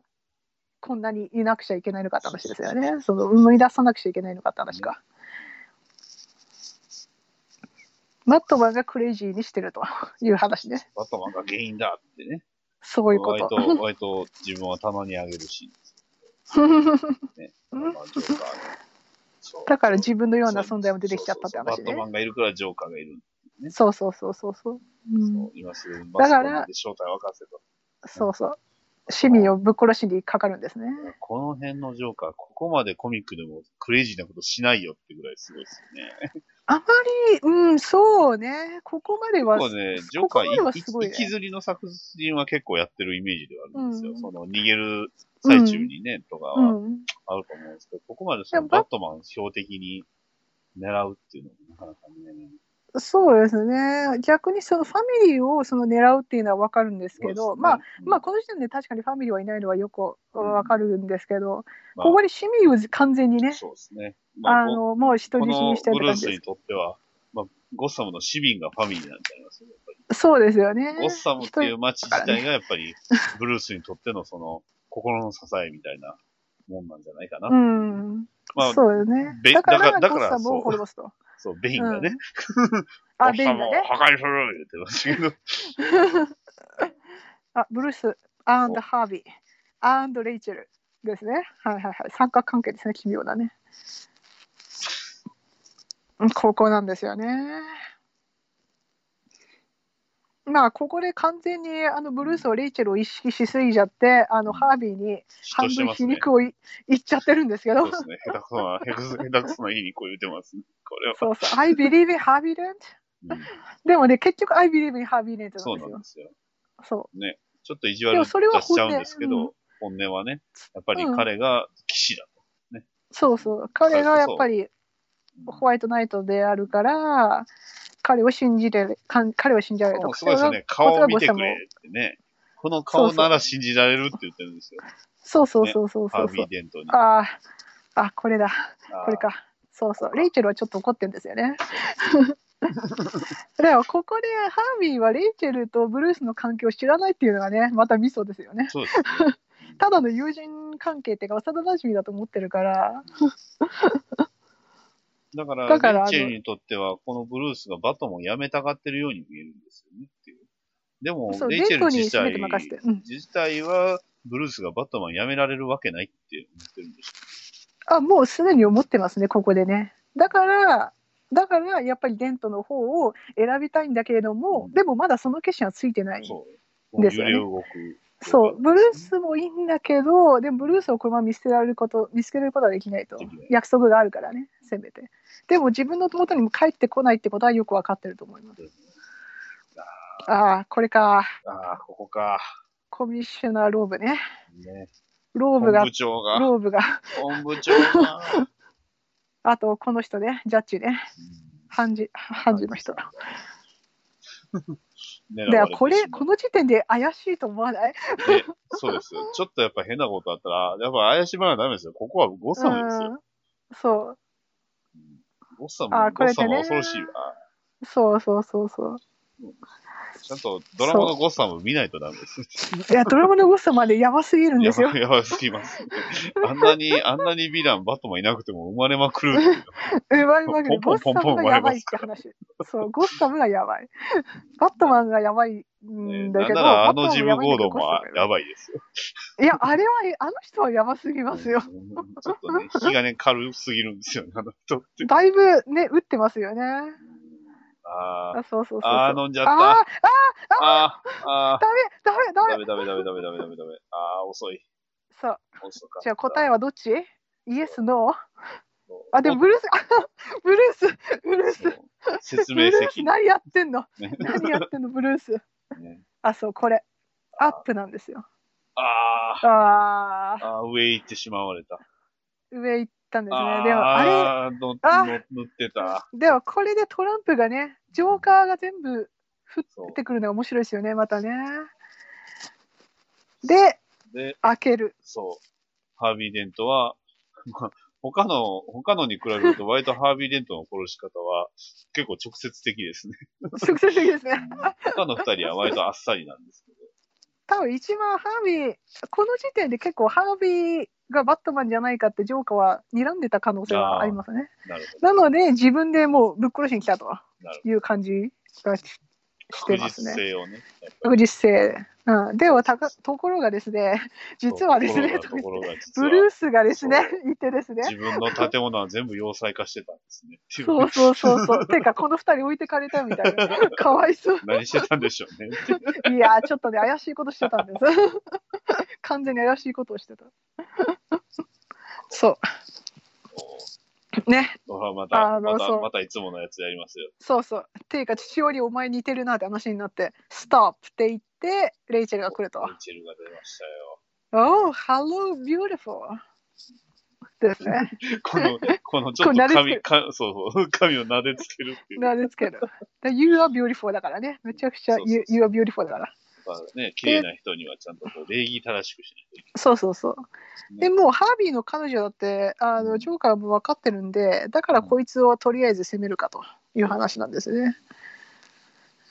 S4: こんなにいなくちゃいけないのかって話ですよね。その生み出さなくちゃいけないのかって話か。バットマンがクレイジーにしてるという話ね。
S1: バットマンが原因だってね。
S4: そういうこと。
S1: 割と、割と自分はたまにあげるシーンですね。
S4: (laughs) うん
S1: まあジョーカーのそう
S4: だから自分のような存在も出てきちゃったって話
S1: そうそうそうバット
S4: ね
S1: マ。ンがいるからジョーカーがいる。
S4: そうそうそうそうそう。うん
S1: そう今すぐマスコミで正体を分かせと。
S4: そうそう。市民をぶっ殺しにかかるんですね。
S1: この辺のジョーカー、ここまでコミックでもクレイジーなことしないよってぐらいすごいですよね。
S4: あまり、うん、そうね。ここまでは、
S1: 結構ね、ジョー
S4: こ
S1: カ
S4: こ
S1: ー
S4: まではすごい
S1: い、
S4: ね
S1: きずりの作品は結構やってるイメージではあるんですよ。
S4: うん
S1: その逃げる最中にね、とか
S4: う
S1: は
S4: ん。
S1: あると思うんですけど、ここまでその
S4: でも
S1: バットマンを標的に狙うっていうのもなかなかね。
S4: そうですね。逆にそのファミリーをその狙うっていうのはわかるんですけど、まあ、まあ、この時点で確かにファミリーはいないのはよくわかるんですけど、
S1: まあ
S4: ここに市民を完全にね、
S1: そうですね。ま
S4: あ
S1: あ、こ
S4: の、もう人質
S1: この
S4: にしてる
S1: ブルー
S4: 感
S1: ス
S4: じで
S1: にとっては、まあ、ゴッサムの市民がファミリーなんちゃいますよ。やっぱり
S4: す。そうですよね。
S1: ゴッサムっていう街自
S4: だから
S1: 体がやっぱり、ブルースにとってのその、心の支えみたいなもんなんじゃないかな。
S4: うん。
S1: まあ、
S4: そうよね。
S1: べ
S4: だか
S1: だから
S4: ら、
S1: だ
S4: ゴ
S1: から
S4: ッサム
S1: そう
S4: を滅ぼすと。
S1: そう、ベインがね、
S4: あ、
S1: ゴッ
S4: ベイ
S1: サ
S4: ン
S1: ム
S4: が
S1: を
S4: ね。
S1: 破壊する言ってましたけど。
S4: あ、ブルース、アンドハービー、アンドレイチェルですね。はいはいはい。三角関係ですね、奇妙なね。うんここなんですよね。まあ、ここで完全にあのブルースをレイチェルを意識しすぎちゃって、あ
S1: うん
S4: のハービーに半
S1: 嫉妬して
S4: 分
S1: ます
S4: 皮
S1: ね。
S4: 肉をい言っちゃってるんですけど
S1: (laughs) そうで、すね。下手くそな、下手くそ下手くそな家にこう言ってますね。これは。
S4: そうそう、I believe in ハービーレン
S1: う
S4: ト。
S1: ん
S4: でもね、結局 I believe in ハービーレントな
S1: そ
S4: ん
S1: う
S4: で
S1: な
S4: す
S1: ん
S4: よ
S1: で。すよ。
S4: そ
S1: ちょっと意地悪
S4: で
S1: 出
S4: もそれは
S1: し
S4: 本
S1: ちゃ
S4: 音
S1: うんですけど、本音はね、やっぱり
S4: うん
S1: 彼が騎士だと。
S4: う、そうそう。彼がやっぱり
S1: うん
S4: ホワイトナイトであるから、彼を信じれる、かん彼を信じられる
S1: も
S4: と
S1: うすごいですよね。顔を見てくれってね。この顔なら信じられるって言ってるんですよ。
S4: そうそうそうそうそ
S1: ハ
S4: う
S1: ービ
S4: そう
S1: ー・。デントに。
S4: ああ、あ、これだ、
S1: あー
S4: これか。そうそう。レイチェルはちょっと怒ってんですよね。 (laughs) でもここでハービーはレイチェルとブルースの関係を知らないっていうのがね、またミソですよね。
S1: そうですね。
S4: ただの友人関係っていうか、幼馴染だと思ってるから、
S1: だから、
S4: だからあの
S1: レイチェルにとっては、このブルースがバトンをやめたがってるように見えるんですよねっていう。でも
S4: そ、う
S1: レイチェル
S4: レイチェル
S1: 自体
S4: に全て任せてうん
S1: 自体は、ブルースがバットマンやめられるわけないって思ってるんです
S4: あ、もうすでに思ってますね、ここでね。だから、だからやっぱりデントの方を選びたいんだけれども、
S1: うん
S4: でもまだその決心はついてない。
S1: よ。
S4: そう
S1: そう。
S4: です
S1: 揺
S4: よ
S1: れ
S4: ね
S1: 動く。
S4: ブルースもいいんだけど、でもブルースをこのまま見捨てられること、見捨てられることはできないと
S1: できない。
S4: 約束があるからね、せめて。でも自分の元にも帰ってこないってことはよくわかってると思います。ああー、これか。
S1: ああ、ここか。
S4: コミッショナーローブね。
S1: ね、
S4: ローブ
S1: 本
S4: が
S1: 部、長が、
S4: ローブが、
S1: 本部長が、
S4: (laughs) あとこの人ね、ジャッジね、判事、判事の人。
S1: 狙われてしまう
S4: でこれ、この時点で怪しいと思わない
S1: ね、そうですよ。ちょっとやっぱ変なことあったら、やっぱ怪しまなダメですよ。ここはゴッサムですよ。
S4: うんそう、
S1: ゴッサム、
S4: あ
S1: ゴ
S4: これ
S1: ッ
S4: で
S1: サ
S4: ね
S1: ムは恐ろしいわ。
S4: そうそうそうそう。
S1: ちゃんとドラマのゴッサム見ないとダメです。
S4: いや、ドラマのゴストまでやばすぎるん
S1: や
S4: ですよ。
S1: ば、やばすぎます。あんなに、あんなにヴィラン、バットマンいなくても生まれまくる。
S4: 生 (laughs) まれまくり、
S1: ポ
S4: ゴ
S1: ン
S4: ッ
S1: ポンポン
S4: サ
S1: ポン
S4: ムがやばいって話。そう、ゴッサムがやばい。バットマンがやばいんだ
S1: なん
S4: け
S1: な
S4: ど、
S1: らあ
S4: バット
S1: の
S4: マン
S1: ジム・
S4: もやばいん
S1: ゴー
S4: だ
S1: ドン
S4: けどゴッ
S1: も
S4: サムが
S1: や
S4: やば
S1: ばいですよ。
S4: い。いや、あれは、あの人はやばすぎますよ。
S1: うんちょっとね、気がね、軽すぎるんですよね、あの人って。
S4: だいぶね、打ってますよね。
S1: あー
S4: あ、そうそうそうそう。
S1: あ
S4: あ
S1: ー、飲んじゃ
S4: あ
S1: っ
S4: ー、
S1: た。
S4: あ
S1: あー、あ
S4: ー、ダメ、ダ
S1: ー、ダ
S4: メ。
S1: メダメダメダメダメダメダメ。あー、遅い。
S4: そう、
S1: 遅かった。
S4: じゃあ答えはどっちイエス、ノー
S1: そう
S4: あ、でもブルース、あブルース、ブルース。
S1: そう説
S4: ブル
S1: 明
S4: ース
S1: 責任。
S4: 何やってんの (laughs)
S1: ね
S4: 何やってんのブルース。
S1: ね
S4: あ、そう、これ。アップなんですよ。
S1: あ
S4: あ
S1: ー
S4: あ、
S1: あー、上行ってしまわれた。
S4: 上行ったんですね。でも、あれ、
S1: ああー、の
S4: あ
S1: の塗ってた。
S4: でもこれでトランプがね、ジョーカーが全部降ってくるのが面白いですよね、またね。で、
S1: で、
S4: 開
S1: (laughs)
S4: ける。
S1: そう。ハービー・デントは、まあ、他の、他のに比べると、割とハービー・デントの殺し方は、結構直接的
S4: (laughs)
S1: ですね。
S4: 直接的ですね。
S1: 他の二人は割とあっさりなんですけど。
S4: 多分一番ハービー、この時点で結構ハービーがバットマンじゃないかってジョーカーは睨んでた可能性がありますね。
S1: なるほ
S4: なので、自分でもうぶっ殺しに来たと
S1: なる
S4: いう感じがしし
S1: ど。
S4: て
S1: 確
S4: ます
S1: 実
S4: ね。
S1: 性をね。
S4: 確実性。うん、でもたか、ところがですね、実はですね、
S1: ところが、ところが実
S4: ブル
S1: は
S4: ースがですね
S1: そ、
S4: いてですね。
S1: 自分の建物は全部要塞化してたんですね。っていう
S4: (laughs) そうそうそうそう。てか、この二人置いてかれたみたいな。
S1: (laughs)
S4: かわいそう。
S1: 何してたんでしょうね。
S4: いやー、ちょっとね、怪しいことしてたんです。完全に怪しいことをしてた。そ
S1: お
S4: う。ね、
S1: おまた、
S4: あの
S1: また、
S4: そう
S1: またいつものやつやりますよ。
S4: そうそう。ていうか、父親にお前似てるなって話になって、ストップって言って、レイチェルが来ると。
S1: ミチェルが出ましたよ。
S4: Oh, hello, beautiful. ですね。
S1: こ
S4: (laughs)
S1: の、このちょっ
S4: こう
S1: と
S4: 撫でつけ
S1: 髪、
S4: る
S1: かそうそう、髪を撫でつけるっていう。
S4: なんですけど。で You are beautiful だからね。めちゃくちゃ
S1: そうそう
S4: You, you are beautiful だから。
S1: まあね、綺麗な人にはちゃんとこう礼儀正しくしないとい
S4: そうそうそう。
S1: け
S4: で
S1: ない。
S4: もうハービーの彼女だってあ
S1: うん
S4: のジョーカーも分かってるんでだからこいつをとりあえず攻めるかという話なんですね。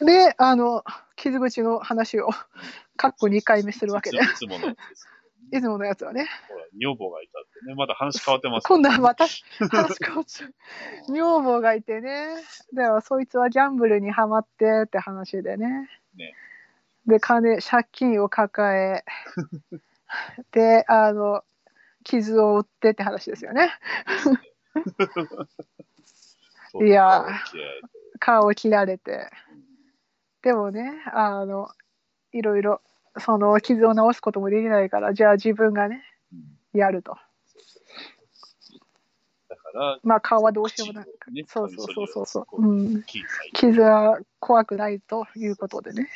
S4: であの傷口の話をかっこ2回目するわけで
S1: いついつものやつです。
S4: いつものやつはね
S1: ほら、女房がいたってね、まだ話変わってます。
S4: 今度はまた (laughs) 話変わっちゃう女房がいてねではそいつはギャンブルにはまってって話でね
S1: ね
S4: で金借金を (laughs) 抱えであの傷を負ってって話ですよね。
S1: そう
S4: いやー
S1: そう
S4: 顔を切られてでもねあのいろいろその傷を治すこともできないからじゃあ自分がね
S1: うん
S4: やると
S1: だから、
S4: まあ顔はどうしようもない
S1: 口をね
S4: そうそうそうそうそう
S1: こう
S4: うん
S1: キーサイ
S4: 傷は怖くないということでね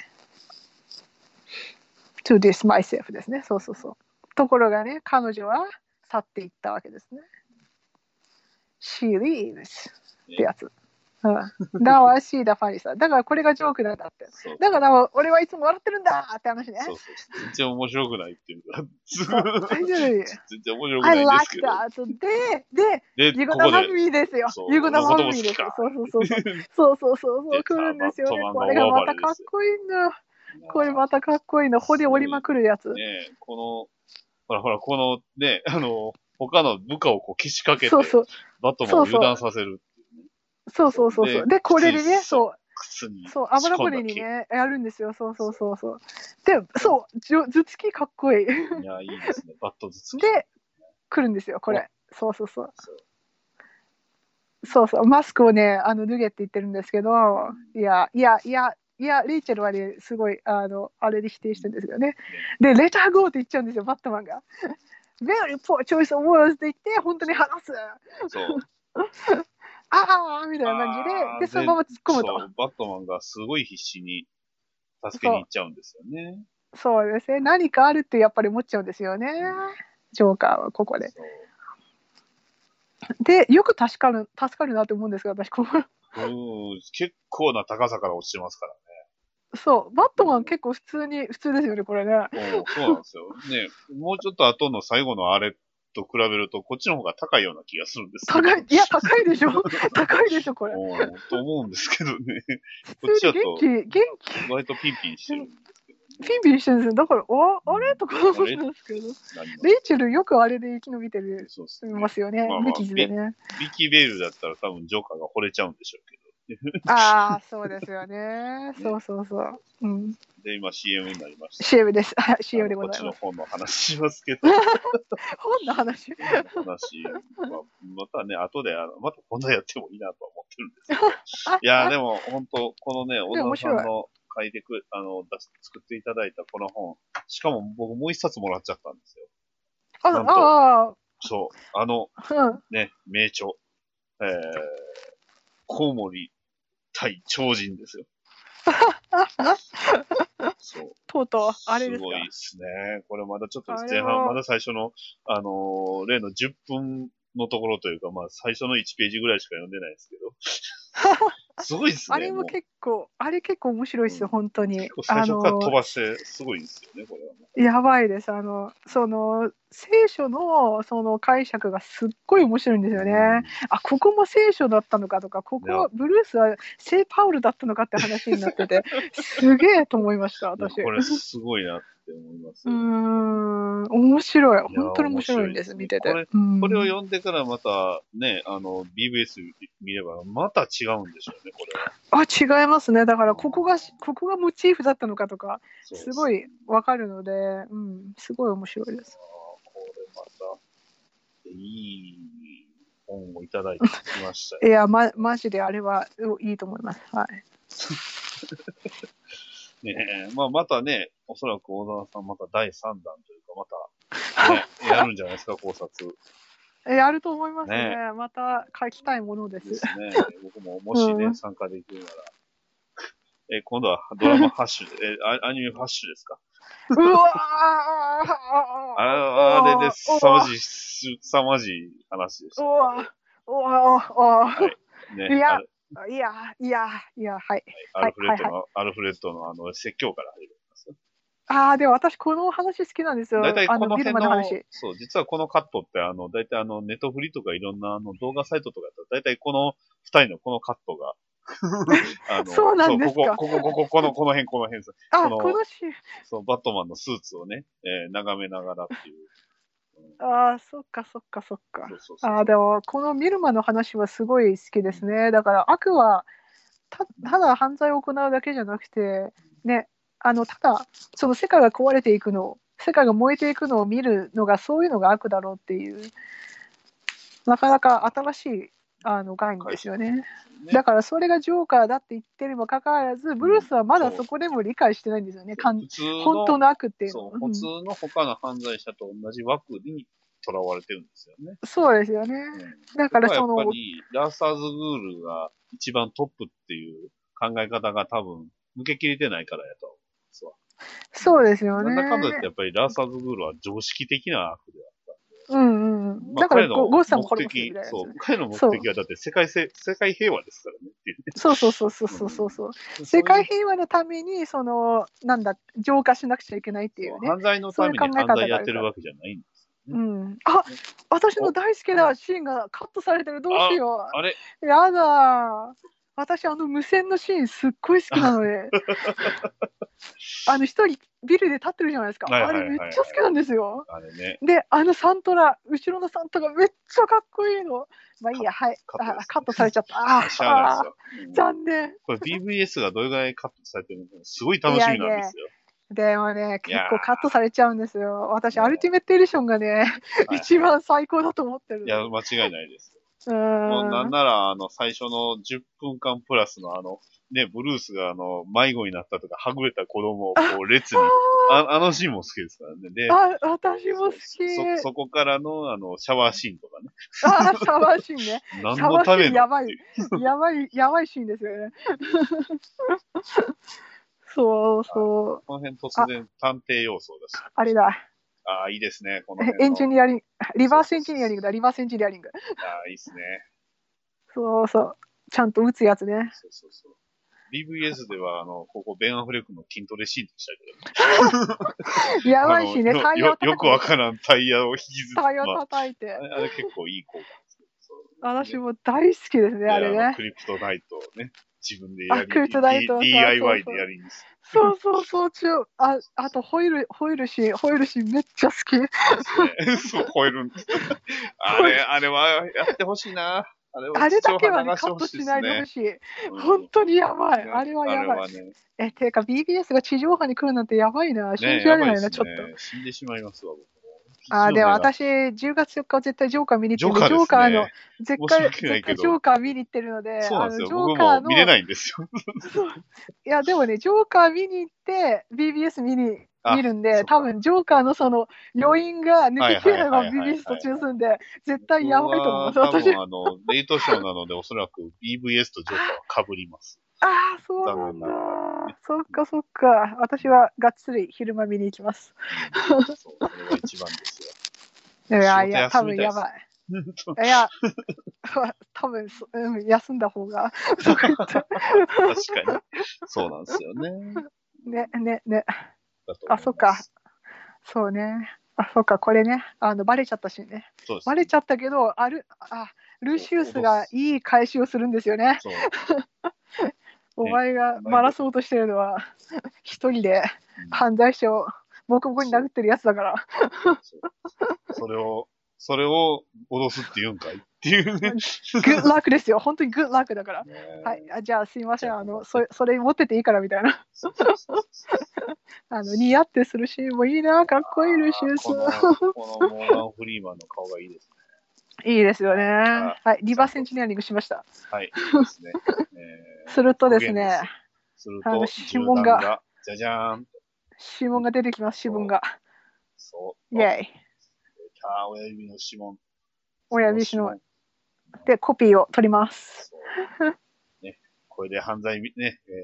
S4: To this myself ですねそうそうそうところがね彼女は去っていったわけですね She leaves ってやつ、うん、だわシーダファニさだからこれがジョークなんだって
S1: そう
S4: だから俺はいつも笑ってるんだって話ね。
S1: そうそうそう。全然面白くないっていうか、 (laughs)
S4: 大丈夫。
S1: 全然面白くな
S4: I
S1: いんです
S4: like
S1: けど。
S4: that. で、で、
S1: で、
S4: ユ
S1: こ
S4: ゴナ
S1: こ
S4: マ
S1: で
S4: グ。ミですよ
S1: そ。う
S4: ユゴナマグミですよ。
S1: 子
S4: そうそうそう。そうそうそうそう。
S1: で
S4: 来るんですよね。
S1: バット
S4: こ
S1: マン
S4: れ
S1: が
S4: が
S1: 大暴
S4: ま
S1: れ
S4: た
S1: ですよ
S4: かっこいいな。これまたかっこいいな。骨折りまくるやつ。
S1: ねえ、この、ほらほら、このね、 (laughs) あの、他の部下をこう、けしかけて
S4: そ、うそう。
S1: バットマンを油断させる。
S4: そうそうそうそう。
S1: で
S4: で、これで
S1: きつい
S4: ね、
S1: っす
S4: そう。
S1: 靴に。
S4: そう、油骨に。ね、やるんですよ。そうそうそうそう。で、そう、じょ頭突きかっこいい。
S1: いや、いいですね。バットずつ。
S4: で、来るんですよ、これ。そうそうそう。そうそう、マスクをね、あの脱げって言ってるんですけど、いや、いや、いや、いや、レイチェルはね、すごい、あの、あれで否定してるんですけどね。で、レターゴーって言っちゃうんですよ、バットマンが。Very poor choice of words って言って、本当に話す。 (laughs)
S1: そう。
S4: ああみたいな感じで
S1: あー、
S4: で、そのまま突っ込む
S1: そ
S4: と。
S1: うバットマンがすごい必死に助けに行っちゃうんですよね。
S4: そうですね何かあるってやっぱり思っちゃうんですよねジョーカーはここで
S1: そう
S4: でよく助かる助かるなと思うんですが私ここ
S1: うん、結構な高さから落ちてますから。
S4: そうバットマン結構普通に普通ですよねこれね
S1: うんそうなんですよ。ね、もうちょっと後の最後のあれと比べると、こっちの方が高いような気がするんですけど
S4: 高い
S1: (laughs)
S4: いや高いでしょ高いでしょこれ
S1: うんと思うんですけどね。こっ
S4: 普
S1: ち
S4: 通
S1: だ
S4: に
S1: と
S4: 元気元気
S1: 割とピンピンしてるんですけ
S4: ピンピンしてるんですよだからああれとか思うんですけど
S1: ど、ね。
S4: レイチェルよくあれで生き延びてる
S1: そうですね。
S4: ますよね、
S1: まあまあ
S4: 無傷でね。
S1: ビッキー・ベールだったら多分ジョーカーが惚れちゃうんでしょうけ
S4: ああ、そうですよね。そうそうそう。う
S1: (laughs)
S4: ん、
S1: ど。で、今 CM になりました。
S4: CM です。 (laughs) はい、CM でございます。
S1: こっちの本の話しますけど、 (laughs)
S4: 本の話。
S1: 話、まあ、またね、後であの、またこんなやってもいいなとは思ってるんですけど。い
S4: (laughs)
S1: やーでも本当、このね、小
S4: 面
S1: 沢
S4: 白い
S1: さんの書いてく、あの、出し作っていただいたこの本、しかも僕もう一冊もらっちゃったんですよ。
S4: あ
S1: なんと
S4: あ
S1: そう、あの
S4: あ、うん。
S1: ね、名著、えー、コウモリ対超人です
S4: (laughs)
S1: よ。そう。
S4: とうとう、あれです
S1: す
S4: か
S1: ごいですね。これまだちょっと
S4: あれは
S1: 前半、まだ最初の、あのー例の10分のところというか、まあ最初の1ページぐらいしか読んでないですけ
S4: (laughs)
S1: ど。すごいですね。
S4: あれも
S1: う
S4: 結構、あれ結構面白いですよ、
S1: うん
S4: 本当に
S1: 結構。最
S4: あ
S1: 初から飛
S4: の、
S1: ばして、すごいですよね、これはも
S4: やばいです。あの、その、聖書の、その解釈がすっごい面白いんですよ
S1: う。
S4: ね。あここも聖書だったのかとかここ
S1: いや
S4: はブルースは聖パウルだったのかって話になっててすげえと思いました
S1: いや
S4: 私
S1: これすごいなって思います
S4: うー
S1: よ。
S4: ん面白い
S1: いや
S4: 本当に面白いんです
S1: 面
S4: 見
S1: 白
S4: て
S1: い
S4: て
S1: です
S4: うん
S1: これを読んでからまたね、あの、BBS 見ればまた違うんでしょうね、これは。
S4: あ違いますねだからここがここがモチーフだったのかとか
S1: そう
S4: すご。いわかるので、うん、すごい面白いです
S1: あーこれまた、いい本をいただいてきましたよ
S4: いや、ま、マジであれはうんいいと思いますはい
S1: ね (laughs) えまあまたね、おそらく小沢さんまた第3弾というか、
S4: (laughs)
S1: また、ね、やるんじゃないですか、考察。
S4: えやると思いますね
S1: ね
S4: また書きたいもの
S1: (laughs)
S4: で
S1: ですすね。僕ももしね、
S4: うん
S1: 参加できるなら。え、今度はドラマハッシュで、え、アアニメハッシュですか
S4: うわー
S1: ああれです。
S4: おー
S1: 凄まじい、凄まじい話でし
S4: う
S1: た。
S4: わうわうわ
S1: ね、
S4: いや
S1: アル
S4: いやいやいやはい
S1: アルフレッドの、アルフレッドのあの、説教から入る。
S4: ああでも私この話好きなんですよ
S1: 大体こ
S4: あ
S1: の
S4: のビ
S1: 辺
S4: ル
S1: の
S4: マの話
S1: そう、実はこのカットって、あの、大体あの、ネットフリとかいろんなあの動画サイトとかやったら、大体この二人のこのカット
S4: (laughs)
S1: が、あの
S4: そうなんですか
S1: そうここ、ここ、ここ、この、この辺、この辺、
S4: あ
S1: この
S4: このシーン
S1: そのバットマンのスーツをね、えー眺めながらっていう。
S4: ああそっかそっかそっか
S1: そうそうそう
S4: あーでもこのミルマの話はすごい好きですねだから悪はたただ犯罪を行うだけじゃなくてねあのただその世界が壊れていくのを世界が燃えていくのを見るのがそういうのが悪だろうっていうなかなか新しいあの概念ですよね
S1: ね
S4: だからそれがジョーカーだって言ってるにもかかわらずブルースはまだそこでも理解してないんですよね、かん
S1: 普通の
S4: 本当の悪っていうの
S1: そ
S4: を
S1: う、普通の他の犯罪者と同じ枠に囚われてるんですよね。
S4: そうですよね
S1: うん
S4: だから
S1: 僕は
S4: そ
S1: やっぱ
S4: の
S1: り、ラーサーズグールが一番トップっていう考え方が多分、抜けきれてないからやと思うんですわ。
S4: そうですよ
S1: な
S4: ね
S1: んだかんだ言って、やっぱりラーサーズグールは常識的な悪である。
S4: うんうんうん。
S1: まあ
S4: だから
S1: 彼の
S4: ゴゴースさんもこ
S1: 目
S4: れもするみ
S1: 的
S4: たいな、やつ
S1: そう
S4: ね、
S1: 彼の目的はだって世界せ、世界平和ですからねっていうね
S4: そうそうそうそうそうそうそう。世界平和のためにそのなんだ浄化しなくちゃいけないっていうね。
S1: 犯罪のために犯罪やってるわけじゃないんですよ
S4: う
S1: ね。
S4: ん。あ、私の大好きなシーンがカットされてるどうしよ
S1: あれ
S4: う。やだ。私あの無線のシーンすっごい好きなので。あの一人ビルで立ってるじゃないですか。
S1: はいはい
S4: あ
S1: はいはい
S4: れめっちゃ好きなんですよ。
S1: あれね。
S4: で、あのサントラ、後ろのサントラめっちゃかっこいいの。まあいいや、はい。
S1: カットですね
S4: あカットされちゃった。あー
S1: しゃあ
S4: あー
S1: ないですよ。
S4: 残念
S1: これ BVS がどれぐらいカットされてるのか、すごい楽しみなんですよ。
S4: でもね
S1: い
S4: 結
S1: やー
S4: 構カットされちゃうんですよ私
S1: ね
S4: アルティメットエディションがね、
S1: はい
S4: 一番最高だと思ってる
S1: いや、間違いないです。
S4: う
S1: もうなん
S4: ん
S1: なら、あの、最初の10分間プラスのあの、ね、ブルースがあの、迷子になったとか、はぐれた子供をこう、列に、ああのシーンも好きですからね。で、
S4: あ私も好き
S1: そ、そこからのあの、シャワーシーンとかね。
S4: あシャワーシーンね
S1: 何のため
S4: シャワーシーン
S1: の
S4: やばいやばいやばいシーンですよね (laughs) そうそう。
S1: この辺突然探偵要素だし。
S4: あれだ。
S1: ああ、いいですね。この辺の。
S4: (laughs) エンジニアリング、リバースエンジニアリングだ、リバースエンジニアリング。
S1: ああ、いいですね。
S4: そうそう。ちゃんと打つやつね。
S1: そうそうそう。BVS では、あの、ここ、ベン・アフレックの筋トレシーンでしたけど。
S4: やばいしね、
S1: あの
S4: タイ
S1: よ
S4: ヤを
S1: よ
S4: 叩
S1: くわ
S4: いて。
S1: からんタイヤを引きずって。
S4: タイヤを
S1: まあ
S4: 叩い
S1: あ
S4: て。
S1: れあれ結構いい効果ですけど。
S4: 私
S1: も
S4: も大好きですね、あれね。
S1: クリプトナイトをね、自分でや
S4: あ
S1: り、
S4: クリプトナイト
S1: D-
S4: そうそうそう
S1: DIY でやりにす
S4: そうそうそう、ちょ、あ、あとホイール、ホイールシーン、ホイールシーンめっちゃ好き。
S1: ね。
S4: (laughs)
S1: そう、超えるんです。あれ、あれはやってほしいな。あれは
S4: あれだけはね、
S1: 貴
S4: カ
S1: 重
S4: ッ
S1: 派流
S4: トして
S1: ほ
S4: ないで
S1: で
S4: ほ
S1: す
S4: しい。
S1: ね
S4: 本当にやば
S1: う
S4: い。
S1: ん
S4: あれはやばい。
S1: あれはね、
S4: え、ていうか BBS が地上波に来るなんてやばいな。信
S1: ね
S4: じられないな、
S1: やば
S4: ちょっ
S1: ですね死んでしまいますわ、僕も。
S4: と。あー、でも
S1: 非常に
S4: 私、10月4日は絶対ジョーカー見に行ってるん
S1: ジョ
S4: でジョ
S1: ー
S4: ーカ
S1: カーで
S4: ー
S1: すね
S4: の、絶
S1: 申し
S4: 対、
S1: 訳ない
S4: 絶
S1: けど
S4: 対ジョーカー見に行ってるので、
S1: そうなんですよ。
S4: ジョ
S1: 僕
S4: ーカー
S1: も
S4: の、
S1: 見れ
S4: い
S1: ないんですよ。
S4: や、でもね、ジョーカー見に行って、BBS 見に、
S1: あ
S4: 見るん
S1: そ
S4: で
S1: っ、か
S4: 多分ジョーカーのその余韻が抜けきれれば
S1: はいはいはいはいはい
S4: BBS 途中すんで、絶対やばいと思う。私
S1: 僕、は多分あの、レイトショーなので、おそらく BVS とジョーカーは被り
S4: (laughs)
S1: ます。
S4: ああ、そうなんだ
S1: 残念な。
S4: そっかそっか。私はがっつり昼間見に行きます。
S1: うんそう、これが一番ですよ。
S4: いや、い
S1: 仕事休みたいで
S4: や、
S1: す
S4: 多分やばい。いや、 (laughs) 多分そ、うん、休んだ方が。とか言って
S1: 確かに。そうなんですよね。
S4: ね、ね、ね。
S1: だと思いま
S4: あ、
S1: す
S4: そっか。。そうね。あ、そっか。これね。あの、バレちゃったしね。
S1: そうです
S4: バレちゃったけど、ある、あ、ルシウスがいい返しをするんですよね。
S1: そう。
S4: お前がバラそうとしてるのは、 (laughs) 一人で犯罪者をボコボコに殴ってるやつだから。
S1: そうそれを、それを脅すって言うんかいっていうね。
S4: グッラックですよ。本当にグッラックだから。
S1: ね
S4: はい、あじゃあすいません、あ
S1: じゃあ
S4: のそそれ持ってていいからみたいな。
S1: そうそうそう
S4: あの似合ってするシーンもいいな、かっこいいルシウス。
S1: この、このモーガン・フリーマンの顔がいいですね。
S4: いいですよね。
S1: あ
S4: はい、リバースエンジニアリングしました。
S1: はい、いいですね。えー
S4: するとです
S1: 表
S4: ね
S1: 現、すると、
S4: あの
S1: 指
S4: 指
S1: 紋
S4: 紋が
S1: が、じゃじゃーん。
S4: 指紋が出てきます、指紋が。
S1: そう。
S4: イェイ。
S1: あー親指の指紋。
S4: 親指の指
S1: 紋
S4: 紋。で、コピーを取ります。
S1: そうね、これで犯罪みね、えー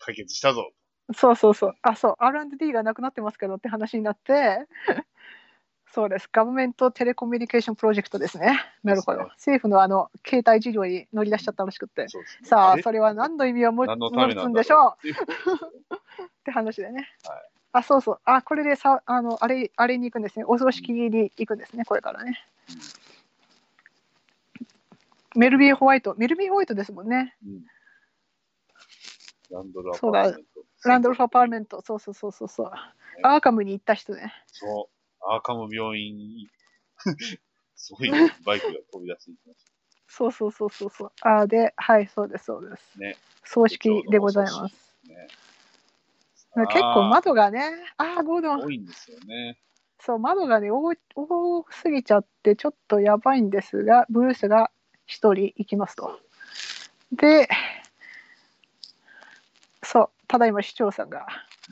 S1: 解決したぞ。
S4: そうそうそう。あ、そう、R&D がなくなってますけどって話になって、 (laughs) そうです。ガバメントテレコミュニケーションプロジェクトですね。なるほど。
S1: ですね
S4: 政府のあの携帯事業に乗り出しちゃったらしくって。
S1: そうですね
S4: さあ、
S1: れ
S4: それは何の意味を持
S1: 何のため
S4: 持
S1: な
S4: つ
S1: ん
S4: ん
S1: だ
S4: でしょう
S1: ろうっていう
S4: って話でね。
S1: はい
S4: あ、そうそう。あ、これでさ、あの、あれ、あれに行くんですね。お葬式に行くんですね。これからね。メルビーホワイト、メルビーホワイトですもんね。
S1: うんランドルア
S4: そう
S1: パ
S4: だ
S1: ーメント
S4: ランドルフ・アパーメント、そうそうそうそうそう。アーカムに行った人ね。
S1: そう。アーカム病院 (laughs) に、すごいバイクが飛び出していきまし
S4: (laughs) そうそうそうそうそう。あ、で、はい、そうです、そうです。
S1: ね
S4: 葬式でございます。
S1: たね。
S4: 結構
S1: あ
S4: 窓がね、あー、ゴード
S1: ー
S4: ン、
S1: 多いんですよね。
S4: そう、窓がね、多多すぎちゃって、ちょっとやばいんですが、ブルースが一人行きますと。で、そう、ただいま市長さんが、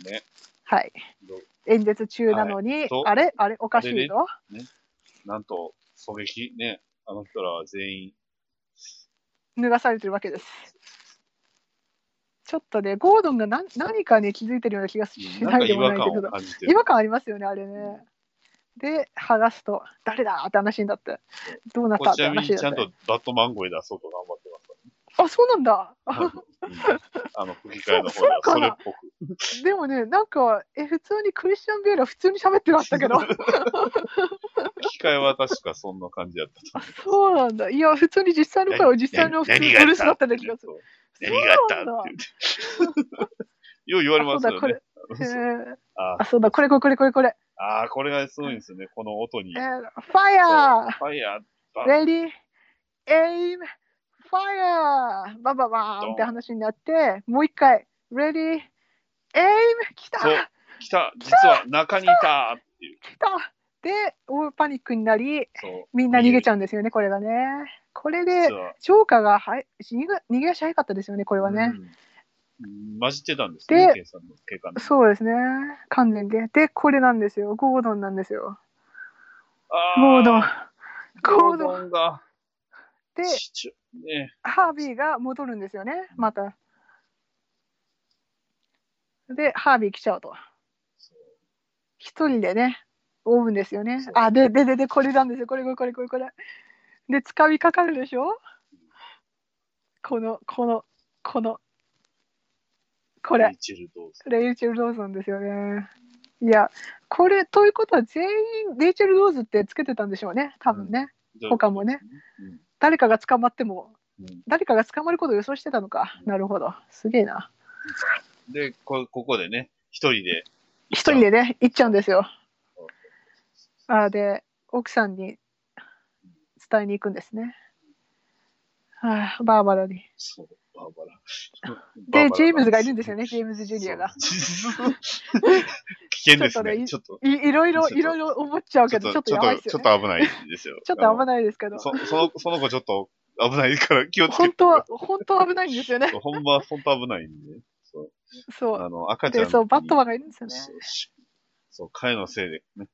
S1: ね。
S4: はい、
S1: ど
S4: 演説中なのに、
S1: と
S4: あれ、あれ、おかしいぞ。
S1: なんと、狙撃ね。あの人らは全員。
S4: 脱がされてるわけです。ちょっとね、ゴードンが何何かね、気づいてるような気がし
S1: な
S4: なん
S1: か
S4: いで
S1: 違
S4: も
S1: 和
S4: ない
S1: 感
S4: けど
S1: を、感じてる。
S4: 違和感ありますよね、あれね。で、剥がすと、誰だって話になって、どうなっ
S1: こ
S4: た
S1: れ
S4: っ
S1: ち
S4: て
S1: なみに
S4: 話
S1: ちゃ
S4: だ
S1: ん
S4: っ
S1: と
S4: て。
S1: バットマン声出そうと頑張ってます。
S4: あ、そうなんだ。
S1: あの、吹き替えの方
S4: そ
S1: ではそ
S4: そうか
S1: れっ
S4: な
S1: ぽく。
S4: でもね、なんか、え、普通にクリスチャン・ベールは普通に喋ってました
S1: (laughs)
S4: けど、
S1: 吹き替えは確かそんな感じだったと思う。
S4: そうなんだ。いや、普通に実際の声は実際の普通
S1: 何
S4: に
S1: があ
S4: ブ
S1: っ
S4: ルースだっ
S1: た
S4: たような気がする。
S1: 何があった
S4: そうなんだ
S1: って言って。よう言われますよね。
S4: あそうだ、これ。えー
S1: あ
S4: あ、そうだ、これこれこれこれこれ。
S1: あー、これがすごいんですよね。この音に。
S4: え
S1: そう
S4: ーファイヤー
S1: ファイヤー、バン
S4: レディエイムファイヤーバンバンバーンって話になって、もう一回、レディエイム来た
S1: そう来た実は中にいたっていう。
S4: 来たで、大パニックになり、
S1: そう。
S4: みんな逃げち
S1: ゃ
S4: ゃうんですよね、これがね。これ
S1: う。
S4: で
S1: 実、は
S4: ジョーカーがはい逃げ逃げ足早かったですよね、これはね。
S1: うん混じってたんですね、
S4: で
S1: 計算の警官の。
S4: そうですね、観念で。で、これなんですよ、ゴードンなんですよ。
S1: あ
S4: ゴードン。
S1: ゴ
S4: ゴ
S1: ー
S4: ー
S1: ド
S4: ドン。
S1: ンが、
S4: で、
S1: 市長ね、
S4: ハービーが戻るんですよね、また。で、ハービー来ちゃうと。一人でね、追うんですよね。あ、で、で、で、で、これなんですよ。これ、これ、これ、これ、これ。で、つかみかかるでしょこの、この、この、こ
S1: こ
S4: れ
S1: レイ。チェル・ドーズ。
S4: レイチェル・ローズンですよね。いや、これ、ということは全員、レイチェル・ローズってつけてたんでしょうね、多分ね。他もね。
S1: うん
S4: 誰かが捕まっても、
S1: うん
S4: 誰かが捕まることを予想してたのか。なるほど。すげえな。
S1: で、こここでね、一人で。
S4: 一人でね、行っちゃうんですよ。あーで、奥さんに伝えに行くんですね。はあ、バーバラに。
S1: そう、バーバラ。
S4: で、ジェームズがいるんですよね、ジェ
S1: ー
S4: ームズ・ジュニアが。
S1: そう。危険ですね。ち
S4: ち
S1: ょっと。
S4: いいろいろ、いろいろ思っちゃうけど、ちょっとやばいです
S1: ちょ
S4: よ
S1: っ
S4: ね。
S1: と危ないですよ。
S4: ちょっと危
S1: い。
S4: ないですけど。
S1: そそのその子ちょっと危ないから気をつけ
S4: 本
S1: て。
S4: 当は、本当は危ないんですよね。
S1: そうほんま、本当危ないんで。そう。
S4: そ
S1: あの、赤
S4: う。
S1: ちゃん
S4: で、
S1: に。
S4: そう、バットマンがいるんですよね。
S1: そうしそう、彼のせいでね。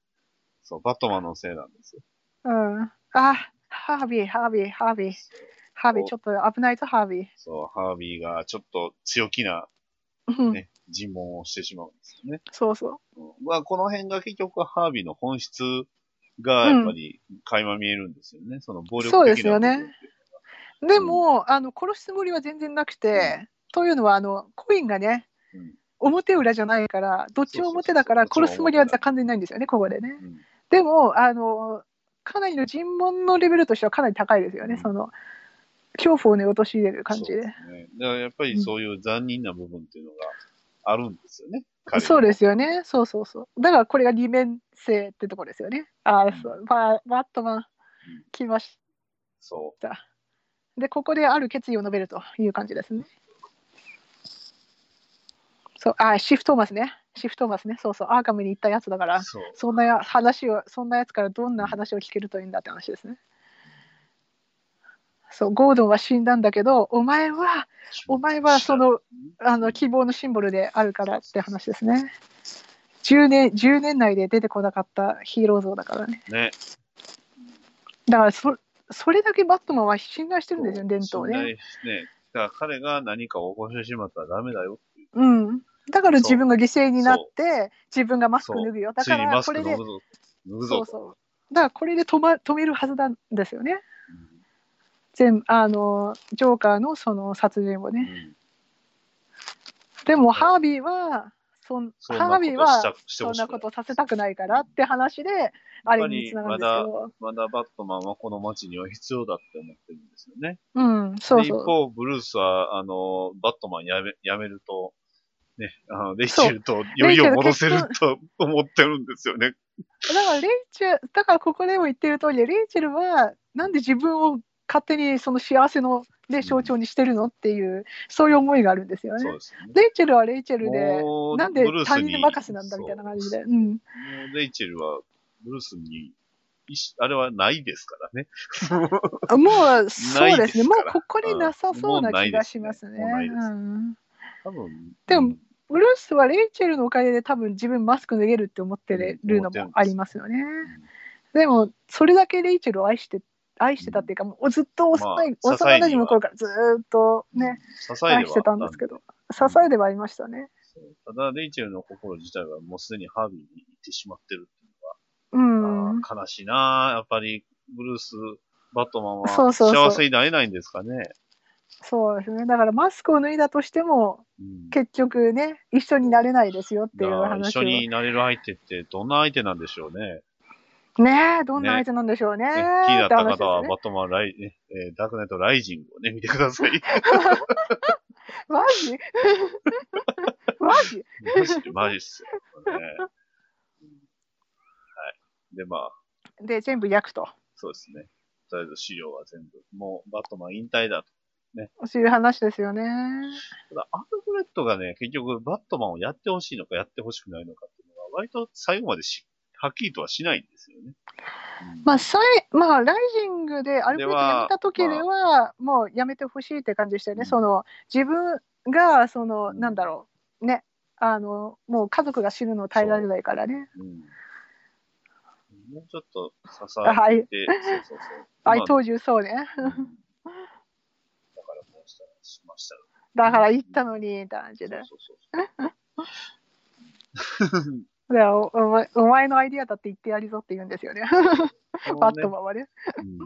S1: そう、バットマンのせいなんですよ。
S4: うん。あ、ハービー、ハービー、ハービー。ハービー、ちょっと危ないぞ、ハービー。
S1: そう、ハービーがちょっと強気な
S4: うん、
S1: ね、尋問をしてしまうんですよね。
S4: そうそう。
S1: うんまあ、この辺が結局ハービーの本質がやっぱり垣間見えるんですよね。その暴力的な。
S4: そうですよね。でも、あの殺すつもりは全然なくて、というのはあのコインがね、
S1: うん
S4: 表裏じゃないからどっちも表だから
S1: そうそうそう
S4: 殺すつもりは完全にないんですよねここでね
S1: うん。
S4: でもあのかなりの尋問のレベルとしてはかなり高いですよね、
S1: うん
S4: その恐怖をね陥れる感じ
S1: そう
S4: です
S1: ね。だからやっぱりそういう残忍な部分っていうのがあるんですよね。彼に
S4: そうですよねそうそうそうだからこれが二面性ってとこですよねああそうババットマン来まし
S1: そ
S4: たでここである決意を述べるという感じですねそうあシフトーマスねシフトーマスねそうそうアーカムに行ったやつだか
S1: う。
S4: ら
S1: そう。
S4: そんなや話をそんなやつからどんな話を聞けるといいんだって話ですねそうゴードンは死んだんだけどお前はお前はそのあの希望のシンボルであるからって話ですね10年10年内で出てこなかったヒーロー像だからね
S1: ね。
S4: だからそそれだけバットマンは信頼してるんですよ伝統を
S1: 信
S4: ね
S1: 頼しね。だから彼が何かを起こしてしまったらダメだよ。
S4: うん、だから自分が犠牲になって自分がマスク脱ぐよだ
S1: つい
S4: か
S1: にマ
S4: ら
S1: ス
S4: こ
S1: ク
S4: れ
S1: 脱
S4: で
S1: ぐぞ。脱ぐ
S4: そ
S1: ぞ
S4: う
S1: と。
S4: そうだからこれで止,、ま、止めるはずなんですよね
S1: うん
S4: 全あのジョーカーのその殺人を
S1: う
S4: ね
S1: ん
S4: でもハービーはそん
S1: そんな
S4: ハービー
S1: ことし
S4: は
S1: たして
S4: そ
S1: ほ
S4: ん
S1: し
S4: な
S1: くな
S4: こ
S1: い
S4: とさせたくないからって話であれにつながるんですよ、
S1: まだバットマンはこの街には必要だって思ってるんですよね。
S4: うんそう
S1: で
S4: そ
S1: 一
S4: う
S1: 方、ブルースは、あの、バットマンやめやめると、ね、あのレイチェルとよりを戻せる
S4: レイチェ
S1: と
S4: ル
S1: 思ってるんですよね。
S4: だからレイチェルだからここでも言ってる通りレイチェルはなんで自分を勝手にその幸せの、ね、象徴にしてるのっていうそういう思いがあるんですよ
S1: そう
S4: ね。
S1: ですよね。
S4: レイチェルはレイチェルで
S1: もう
S4: なんで
S1: ブルース
S4: 他
S1: に
S4: 人に任せなんだみたいな感じで、う
S1: そ
S4: ん、
S1: うもうレイチェルは、ブルースに、意思あれはないですからね。
S4: (laughs) もうそうですね
S1: ないです
S4: も
S1: か
S4: う
S1: ら
S4: ここになさそうな気がしますね。
S1: もうないですね
S4: うん
S1: 多分。
S4: でも
S1: うん、
S4: ブルースはレイチェルのおかげで多分自分マスク脱げるって思ってるのもありますよね。でもそれだけレイチェルを愛して愛してたっていうかもうずっと幼い、
S1: まあ
S4: 幼なじみの頃からずーっとね、
S1: 支えではあ
S4: 愛してたんですけど支えではありましたね。
S1: そうただ、レイチェルの心自体はもうすでにハービーに行ってしまってるっていう
S4: う
S1: のが、
S4: ん、
S1: あー悲しいなぁやっぱり、ブルース、バットマン
S4: そ
S1: は
S4: うそうそう
S1: 幸せになれないんですかね。
S4: そうですねだからマスクを脱いだとしても
S1: うん
S4: 結局ね一緒になれないですよっていう
S1: だから
S4: 話
S1: 一
S4: を
S1: 緒になれる相手ってどんな相手なんでしょうね。
S4: ねえどんな相手なんでしょうね
S1: ね気にな
S4: っ
S1: ってた
S4: 話です
S1: 方は、
S4: よね
S1: バットマンライ、 (laughs) ねえーダークナイトライジングをね、見てくだ
S4: (laughs)
S1: さい。
S4: マジ (laughs) マジ
S1: マジで、マジっすよ、ね。はい。で、まあ、
S4: で全部焼くと
S1: そうですね。とりあえず資料は全部。もう、バットマン引退だと。
S4: そういう話ですよね。
S1: ただ、アルフレッドがね、結局、バットマンをやってほしいのか、やってほしくないのかっていうのは、割と最後までし、はっきりとはしないんですよね。うん
S4: まあ、さいまあ、ライジングでアルフレッドやめた時では、もうやめてほしいって感じでしたよね。
S1: うん
S4: その自分がその、
S1: うん
S4: なんだろうねあのもう家族が死ぬのを耐えられないからね。
S1: うんもうちょっと支え
S4: はい、
S1: て、そうそうそう。
S4: I
S1: まあ
S4: told you so ね。
S1: うんだからこうしたらしましたよ
S4: だから言ったのにって感じで。
S1: そうそうそう
S4: だからおお前お前のアイディアだって言ってやるぞって言うんですよね。 (laughs) バットマンはね。
S1: うん、こ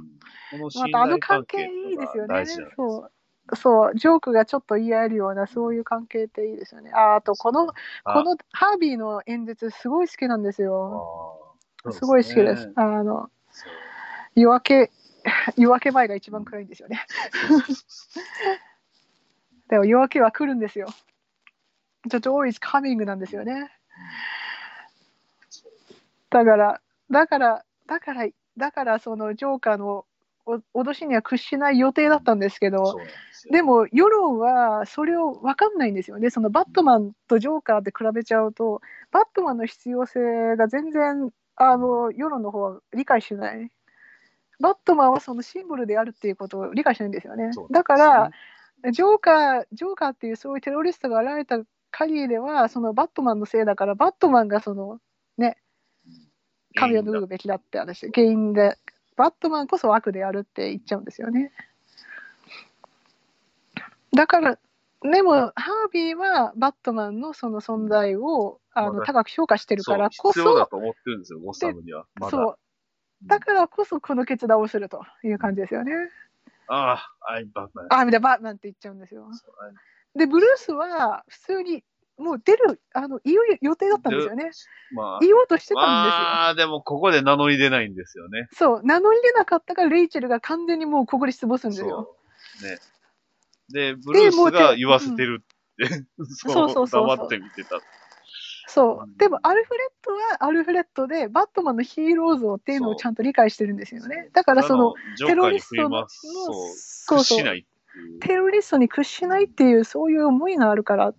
S1: の
S4: ま
S1: 信
S4: たあ
S1: 頼
S4: の関
S1: 関
S4: 係
S1: 係
S4: いいですよ
S1: が
S4: ね。
S1: 大事なんです
S4: そ。う、そう、ジョークがちょっと言い合えるような、そういう関係っていいですよね。あ、あと、この、
S1: あ
S4: このハービーの演説、すごい好きなんですよ。
S1: あー
S4: すごい好きで
S1: そ
S4: す
S1: う。
S4: あの、
S1: すね
S4: 夜明け、 (laughs) 夜明け前が一番暗いんです
S1: (laughs)
S4: よね。でも、夜明けは来るんですよ。ちょっと、always coming なんですよね。だから、だから、だから、だから、その、ジョーカーのお脅しには屈しない予定だったんですけど、
S1: そうそうなんですよ
S4: でも世論はそれを分かんないんですよね、そのバットマンとジョーカーで比べちゃうと、バットマンの必要性が全然あの世論の方は理解しない。バットマンはそのシンボルであるっていうことを理解しないんですよ
S1: そ
S4: ね。
S1: うなんですよね
S4: だから、ジョーカー、ジョーカーっていうそういうテロリストが現れた限りでは、そのバットマンのせいだから、バットマンがその神を脱ぐべきだって話、原因で、バットマンこそ悪であるって言っちゃうんですよね。だから、でも、ハービーはバットマンのその存在をあ
S1: ま
S4: の
S1: だ
S4: 高く評価してるから
S1: そう
S4: こ
S1: 必要だ
S4: そ、
S1: と思ってるんですよ、ゴッサムには。まだ
S4: そう、だからこそこの決断をするという感じですよね。
S1: ああ、アイバッマン。
S4: あ、みたいな、バッマンって言っちゃうんですよ。で、ブルースは普通にもう出る、あの、言う予定だったんですよね。
S1: まあ、
S4: 言おうとしてたんですよ。
S1: まあ、でもここで名乗り出ないんですよね。
S4: そう、名乗り出なかったから、レイチェルが完全にもうここで出没するんですよ。
S1: そう。ね。で、ブルースが言わせてるって、
S4: そうそうそうそう
S1: 黙って見てた。
S4: そう
S1: うん
S4: でも、アルフレッドはアルフレッドで、バットマンのヒーロー像っていうのをちゃんと理解してるんですよね。だから、その、、
S1: ジョ
S4: テ
S1: ーカ
S4: ロ
S1: ーに
S4: リス
S1: 振
S4: ト
S1: り
S4: の、の
S1: ます。そう。
S4: そう
S1: 屈
S4: そ
S1: しな
S4: う、
S1: いっていう。
S4: テロリストに屈しないっていう、そういう思いがあるから、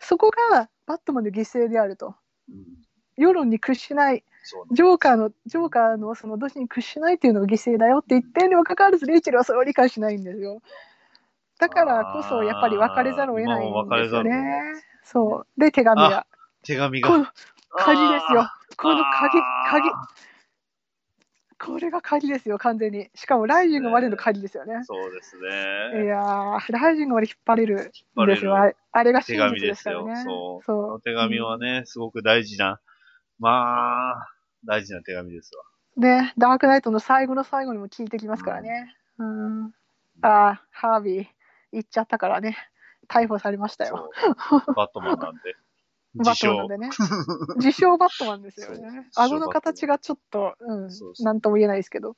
S4: そこがバットマンの犠牲であると。
S1: うん
S4: 世論に屈しない、
S1: そう
S4: ジョーカーの、ジョーカーのその脅しに屈しないっていうのが犠牲だよって言ってるにもかかわらず、レイチェルはそれを理解しないんですよ。だからこそ、やっぱり別れざるを得ないんですよ
S1: あー今も別れざるを得
S4: ね
S1: な。
S4: そう。で、手紙が。
S1: 手紙
S4: こ
S1: が。
S4: の鍵ですよ
S1: あ。
S4: この鍵、
S1: あー
S4: 鍵。これが鍵ですよ、完全に。しかも、ライジングまでの鍵ですよね
S1: ー。。そうです
S4: い
S1: ね。
S4: やー、ライジングまで引っ張れる
S1: 引
S4: ん
S1: っ張れ
S4: で
S1: る
S4: すよ。あれあれが真実
S1: 手紙で
S4: です
S1: す
S4: から
S1: よ
S4: ね。
S1: そう
S4: そ
S1: この手紙はね、すごく大事な、まあ、大事な手紙ですわ。
S4: ね、ダークナイトの最後の最後にも聞いてきますからね。うん、ああ、ハービー、行っちゃったからね、逮捕されましたよ。
S1: そう。バットマンなんで。
S4: (laughs) バ
S1: 自
S4: ットマ
S1: 称
S4: ンで。ね。自称バットマンですよ
S1: そう
S4: ね。
S1: 自称
S4: 顎の形がちょっと、うん
S1: そう、そう
S4: なんとも言えないですけど、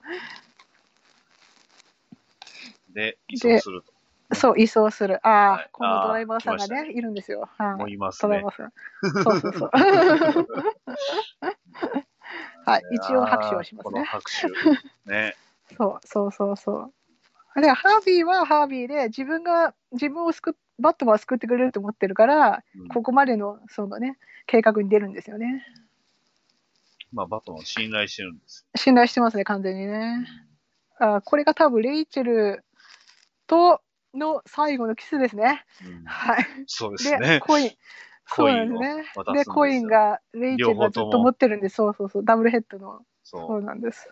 S1: で、依
S4: で
S1: 存すると。
S4: そう、移送する。ああ、
S1: はい
S4: このドライバーさん
S1: ああ
S4: が
S1: 来ました
S4: ね、いるんですよ。はい
S1: もういます
S4: ドラ
S1: ね
S4: イバ。ーさん。そ
S1: (laughs)
S4: うそうそう。はい、一応拍手をします
S1: この
S4: ね。
S1: 拍手。ね。
S4: そうそうそうそう。あれハービーはハービーで自分が自分を救っバットマンを救ってくれると思ってるから、
S1: うん
S4: ここまでのそのね計画に出るんですよね。
S1: まあ、バットマンを信頼してるんです。
S4: 信頼してますね完全にね。あこれが多分レイチェルとの最後のキスですね。
S1: うん
S4: はい。
S1: そうです
S4: で
S1: ね。
S4: コイン。そうなんです
S1: (laughs) コインを
S4: ね
S1: 渡すん。です
S4: で
S1: よ
S4: コインがレイチェルがずっと持ってるんでそうそうそうダブルヘッドの
S1: そ。
S4: そううなんです。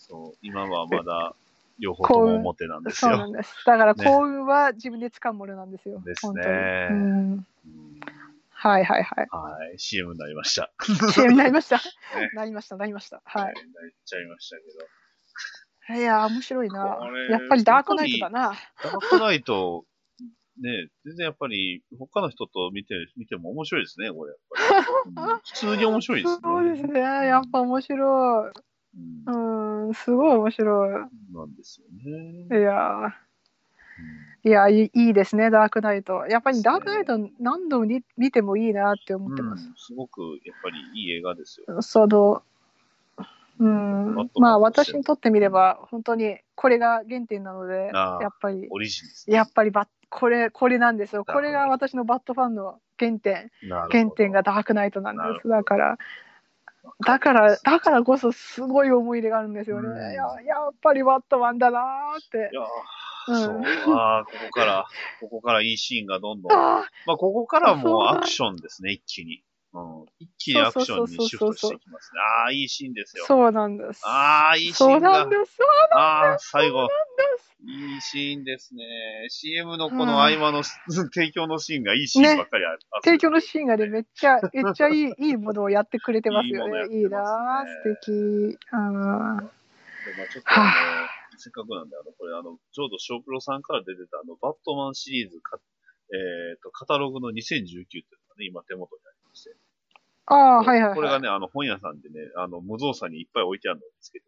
S1: そう今はまだ、両方とも表なんです
S4: そうな
S1: よ。
S4: んです。だから
S1: ね
S4: 幸運は自分で掴むものなんですよ。
S1: です
S4: 本当に。
S1: ね
S4: うん
S1: うん
S4: はいはいはい。
S1: はい。CM になりました。 (laughs)
S4: CM に (laughs) なりました。なりました、なりました。は
S1: なっちゃいましたけど。
S4: い。いやー、面白いな
S1: これ。
S4: やっぱりダークナイトだな。
S1: ダークナイト、ね、全然やっぱり、他の人と見て、見ても面白いですね、これ。やっぱりうん普通に面白いですね。
S4: (laughs) そうですね。やっぱ面白い。
S1: うん
S4: うーん、すごい面白
S1: なんですよね。
S4: い。いやー、いやいい、いいですね、ダークナイト。やっぱりダークナイト何度もに見てもいいなって思って
S1: う
S4: ま
S1: ん、
S4: す。
S1: すごく、やっぱりいい映画ですよ。
S4: その、うん
S1: バッ、トマン
S4: まあ私にとってみれば、本当にこれが原点なので、
S1: あー
S4: やっぱり、
S1: オリジンですね。
S4: やっぱりバッこれ、これなんですよ。
S1: ダーク
S4: こ
S1: ナイ
S4: れ
S1: ト
S4: が私のバットファンの原点。
S1: なるほど
S4: 原点がダークナイトなん
S1: なる
S4: で
S1: ほ
S4: す。だから、だから、だからこそすごい思い出があるんですよね。
S1: うん
S4: いややっぱりバットマンだなーって
S1: い。やー、
S4: うん
S1: そう。ああ、ここから、ここからいいシーンがどんどん。
S4: あ
S1: まあ、ここからはもう
S4: そう
S1: アクションですね、一気に。うん、一気にアクションにシフトしていきますね。ああ、いいシーンですよ。
S4: そうなんです。
S1: ああ、いいシ
S4: そ
S1: ー
S4: う
S1: ンだ。
S4: なんです。そうなん
S1: ああ、最後。
S4: です。
S1: いいシーンですね。CM のこ
S4: うん
S1: の合間の提供のシーンがいいシーンばっかりある。
S4: 提供のシーンがね、めっちゃ、めっちゃい (laughs) い、いいものをやってくれてますよ
S1: いいものやっ
S4: ね。
S1: て
S4: いい
S1: ま
S4: な
S1: す
S4: ー、素敵。うん。
S1: でまあちょっとあの、せっかくなんで、あの、これあの、ちょうどショープロさんから出てたあの、バットマンシリーズか、えっ、と、カタログの2019っていうのがね、今手元にありまして。
S4: ああ、はいはい、はい。
S1: これがね、あの、本屋さんでね、あの、無造作にいっぱい置いてあるのを見
S4: (laughs)
S1: つけて。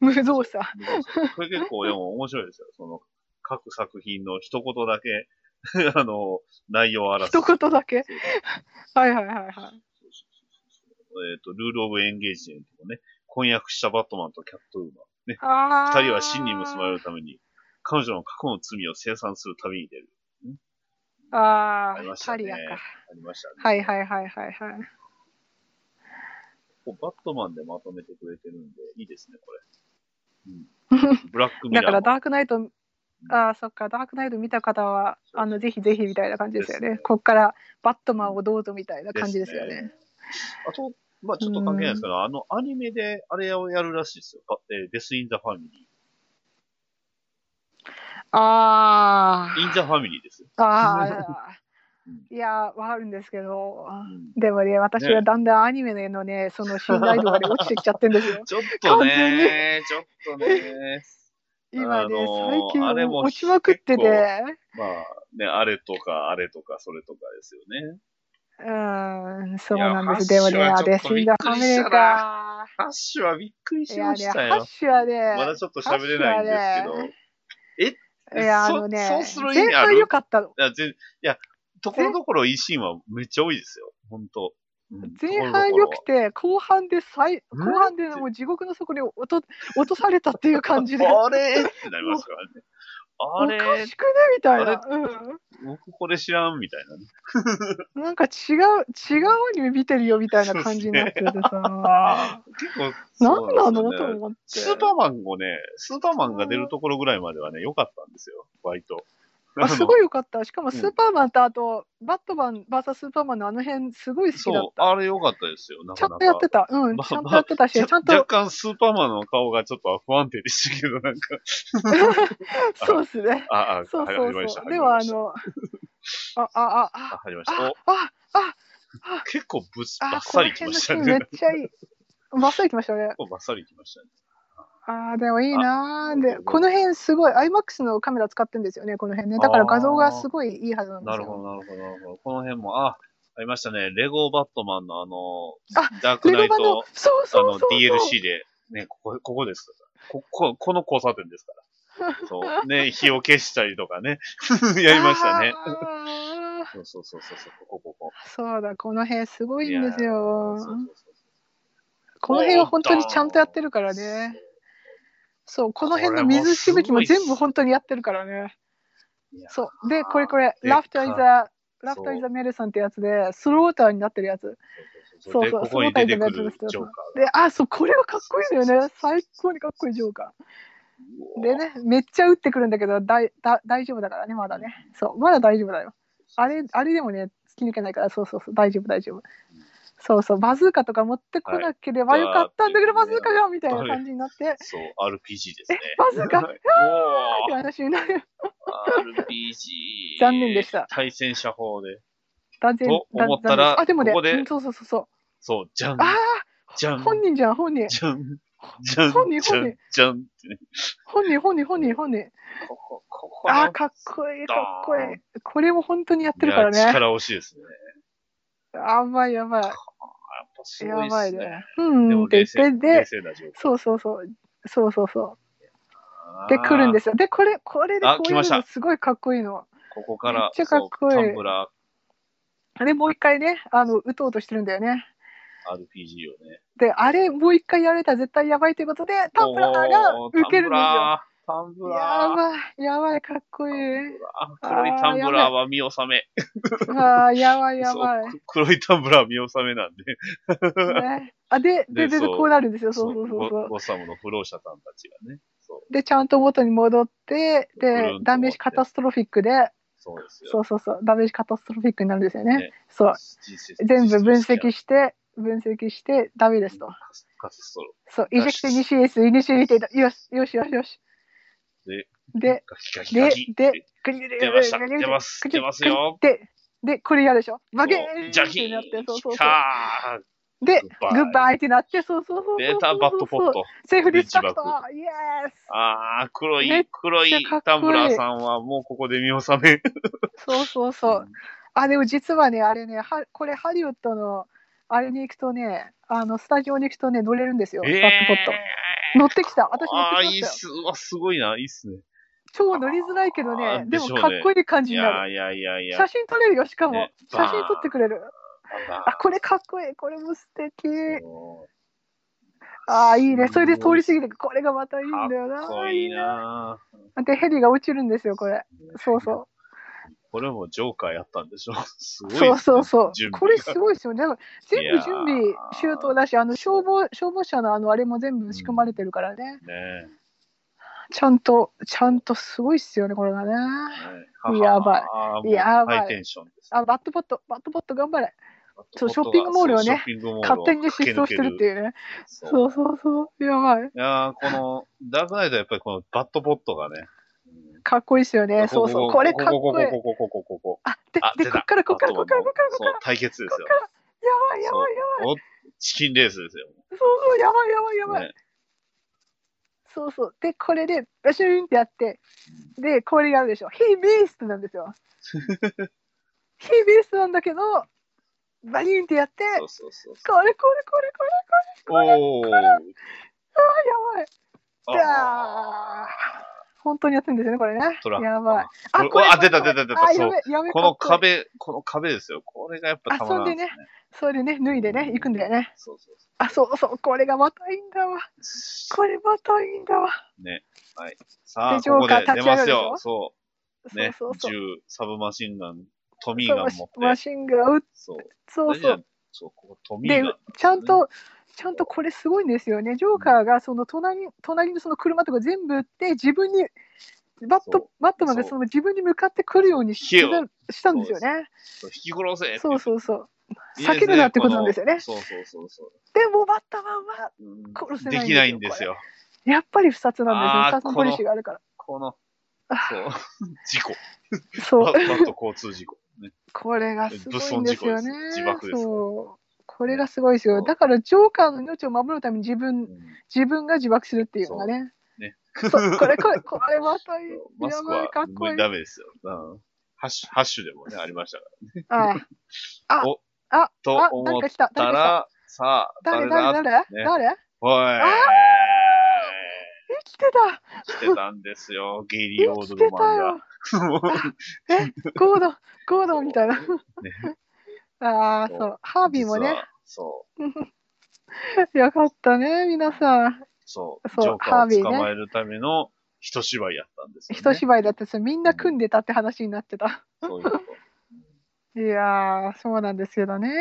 S4: 無造作。
S1: 無造作これ結構でも面白いですよ。その、各作品の一言だけ、 (laughs) あの、内容を表す。
S4: 一言だけ。はいはいはいはい。
S1: そうそうそうそうえっ、と、ルール・オブ・エンゲージメントもね、婚約したバットマンとキャットウーマン。
S4: ああ。
S1: 二人は真に結ばれるために、彼女の過去の罪を清算する旅に出る。
S4: あ
S1: あり
S4: あ
S1: ま、し
S4: タ
S1: たね。
S4: リアか。
S1: ありましたね。
S4: はいはいはいはいはい。
S1: こうバットマンでまとめてくれてるんで、いいですね、これ。
S4: (laughs)
S1: うん、ブラックミラ
S4: だ
S1: ー。
S4: からダークナイト、ああ、そっか、ダークナイト見た方は、あの、ぜひぜひみたいな感じですよ
S1: です
S4: ね
S1: ね。
S4: こっからバットマンをどうぞみたいな感じですよ
S1: です
S4: ね。
S1: あと、まあちょっと関係ないですけど、あの、アニメであれをやるらしいですよ。あえーデス・イン・ザ・ファミリ
S4: あ
S1: ー。イン・ザ・ファミリーですよ。
S4: あ。ああ
S1: うん。
S4: いやー、わかるんですけど。
S1: うん
S4: でもね、私はだんだんアニメのね、その信頼度がね、落ちてきちゃってんですよ。
S1: ちょっとね、ちょっとね。
S4: 今ね、
S1: (laughs) あのー
S4: 最近
S1: あれも
S4: 落ちまくって
S1: 結
S4: て。
S1: まあね、あれとか、あれとか、それとかですよね。
S4: うーん、そうなんです。
S1: い
S4: で
S1: や
S4: もね、
S1: ハッシュ
S4: ア
S1: はちょ
S4: デス
S1: っとびっ
S4: イ
S1: く
S4: が
S1: り
S4: ファミ
S1: した
S4: リー
S1: な
S4: か。
S1: ハッシュはびっくり
S4: い
S1: し
S4: や
S1: ま
S4: ね、
S1: した
S4: ハ
S1: よ
S4: ッ。シュは
S1: まだ
S4: ね、
S1: ちょっと喋れないんですけ
S4: ハッシュはね
S1: ど。
S4: いや、あ
S1: そ
S4: のね
S1: そうする、意
S4: 全
S1: 味あ
S4: 部
S1: る
S4: 良かったの。
S1: いや、ぜいや、ところどころいいシーンはめっちゃ多いですよ。本当。うん
S4: 前半良く。て、後半で最、
S1: うん
S4: 後半でもう地獄の底に落と (laughs) 落とされたっていう感じ
S1: と
S4: で、
S1: ころどころあ
S4: お
S1: れってなります
S4: (laughs)
S1: からね。あ
S4: か
S1: れ
S4: しくねみたい
S1: あれ
S4: な。う
S1: 僕これ知らんみたいなね。
S4: ん。なんか違う、違うアニメ見てるよみたいな感じになってて
S1: (laughs)
S4: さ、
S1: 結構、
S4: 何なの、
S1: そうです
S4: と
S1: よね
S4: 思って。
S1: スーパーマンもね、スーパーマンが出るところぐらいまではね、良かったんですよ。割と。
S4: あす
S1: い
S4: ごい良かった。しかも
S1: ん
S4: スーパーマンとあと、バットマン VS スーパーマンのあの辺、すごい好きだっ
S1: そう、あれ良かったですよ。な
S4: ちゃ
S1: かな
S4: んとやっ
S1: か
S4: て。た。うん、
S1: まあ
S4: ちゃんとやってたし、ちゃん
S1: 若
S4: と、
S1: 干スーパーマンの顔がちょっと不安定でしたけど、なんか。
S4: そうですね。
S1: あ、あ、
S4: そう
S1: はい始
S4: そ
S1: まり
S4: う
S1: まし
S4: そ
S1: た。
S4: う。では、あ
S1: 始まりまし
S4: の、あ、あ、あ、
S1: た、あ
S4: あ、
S1: 始まりました。
S4: あ
S1: お、
S4: あ、あ、
S1: 結構ぶつ、
S4: あ、
S1: ば
S4: あ
S1: っ
S4: こ
S1: さ
S4: の
S1: り来
S4: 辺
S1: ま
S4: の
S1: し
S4: シ
S1: た
S4: ーン
S1: ね。
S4: めっ
S1: (laughs) 結
S4: ちゃいい。バッサリ来ましたね。
S1: 構ばっさり来ましたね。
S4: ああ、でもいいなー。で
S1: あ、
S4: この辺すごい、IMAX のカメラ使ってんですよね、この辺ね。だから画像がすごいいいはずなんで
S1: な
S4: す
S1: るほ
S4: よ。
S1: ど、なるほど、なるほど。この辺も、あ、ありましたね。レゴバットマンのあ
S4: あ
S1: の、ダークナ
S4: レゴ
S1: イ
S4: 版の
S1: ト、、
S4: そう
S1: あ
S4: そう
S1: の
S4: そう。、
S1: DLC で、ね、ここ、ここですから。こ、こ、この交差点ですから。
S4: (laughs)
S1: そう。ね、火を消したりとかね。 (laughs) やりましたね。
S4: あー。
S1: そうそうそうそうそう、ここ、ここ。
S4: そうだ、この辺すごいんです
S1: そ
S4: よ
S1: う。そうそうそう。
S4: この辺は本当にちゃんとやってるからね。そう、この辺の水しぶきも全部本当にやってるからね。
S1: いや
S4: そう。で、これこれ、
S1: でっか
S4: ラフターイザ、
S1: そう
S4: ラフターイザメルさんってやつで、スローターになってるやつ。
S1: そう
S4: そう
S1: で、
S4: そう
S1: ここに出てくるジョーカーが。
S4: で、あ、そう、これはかっこいいんだよね。最高にかっこいいジョーカー。でね、めっちゃ打ってくるんだけど、だいだ大丈夫だからね、まだね。そう、まだ大丈夫だよ。あれ、あれでもね、突き抜けないから、そうそうそう、大丈夫、大丈夫。そうそう、バズーカとか持ってこなければよかったんだけど、
S1: はい
S4: バズーカがみたいな感じになって、
S1: そう、RPG ですね。
S4: バズー
S1: (laughs)
S4: カっ
S1: おー
S4: て話になる。
S1: RPG。
S4: 残念でした
S1: 対戦者法で。
S4: 断然
S1: と、思ったら
S4: 断然あ、でもね、
S1: ここで
S4: うんそうそうそうそう。
S1: そう、じゃん、
S4: あ
S1: じゃ
S4: あ、
S1: ん、
S4: 本人じゃん、本人。
S1: じゃん、じゃん、
S4: 本人
S1: じゃ
S4: 本
S1: ん
S4: 人、
S1: じゃんってね。
S4: 本人、本人、本人、本人。
S1: ここ、ここ
S4: ああ、かっこいい、
S1: ド
S4: か
S1: ーン
S4: っこいい。これも本当にやってる
S1: い
S4: から
S1: や
S4: ね。
S1: 力惜しいですね。
S4: あんまい、やばい。
S1: あやっぱすごい
S4: や
S1: で
S4: ば
S1: す
S4: い
S1: ね。
S4: ね。う
S1: で
S4: ん、
S1: も
S4: っ
S1: 冷
S4: て言っ
S1: 静
S4: て、
S1: 冷
S4: で、
S1: 静な状況。。
S4: そうそうそう。そうそうそう。で、来るんですすよ。で、これ、これで
S1: あ
S4: こう
S1: 来
S4: いう
S1: ました
S4: のすごいかっこいいの。
S1: ここから、
S4: めっちゃかっこいい
S1: そうタンブラ
S4: で、もう一回ね、あの、打とうとしてるんだよね。
S1: ー RPG をね。
S4: で、あれ、もう一回やられたら絶対やばいということで、タンプラーが
S1: おー
S4: 受けるんですよ。。
S1: タンブ
S4: や
S1: ラー。
S4: ばい、やばい、かっこいい。
S1: タンブラー黒いタンブラーは見納め。
S4: ああ、やばい、やばい。
S1: そう黒いタンブラーは見納めなんで。
S4: ね、あで、で、
S1: で
S4: で、で
S1: そう
S4: こうなるんですよ。そうそう
S1: ゴ
S4: そうそう。
S1: ゴサムの不老者さんたちがね。そう。
S4: で、ちゃんと元に戻って、
S1: ぐるんと
S4: で
S1: 回っ、て
S4: ダメージカタストロフィックで、
S1: そうですよ。
S4: そうそうそうダメージカタストロフィックになるんですよね
S1: ね
S4: そう
S1: 人生
S4: 全部分析して分析してダメですと、
S1: カストロ
S4: そうイジェクテニシエスイニシエイテよしよしよしよし
S1: で
S4: で
S1: ガキガキガ
S4: で
S1: キ
S4: でグリグリグリ
S1: 出
S4: グ
S1: ま
S4: リ
S1: した
S4: グリグリ
S1: 出ます
S4: グリ
S1: 出ますよ
S4: ででこれやるでしょバケーン
S1: ジャ
S4: っ
S1: キ
S4: てなって
S1: ーン
S4: そうそう
S1: き
S4: そ
S1: た
S4: うで
S1: グ
S4: グ
S1: ッ
S4: ッ
S1: バ
S4: バイってなってそうそうそうそう
S1: ー
S4: そ
S1: 出
S4: う
S1: たバットポット。
S4: セーフディストラクト
S1: 自爆
S4: イエス
S1: ああ、黒
S4: めっ
S1: い
S4: ち、
S1: 黒い
S4: かっこいい
S1: タンブラーさんはもうここで見納め。
S4: そうそうそう。あ、でも実はね、あれね、はこれハリウッドの、あれに行くとね、あの、スタジオに行くとね、乗れるんですよ、
S1: ええ
S4: バックポット。乗ってきた。私乗
S1: あ
S4: っ
S1: あ、
S4: て
S1: い
S4: き
S1: いっ
S4: ましたよ。
S1: す。うわ、すごいな。いいっすね。
S4: 超乗りづらいけど
S1: あ
S4: ね、
S1: ーで
S4: で
S1: しょ
S4: も
S1: うね
S4: かっこいい感じ
S1: い
S4: にな
S1: や
S4: る。
S1: いやいやいや。
S4: 写真撮れるよ、しかも。
S1: ね
S4: 写真撮ってくれる。
S1: ま
S4: あ、これかっこいい。これも素敵。
S1: もう
S4: ああ、いいね。それで通り
S1: か
S4: 過ぎてく、これがまたいいんだよな。
S1: っこいいな。
S4: いいね。で、ヘリが落ちるんですよ、これ。そうそう。
S1: これもジョーカーやったんでしょすごいですね、
S4: そうそうそう
S1: 準。備
S4: これすごいですよね。だから全
S1: いや
S4: 部
S1: ー
S4: 準備周到だし、あの消防消防車のあのあれも全部仕組まれてるからね。
S1: ね
S4: ちゃんとちゃんとすごいっすよねこれがね。
S1: えねえ
S4: やばい
S1: ああもう
S4: やばい
S1: ハイテンションです。
S4: あバットポットバットポット頑張れ。そ
S1: ポット
S4: う
S1: が
S4: ショッピングモールをね
S1: そうショッピングモールを
S4: 勝手に失踪してるって
S1: いう。
S4: いうね。
S1: そ
S4: そううそうそう。やばい。
S1: いやーこの、ダークナイトはやっぱりこのバットポットがね。うん
S4: かっこいいっすよね。そうそう。これかっこいい。
S1: ここここここここ。
S4: あで
S1: あ、
S4: で
S1: 出
S4: こ
S1: た
S4: っからこっから
S1: バ
S4: こっ
S1: ッ
S4: か
S1: ト
S4: ら
S1: マンの
S4: こっからこっから。
S1: そう、対決ですよ。
S4: やばいやばいやばい。
S1: おチキンレースですよ。
S4: そうそうやばいやばいやばい。
S1: ね
S4: そうそう。で、これで、バシューンってやって、で、これやるでしょ。ヘイビーストなんで
S1: (laughs)
S4: すよ。ヘイビーストなんだけど、バリーンってやって、
S1: そうそうそうそう。
S4: これこれこれこれ、
S1: おー。
S4: あ、やばい。じゃあ、本当にやってるんですよね、これね
S1: トラ。
S4: やばい。
S1: これ
S4: これ
S1: あ出た出た出た
S4: あ、
S1: そう
S4: やべ、やべ。
S1: この
S4: かっいい。
S1: 壁、この壁ですよ。これがやっぱたまらんですね。
S4: それでね、脱いでね、行くんだよね。
S1: そうそうそう。
S4: あ、そうそう、これがまたいいんだわ。これまたいいんだわ。
S1: さあ、
S4: で
S1: ここで
S4: ジョーカ
S1: 出
S4: ー立ち上
S1: ま
S4: がる
S1: す
S4: でしょ
S1: よ。そ
S4: そう
S1: う。ね
S4: そう。そう。
S1: 銃、サブマシンガン、トミーガン持
S4: そ
S1: っ
S4: うマ
S1: て。
S4: シンガン撃っ
S1: そう。
S4: そう
S1: 大事
S4: そ
S1: な
S4: う。
S1: そう、ここトミー
S4: で
S1: ガン。、
S4: ちゃんと、ちゃんとこれすごいんですよね。ジョーカーがその隣に隣のその車とか全部撃って、自分に、バッ
S1: そ
S4: ト
S1: う
S4: バットマンが
S1: そう
S4: その自分に向かってくるようにし
S1: 火を
S4: したんですよね。
S1: そう引き殺せって
S4: そうそうそう。
S1: いいですね
S4: 避けるなってことなんですよね
S1: このそうそうそうそう。
S4: でも、バットマンは
S1: うん
S4: 殺せ
S1: で
S4: ないんで
S1: き
S4: すよ
S1: ないんですよ。
S4: やっぱり不殺なんです
S1: あー
S4: よ。不殺のポリシーがあるから。
S1: この、
S4: あ
S1: そう、 (laughs) 事故。
S4: そ
S1: バ
S4: う。
S1: バット交通事故。ね、
S4: これがすごいんですよね
S1: 物損事故です。自爆です
S4: そう。これがすごいです
S1: そ
S4: よ。
S1: う
S4: だから、ジョーカーの命を守るために自
S1: う、
S4: 分
S1: ん
S4: 自分が自爆するっていうのがね。
S1: そう
S4: そうこれ、これ、これま (laughs) たいい
S1: (laughs) そう。マ
S4: や
S1: スク
S4: ば、
S1: はい
S4: かっこいい。
S1: ダメですよ。うんハッシュ、ハッシュでもね、ありましたか
S4: ああ
S1: お、
S4: あ、あ、
S1: と
S4: あ
S1: 思
S4: 誰
S1: っ
S4: か来た、
S1: ら。
S4: 誰
S1: た
S4: か
S1: ら、さあ、
S4: 来た。誰、
S1: 誰
S4: 誰、
S1: だ
S4: 誰、
S1: ね
S4: 誰
S1: おい
S4: 生きてた。
S1: 来てたんですよ、ゲイリー・オ
S4: 生
S1: ール
S4: き
S1: ド
S4: てた
S1: マン
S4: よ
S1: が。。も
S4: え、ゴードン、ゴードンみたいな。
S1: うね
S4: (laughs) ああ、
S1: そう
S4: そう。ハービーも
S1: 実
S4: ね
S1: は、そう、
S4: よかったね、皆さん。
S1: そう、
S4: そう
S1: ジョーカ
S4: ハービ
S1: ー
S4: ー
S1: を
S4: ね
S1: 捕まえるための一芝居やったんですよ、ね。
S4: 一芝居だってさ、みんな組んでたって話になってた。
S1: そういうこと。
S4: いやー、そうなんですけどね。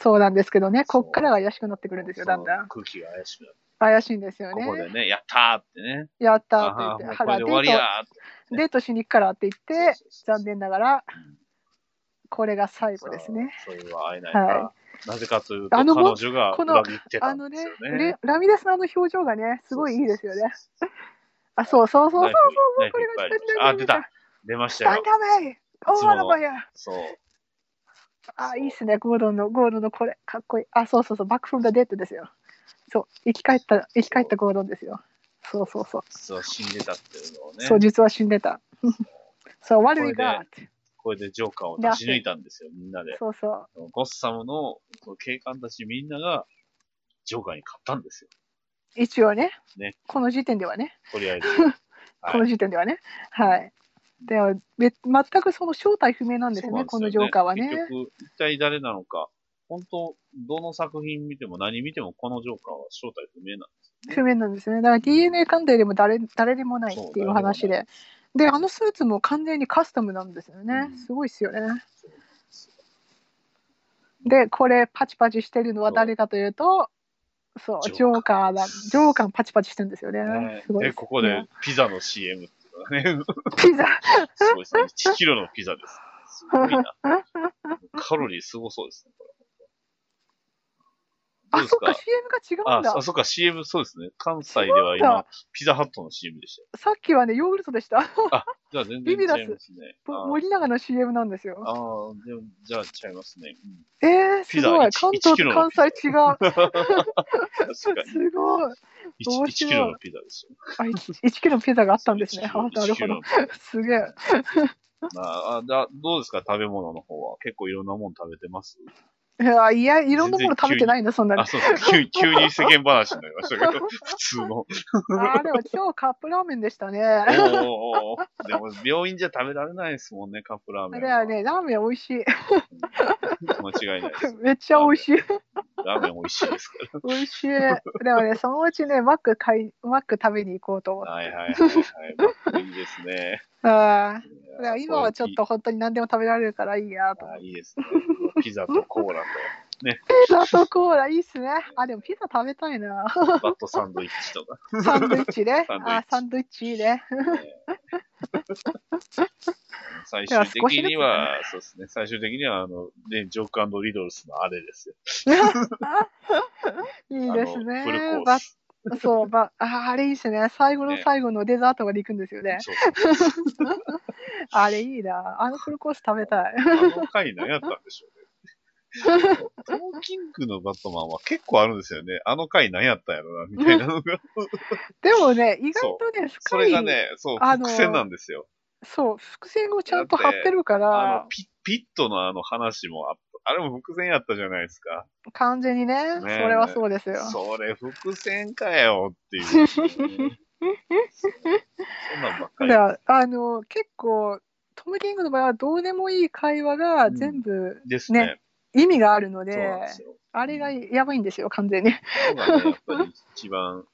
S4: そうなんですけどね、こっからが怪しくなってくるんですよ、だんだ
S1: そ
S4: ん
S1: の。空気が怪しくなって、
S4: 怪しいんですよね。
S1: ここでね、やったーってね。
S4: やったー
S1: あ
S4: って
S1: ー
S4: 言
S1: も
S4: っ
S1: う
S4: て、
S1: こ
S4: ほ
S1: れで終わり
S4: ら、デート、
S1: やーって。
S4: デートしに行くからって言って、残念ながら
S1: ん、
S4: これが最後ですね。
S1: そう。それは会えないから、
S4: は
S1: なぜかというと、
S4: あ
S1: 彼
S4: の
S1: 女が
S4: この
S1: 裏切ってた
S4: あ
S1: ん
S4: の
S1: で
S4: ね
S1: すよね。
S4: レラミレスのあの表情がね、すごいいいですよね。
S1: そうそう
S4: あ、そうそう
S1: そう。
S4: そうそうそう
S1: ナ
S4: そう、
S1: イフ
S4: こ
S1: い
S4: れ
S1: っぱいあ
S4: が
S1: りましたあ、出た。出まし
S4: スタ
S1: た
S4: ン
S1: よ。
S4: ダーメイオーバーのバイヤー
S1: そう。
S4: あ、いいっすね、ゴードンの、ゴードンのこれ、かっこいい。あ、そうそうそう、バックフロムダデッドですよ。そう、生き返った、生き返ったゴードンですよ。そうそうそう。
S1: 実は死んでたっていうのをね。
S4: そう、実は死ん
S1: (laughs)
S4: でた。そう、悪いが、
S1: これでジョーカーを出し抜いたんですよ、みんなで。
S4: そうそう。
S1: ゴッサムのその警官たちみんなが、ジョーカーに勝ったんですよ。
S4: 一応ね
S1: ね
S4: この時点ではね、
S1: とりあえず。
S4: (laughs)
S1: はい
S4: この時点ではね、はい。では、べ全くその正体不明なんですよね、
S1: そ
S4: こ
S1: うな
S4: の
S1: ん
S4: ジョーカーはね。
S1: 結局、一体誰なのか、本当、どの作品見ても何見てもこのジョーカーは正体不明なんですよね。
S4: 不明なんですよね。だから DNA 鑑定でも誰誰でもないっていう話で。で、あのスーツも完全にカスタムなんですよね
S1: うん。
S4: すごいっすよね。
S1: そうなんですよ
S4: で、これ、パチパチしてるのは誰かというと、そう、
S1: ジ
S4: ジ
S1: ョ
S4: ョ
S1: ー
S4: (laughs) ーカーだ。ジョーカーもパチパチしてるんですよね。
S1: ね
S4: すごい
S1: で、
S4: です
S1: ここでピザの CM っていうからね。
S4: ピザ。
S1: すごいですね。1キロのピザです。すごいな。カロリーすごそうですね、これ。どう
S4: あ、
S1: です
S4: そっ
S1: か
S4: か、CM が違うん
S1: あ、
S4: だ
S1: あ。そっか、CM、そうですね。関西では
S4: 違うん
S1: 今
S4: だ、
S1: ピザハットの CM でしたよ。
S4: さっきはね、ヨーグルトでした。
S1: じゃあ全然
S4: ビビダス
S1: 違いますね。あー
S4: 森永の CM なんですよ。
S1: あー、でもじゃあ違いますね。うん
S4: えー、す
S1: ピザ
S4: ごい。
S1: 1
S4: 関東
S1: 1キロ
S4: と
S1: の
S4: 関西違う。 (laughs)
S1: 確かに。
S4: すごい。
S1: 1,
S4: 面白い
S1: キロのピザですよ。
S4: あ、1, 1キロのピザがあったんですね。あ、
S1: 1
S4: なる
S1: キ
S4: ほ
S1: ロの。
S4: ど
S1: ピザ
S4: (laughs) すげえ。
S1: まあ、あだどうですか食べ物の方は。結構いろんなもの食べてます
S4: いや、いや、いろんなもの食べてないんだ、そんなに
S1: あ、。そうです急に急に世間話になりま
S4: (laughs)
S1: したけど、普通の。お
S4: あー、でも今日カップラーメンでしたね。
S1: ー
S4: あ
S1: おーおーでも病院じゃ食べられないですもんね、カップラーメン。
S4: れは。ね、ラーメン美味しい。 (laughs)
S1: 間違いないです。
S4: めっちゃ美味しい。
S1: ラーメン美味しいですか
S4: 美味しい。でもね、そのうちね、マック買い、マック食べに行こうと思っ (laughs)
S1: ら。
S4: て。
S1: はいはいはいはい。いいですね。
S4: あ
S1: い
S4: あ。だか
S1: や
S4: ら
S1: ー
S4: 今はちょっと。本当に何でも食べられるからいいやと
S1: そう
S4: 思
S1: あ
S4: って。
S1: ーいいですね。ピザとコーラ
S4: ピザとコーラいいっすね。あ、でもピザ食べた
S1: (laughs)
S4: いな。
S1: と、バットサンドイッチと
S4: (laughs)
S1: か。
S4: サンドイッチね。
S1: サンドイッチ
S4: あー、サンドイッチいいね。
S1: 最終的には、そうですね。最終的には、あの、ね、ジョークリドルスのあれですよ。
S4: (laughs) い
S1: い
S4: いですね
S1: フル。コー
S4: バ
S1: ス。
S4: そう、ば、あー、あれいいっすね。最後の
S1: ね
S4: 最後のデザートまで行くんですよね。
S1: そう
S4: あれいいな。あのフルコース食べたい。 (laughs)
S1: あの回何やったんでしょうね。トーキングのバットマンは結構あるんですよね。あの回何やったんやろな、みたいなのが。
S4: でもね、意外とね、
S1: そ
S4: 深
S1: れ
S4: い、
S1: がね、そう、
S4: あの
S1: 伏線なんですよ。
S4: そう、伏線をちゃんと張ってるか
S1: あの
S4: ら、、
S1: ピピットのあの話もあった。あれも伏線やったじゃないですか。
S4: 完全にね、
S1: ね
S4: それはそうですよ。
S1: それ伏線かよって
S4: (laughs)
S1: いう、そんなんばっか
S4: だ
S1: り。
S4: からあの、結構、トム・キングの場合はどうでもいい会話が全部
S1: ですね。
S4: 意味があるので、
S1: そうなんですよ。
S4: あれがやばいんですよ、完全に。
S1: そこがね、やっぱり一番、うん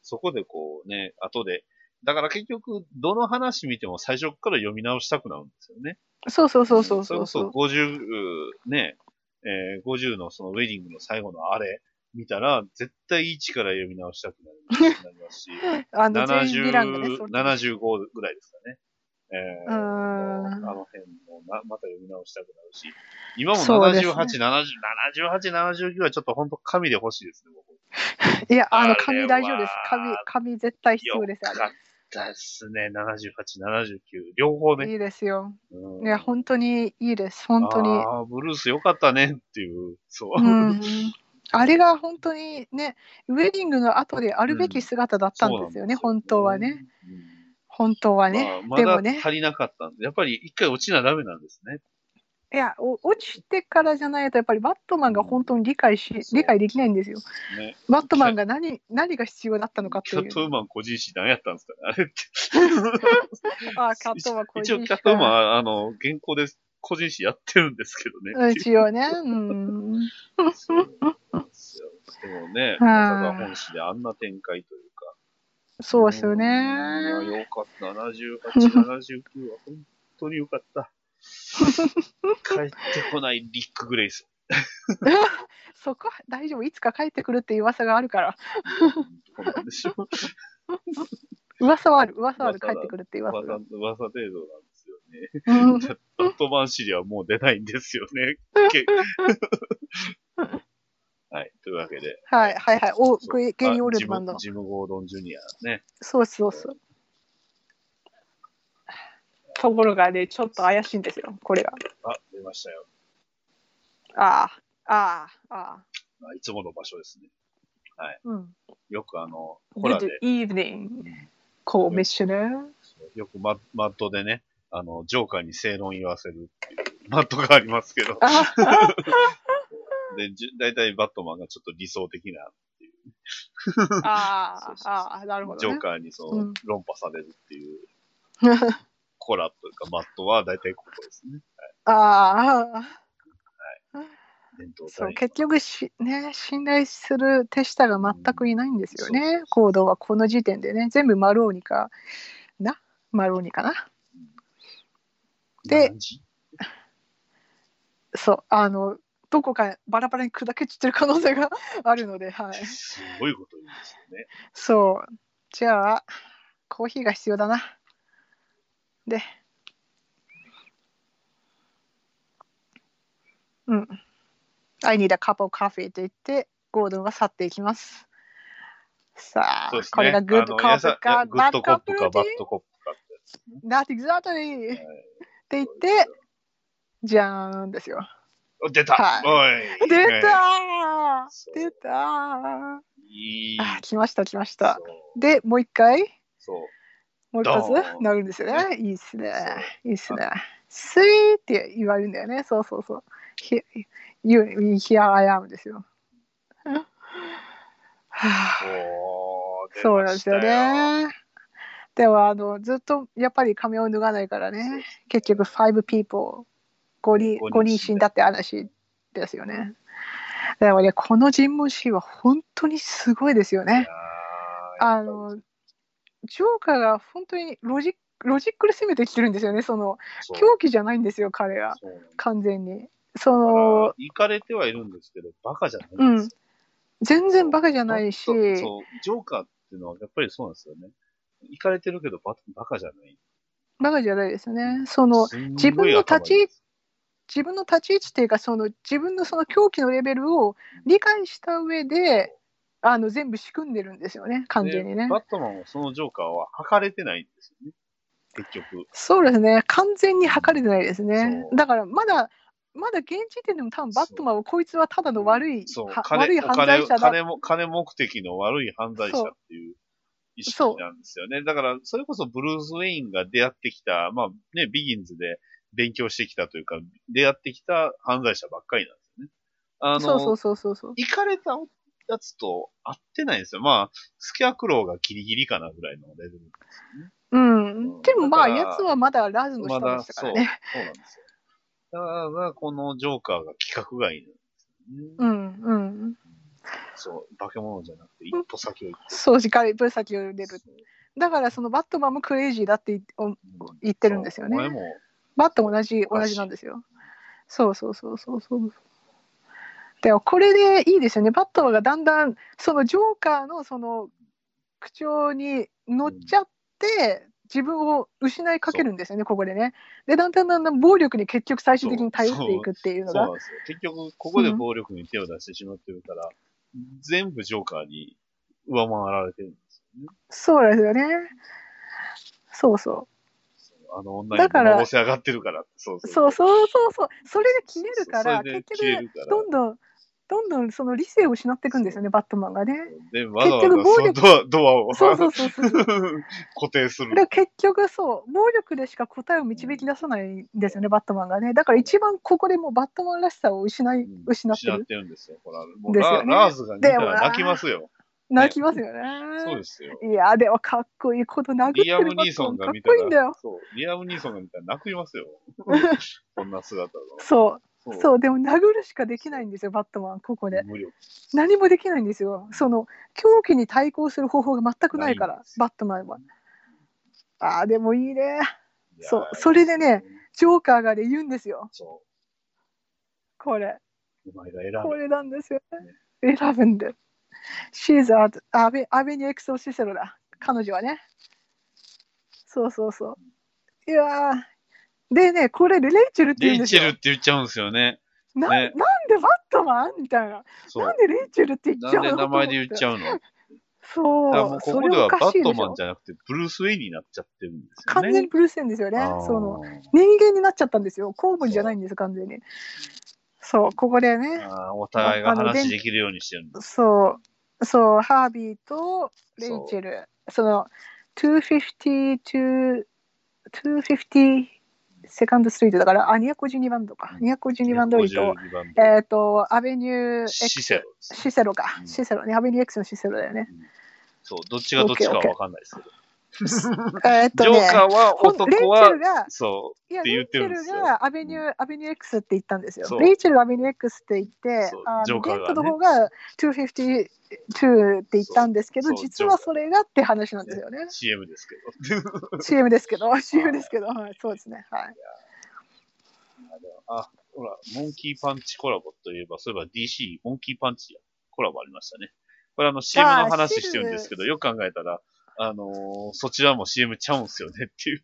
S1: そこでこうね、後で。だから結局、どの話見ても最初から読み直したくなるんですよね。
S4: そうそうそうそう
S1: そ
S4: そ
S1: れこ
S4: う
S1: そ
S4: そう。
S1: 50、ね、えー50のそのウェディングの最後のあれ見たら、絶対1から読み直したくなるなりますし、
S4: (laughs) あの、ジェイン・ディランがね、
S1: 70
S4: それ
S1: 75ぐらいですかね。えー
S4: うん
S1: あの辺もな、また読み直したくなるし、今も
S4: そうですね
S1: 78、70、78、79はちょっと本当神で欲しいですね、僕。
S4: いや、あ
S1: あれ
S4: の、
S1: は
S4: 紙大丈夫です。紙、紙絶対必要です。
S1: よ
S4: あ
S1: かったっすね、78、79、両方
S4: れ
S1: ね。
S4: いいですよ。
S1: うん
S4: いや、本当にいいです。本当に。
S1: ああ、ブルースよかったねっていう、そう。
S4: うん、あれが本当にね、ウェディングの後であるべき姿だったんですよね、本当はね。。本当はね。
S1: まあ、
S4: で
S1: ま
S4: も
S1: だ
S4: ね、
S1: 足りなかったんで、やっぱり一回落ちなダメなんですね。
S4: いや、お落ちてからじゃないと、やっぱりバットマンが本当に理解し、
S1: そう
S4: 理解できないんですよ。
S1: ね。
S4: バットマンが何何が必要だったのかって
S1: キ
S4: い
S1: ャッ
S4: う。
S1: トウーマン個人誌何やったんですかね、あれって。
S4: (laughs) あキャットマン個
S1: 一
S4: 人
S1: 応、キ
S4: 誌
S1: ャ
S4: か
S1: ットウーマンは、あの、原稿で個人誌やってるんですけどね。
S4: 一応ね。うん。
S1: そうなんですよでもね、
S4: うん
S1: まさか本誌であんな展開というか。
S4: そうですよね。
S1: うんいやよかった。78、79は本当によか
S4: (laughs)
S1: った。帰ってこないリック・グレイス。
S4: そこは大丈夫。いつか帰ってくるっていう噂があるから。
S1: こんなんでしょ
S4: 噂はある。噂はある。
S1: 噂
S4: 帰
S1: だ
S4: ってくるっていう噂
S1: 噂
S4: が。
S1: 噂程度なんですよね。
S4: うん
S1: バ
S4: (laughs)
S1: ットマンシリはもう出ないんですよね。けはい、というわけで。
S4: はいはいはい。お、
S1: そう
S4: ゲイニー・オールドマン
S1: あ
S4: の。
S1: ジム・ジムゴードン・ジュニアね。
S4: そうそうそう。ところがね、ちょっと怪しいんですよ、これが。
S1: あ、出ましたよ。
S4: ああ、ああ、ああ。
S1: あいつもの場所ですね。
S4: うん。
S1: よくあの、ホラ
S4: Good
S1: で、
S4: evening, Commissioner.
S1: よくママットでね、あの、ジョーカーに正論言わせるっていう、マットがありますけど、
S4: あ
S1: (laughs) で、じゅ大体バットマンがちょっと理想的な、
S4: あ、ああ、ああ、なるほ
S1: ジョ
S4: ど、
S1: ー
S4: ね。
S1: カーにそう、
S4: うん
S1: 論破されるっていう、
S4: (laughs)
S1: コラというか、マットは大体ここですね。
S4: ああ、
S1: 伝統
S4: そう、
S1: 体
S4: 結局し、ね、信頼する手下が全くいないんですよ
S1: うんそう
S4: ね、行動はこの時点でね、全部マローニかな、マローニかな。で
S1: 何時
S4: そう、あの、どこかバラバラに砕け散ってる可能性があるので、はい。
S1: すごいこと言うんですよね。
S4: そう。じゃあ、コーヒーが必要だな。で、うん。I need a cup of coffee と言って、ゴードンが去っていきます。さあ、
S1: そうですね。
S4: これがグッド
S1: あの
S4: カップ
S1: やさ
S4: か、
S1: グッ
S4: バッ
S1: ド
S4: ド
S1: コ
S4: カ
S1: ッ
S4: ップ
S1: プ
S4: ル
S1: か
S4: ーテ
S1: バ
S4: ィ
S1: ッ
S4: ン
S1: ドコップかってやつですね。
S4: Not exactly! って言っ
S1: そうです
S4: て、じゃーんですよ。
S1: よ、出た、おい
S4: 出たー
S1: ねそう
S4: 出たーあ
S1: いい
S4: ー、来ました来ました
S1: そ。う
S4: で、もう一回
S1: そう。
S4: もう一
S1: ド
S4: 発
S1: ーン
S4: なるんですよね。いいっすね。いいっすね。スイーって言われるんだよね。そうそうそう。Here, you, here I am です (laughs) よ。はあ
S1: おー
S4: そうなんですよ。
S1: 出ま
S4: ね。ではあのずっとやっぱり髪を脱がないからね結局5 people 五人
S1: 五人
S4: 五人死んだって話ですよねだからねこの尋問シーンは本当にすごいですよ
S1: したよい
S4: ね
S1: やー
S4: あのジョーカーが本当にロジロジックで攻めてきてるんですよねその
S1: そう
S4: 狂気じゃないんですよ彼は
S1: そうなんです
S4: 完全にそ
S1: だから
S4: の
S1: 行かれてはいるんですけど、バカじゃな
S4: う
S1: いんですよ
S4: ん全然バカじゃないし
S1: そう、そうジョーカーっていうのはやっぱりそうなんですよね。行かれてるけどババカじゃない。
S4: バカじゃないですよねその
S1: すんごい
S4: 自分の立ち
S1: 頭いいです
S4: 自分の立ち位置っていうかその自分のその狂気のレベルを理解した上であの全部仕組んでるんですよね完全
S1: で
S4: にね
S1: バットマンもそのジョーカーは測れてないんですよね。結局。
S4: そうですね完全に測れてないですね
S1: そう
S4: だからまだまだ現時点でも多分バットマンはこいつはただの悪い
S1: そう、
S4: は
S1: 金
S4: 悪い
S1: お金
S4: 犯罪者だ
S1: 金も金目的の悪い犯罪者っていう意識
S4: そう
S1: なんですよね。だから、それこそブルース・ウェインが出会ってきた、まあね、ビギンズで勉強してきたというか、出会ってきた犯罪者ばっかりなんですよね。あの、
S4: そうそうそうそうそう
S1: 行かれたやつと合ってないんですよ。まあ、スキャクローがギリギリかなぐらいのレベル。
S4: うんでもまあ
S1: だから
S4: やつはまだラズの
S1: ま
S4: 下で
S1: だ、
S4: したか
S1: そう、そうな
S4: ら
S1: ん
S4: ね
S1: ですよ。だから、このジョーカーが規格外なんです
S4: う
S1: よね。
S4: んうん
S1: そう、化け物じゃなくて、一歩先を行って
S4: そうしっかり分先を出るだからそのバットマンもクレイジーだって言って
S1: うん
S4: 言ってるんですよね
S1: そうお前も、
S4: バットも同じ
S1: おか
S4: 同
S1: しい
S4: じなんですよ。そうそうそうそうそう。でもこれでいいですよね。バットがだんだんそのジョーカーのその口調に乗っちゃって、自分を失いかけるんですよね。ここでね。でだんだんだんだん暴力に結局最終的に頼っていくっていう
S1: そ
S4: の
S1: うな
S4: が
S1: ん。ですよ。結局、ここで暴力に手を出してしまってるから、全部ジョーカーに上回られてるんですよね。
S4: そうなんですよね。そうそう。
S1: そうあの女に
S4: だから
S1: 物せ上がってるからって。そうそう。
S4: そうそうそうそう。それで切れるから
S1: それで
S4: 結
S1: 切れる
S4: 局
S1: から
S4: どんどんどんどんその理性を失っていくんですよね。バットマンがね。
S1: で、わざわざ
S4: 結局暴
S1: その
S4: 力
S1: ドアドアを
S4: そうそうそうそう。
S1: (laughs) 固定する。
S4: で結局そう暴力でしか答えを導き出さないんですよね、バットマンがねだから一番ここでもうバットマンらしさを失い、
S1: うん
S4: 失ってる
S1: んですよ。ほら、もう
S4: です
S1: ラ,、
S4: よね
S1: ラーズが見た
S4: でも
S1: ら
S4: な
S1: 泣きますよ。
S4: 泣きますよね
S1: そうですよ。
S4: いやでもかっこいいこと殴って
S1: リ
S4: る
S1: ア
S4: バ
S1: ム・ニー
S4: ッ
S1: ソ
S4: ト
S1: ンが
S4: マンか
S1: 見
S4: ったこいいんだ
S1: ら
S4: よ、
S1: そう、リアム・ニーソンが見たら泣きますよ。
S4: (laughs)
S1: こんな姿が。
S4: そうそう
S1: う。
S4: でも殴るしかできないんですよバットマンここで
S1: 無力。
S4: 何もできないんですよその狂気に対抗する方法が全くないか
S1: ないん
S4: ら
S1: です
S4: バットマンはああでもいいね
S1: いやー
S4: そうそれでね。ジョーカーがね言うんですよ
S1: そ
S4: これ
S1: う。お前が選んだ。
S4: これなんですよね。選ぶんで。She's a アベアベニエクソシセロだ。彼女はね。そうそうそう。いやー。でね、これレイチェルって
S1: レ
S4: 言うん
S1: イ
S4: です
S1: チェル
S4: よ
S1: っ。て言っちゃうんですよね。
S4: な
S1: ね
S4: なんでバットマンみたいな。
S1: そう
S4: なん。でレイチェルって言っち
S1: な
S4: ゃ
S1: ん
S4: う
S1: で
S4: の
S1: 名前で言っちゃうのだか
S4: そう。
S1: らもうこ
S4: そ
S1: こ
S4: れ
S1: では
S4: お
S1: バ
S4: かしい
S1: ット
S4: でし
S1: マン
S4: ょ。
S1: じゃなくてブルース・ウェインになっちゃってるんですよね。
S4: 完全にブルース・ウェインですよね。
S1: あー
S4: その人間になっちゃったんですよ。コウモリじゃないんです、完全に。そう、ここでね。
S1: あーお互いが
S4: あの
S1: 話
S4: 電
S1: できるようにしてるんです。
S4: そう、そう、ハービーとレイチェル、その250 to 250セカンドストリートだから、あ、212番とか、
S1: うん
S4: 212番通りと、
S1: 52番通
S4: えっ、と、アベニュー
S1: り
S4: X
S1: シセロですね
S4: シセロか、
S1: うん
S4: シセロね、アベニュー X のシセロだよね。
S1: そう、どっちがどっちかは分かんないですけど。
S4: えっと
S1: ジョーカー
S4: ね、
S1: は
S4: ほんレイチ
S1: 男
S4: ェ
S1: は
S4: ル、が、
S1: そ
S4: いや、
S1: って言
S4: レ
S1: っ
S4: イ
S1: て
S4: チ
S1: る
S4: ェ
S1: んです
S4: ル
S1: よ
S4: がアベニュー、アベニュー X って言ったんですよ
S1: そ。う
S4: レイチェルがアベニュー X って言って
S1: そう、
S4: あ
S1: ジョ
S4: の
S1: ーカー
S4: デ
S1: がね
S4: ントの方が252って言ったんですけ
S1: そ
S4: ど、
S1: うそう
S4: 実はそれがって話なんですよね
S1: う、。CM ですけど。 (laughs)
S4: CM ですけど、CM ですけど、はい、そうですね。はい。
S1: あ、ほら、モンキーパンチコラボといえば、そういえば DC、モンキーパンチコラボありましたね。これあの CM の話してるんですけど、よく考えたら、あのーそちらも CM ちゃうんすよねっていう。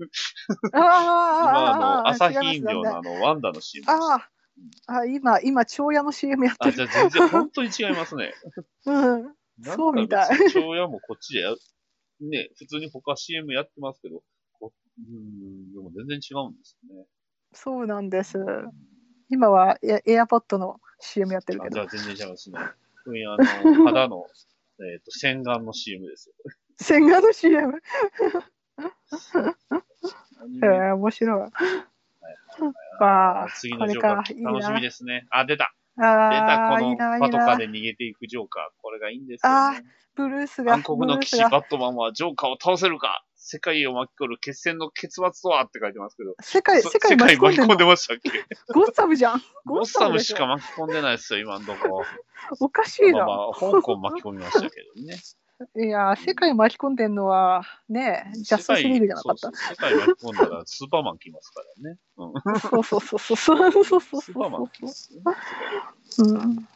S4: あ
S1: 今、あの、
S4: あ
S1: 朝日飲料のあの、ワンダの CM です。
S4: あああ、今、今、蝶屋の CM やって
S1: あ、じ
S4: る。
S1: ゃあ全然、本当に違います
S4: (laughs)
S1: ね。
S4: うん。そうみたい
S1: なんか別に父親もこっちでや、ね、普通に他 CM やってますけど、こうーん、でも全然違うんですね。
S4: そうなんです。今はエエアポッドの CM やってる
S1: あ
S4: け
S1: じゃ
S4: ど。
S1: あ全然違いますね。特にあの、 (laughs) 肌の、えっ、と、洗顔の CM ですよ。
S4: 千賀の CM。
S1: アニ
S4: え
S1: メ
S4: ー、面白い。わあ、
S1: 次
S4: こ
S1: の
S4: れ
S1: ジョーカ
S4: か。いい
S1: ー、
S4: な。
S1: 楽しみですね。あ、出た出た
S4: あ
S1: こ
S4: あ、いい
S1: の
S4: な、いい
S1: パトカー
S4: な
S1: で。逃げていくジョーカー。これがいいんですよ、ね。
S4: ブルースが、
S1: 暗
S4: ブ
S1: 黒の
S4: ルー
S1: 騎
S4: ス
S1: 士
S4: が。
S1: バットマンはジョーカーを倒せるか世界を巻き込む決戦の結末とはって書いてますけど。
S4: 世界、
S1: そ
S4: 世界巻き込
S1: 巻き込
S4: んでん
S1: ん
S4: の
S1: でましたっけ
S4: ゴッサムじゃん。
S1: ゴ
S4: ゴ
S1: ッ
S4: ッ
S1: サ
S4: サム
S1: ム
S4: で
S1: し
S4: しょ
S1: か巻き込んでないですよ、今んとこ。
S4: おかしい
S1: まあ
S4: な。
S1: まあ、香港巻き込みましたけどね。
S4: いやー、世界巻き込んでんのは、ね (laughs) え、ジャスティスリーグじゃなかった。
S1: 世界そうそう世界巻き込んだらスーパーマン来ますからね。うん。
S4: そうそうそうそうそうそうそうそう
S1: スーパーマン来ますね。
S4: うん、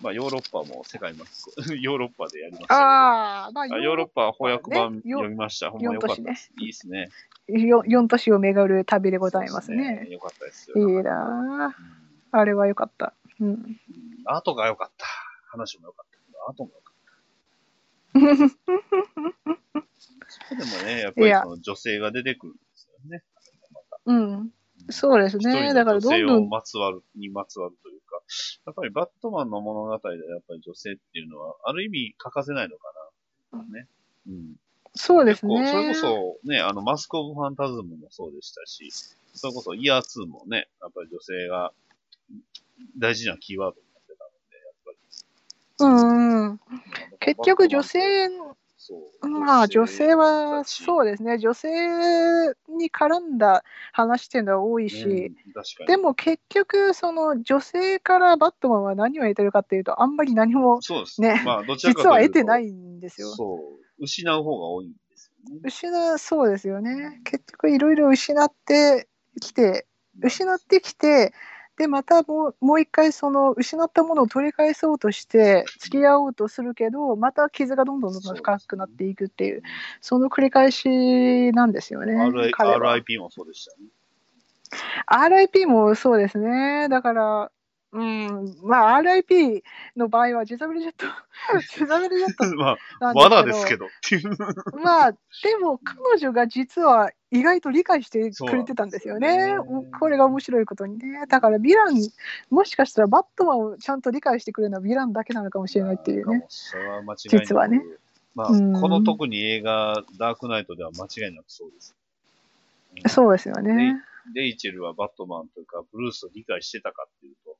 S1: まあ、ヨーロッパも世界巻き込 (laughs) む。ヨーロッパでやりましたけど。
S4: ああ、まあ、
S1: あヨーロッパは翻訳版
S4: ねよ
S1: 読みました。ほんまよかったです。いいですね。
S4: よ四都市を巡る旅でございます
S1: そうっ
S4: ね。
S1: よかったですよ。
S4: いい
S1: うん
S4: なあ。あれは良かった。うん。
S1: アートが良かった。話も良かったけど、アートも良かった。
S4: (laughs)
S1: でもね、やっぱ
S4: い
S1: り
S4: や
S1: その女性が出てくるんですよね。
S4: うん。そうです
S1: 一人
S4: ね。
S1: の
S4: だからどんど
S1: 女性を
S4: ん。
S1: まつわる、にまつわるというか、やっぱりバットマンの物語でやっぱり女性っていうのは、ある意味欠かせないのかな。ね。うん。
S4: そうです
S1: こう
S4: ね。
S1: それこそ、ね、あの、マスク・オブ・ファンタズムもそうでしたし、それこそイヤー2もね、やっぱり女性が大事なキーワードになって
S4: うんうん。
S1: たので。
S4: 結局女性、
S1: そう、
S4: まあ女性はそううですね。女性に絡んだ話っていうのは多い
S1: で
S4: し、
S1: 確か
S4: で
S1: に。
S4: も結局その女性からバットマンは何を得てるかっていうとあんまり何も
S1: そうです
S4: ね
S1: まあ、どちらかというと
S4: 実は得てないんですよ。
S1: そう。失う方が多いんですよね。
S4: 失うそうですよね結局いろいろ失ってきて失ってきてでまたもうもう一回その失ったものを取り返そうとして付き合おうとするけどまた傷がどんどんどんどん深くなっていくっていうその繰り返しなんですよね。
S1: RI
S4: 彼は
S1: RIP もそうでしたね。
S4: RIP もそうですね。だから、うん、まあ RIP の場合はジェザベルジ
S1: (laughs)
S4: ェット、ジェザベルジェット
S1: ま
S4: な
S1: あ、
S4: ん
S1: 罠ですけ
S4: ど。
S1: どっていう。
S4: まあ、でも彼女が実は意外と理解してくれてたんですよね。
S1: そうなんですよね
S4: これが面白いことにね。だからヴィラン、もしかしたらバットマンをちゃんと理解してくれるのはヴィランだけなのかもしれないっていう
S1: あー
S4: ね。
S1: かもそれは間違いなく
S4: 実はね。
S1: まあ、
S4: うん
S1: この特に映画、ダークナイトでは間違いなくそうです。うん
S4: そうですよね。
S1: レイチェルはバットマンというか、ブルースを理解してたかっていうと、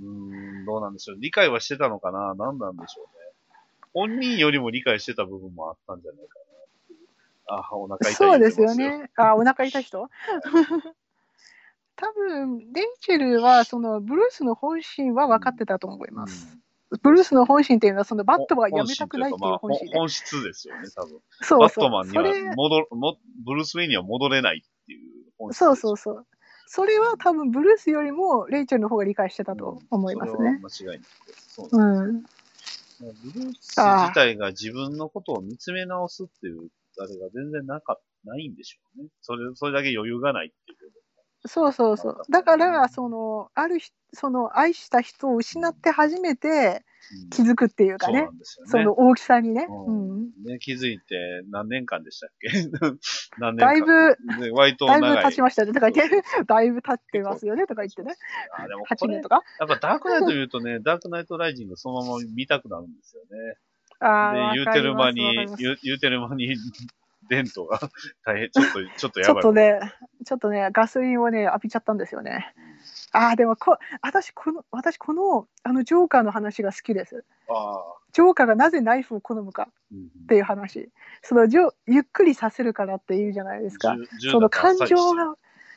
S1: うーん、どうなんでしょう。理解はしてたのかな何なんでしょうね。本人よりも理解してた部分もあったんじゃないかなっていう。あー、お腹痛い
S4: そうですよ
S1: 言って
S4: ね。あ、お腹痛い人多分、レイチェルは、その、ブルースの本心は分かってたと思い
S1: ま
S4: ます
S1: よ。
S4: す。ブルースの本心っていうのは、その
S1: バ
S4: バットマンやめたくないっていう本心で。
S1: 本質ですよね、多分。
S4: そ
S1: バ
S4: う
S1: ット
S4: そ
S1: マン
S4: う。
S1: に
S4: そ
S1: は
S4: れ、
S1: 戻る、もブルース・ウェインには戻れないっていう本質
S4: そうそ
S1: で
S4: うそう。それは多分、ブルースよりも、レイチェルの方が理解してた
S1: すよ
S4: と思いますね。
S1: うんそれは間違いなく。そうなん
S4: うん。
S1: ですブルース自体が自分のことを見つめ直すっていう、あれが全然なかっないんでしょうね。それ、それだけ余裕がないっていう。
S4: そうそうそう。だから、その、ある日、その、愛した人を失って初めて
S1: うん
S4: 気づくっていうか
S1: そう
S4: ね
S1: な。んですよね。
S4: その大きさにね。
S1: う
S4: うんん。
S1: ね、気づいて何年間でしたっけ (laughs) 何年間
S4: だいぶ、
S1: ね、割と
S4: だい
S1: 長い。
S4: ぶ経ちましたねとか言って、だいぶ経って
S1: 結構
S4: ますよねとか言ってね、
S1: あでもこ
S4: 8
S1: れ
S4: 年とか。
S1: やっぱダークナイト言うとね、ダークナイトライジングそのまま見たくなるんですよね。
S4: ああ、
S1: で、言
S4: わ
S1: う
S4: か
S1: て
S4: り
S1: る間
S4: ます
S1: に
S4: わかりま、す
S1: 言う言うてる間に、デントが (laughs) 大変、ちょっと、ちょっと
S4: ち
S1: や
S4: ょ
S1: ばい。
S4: っとね、ちょっとね、ガソリンをね、浴びちゃったんですよね。ああ、でもこ、私、この、私、この、あの、ジョーカーの話が好きです。
S1: ああ、
S4: ジョーカーがなぜナイフを好むか
S1: うんうん
S4: っていう話。その、ジョゆっくりさせるからっていうじゃないですか。
S1: 銃銃だ
S4: その
S1: とあっ
S4: 感
S1: さりしてる
S4: 情が、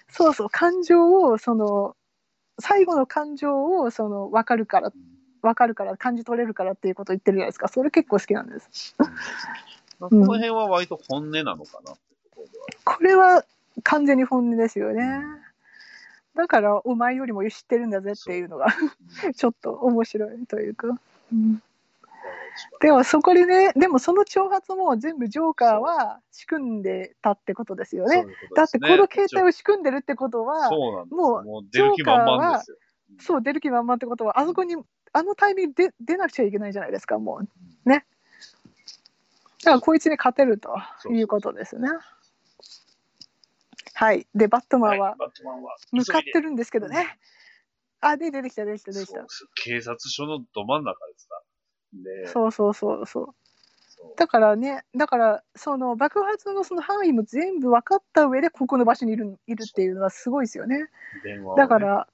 S4: そうそう、感情を、その、最後の感情を、その、わかるから、わかるから、感じ取れるからっていうことを言ってるじゃないですか。それ結構好きなんです。
S1: まあこの辺は割と本音なのかなってところでは。
S4: これは完全に本音ですよね。だからお前よりも知ってるんだぜっていうのがちょっと面白いというか、うん、でもそこでねでもその挑発も全部ジョーカーは仕組んでたってことですよね。だってこの携帯を仕組んでるってことは
S1: そうなんです
S4: もう
S1: もう出る気満々ですよ。
S4: そう出る気満々ってことはあそこにあのタイミングで出なくちゃいけないじゃないですかもうねだからこいつに勝てるということですねはいでバットマン
S1: はい
S4: は
S1: バットマンは
S4: 向かっ
S1: 急い
S4: て
S1: で
S4: るんですけどね、あで出てきた出てきた出てき
S1: そう
S4: た
S1: です警察署のど真ん中ですから。で、
S4: そうそうそうそう
S1: そう
S4: だからねだからその爆発のその範囲も全部分かった上でここの場所にいるいるっていうのはすごいですよね
S1: 電話をね
S4: だから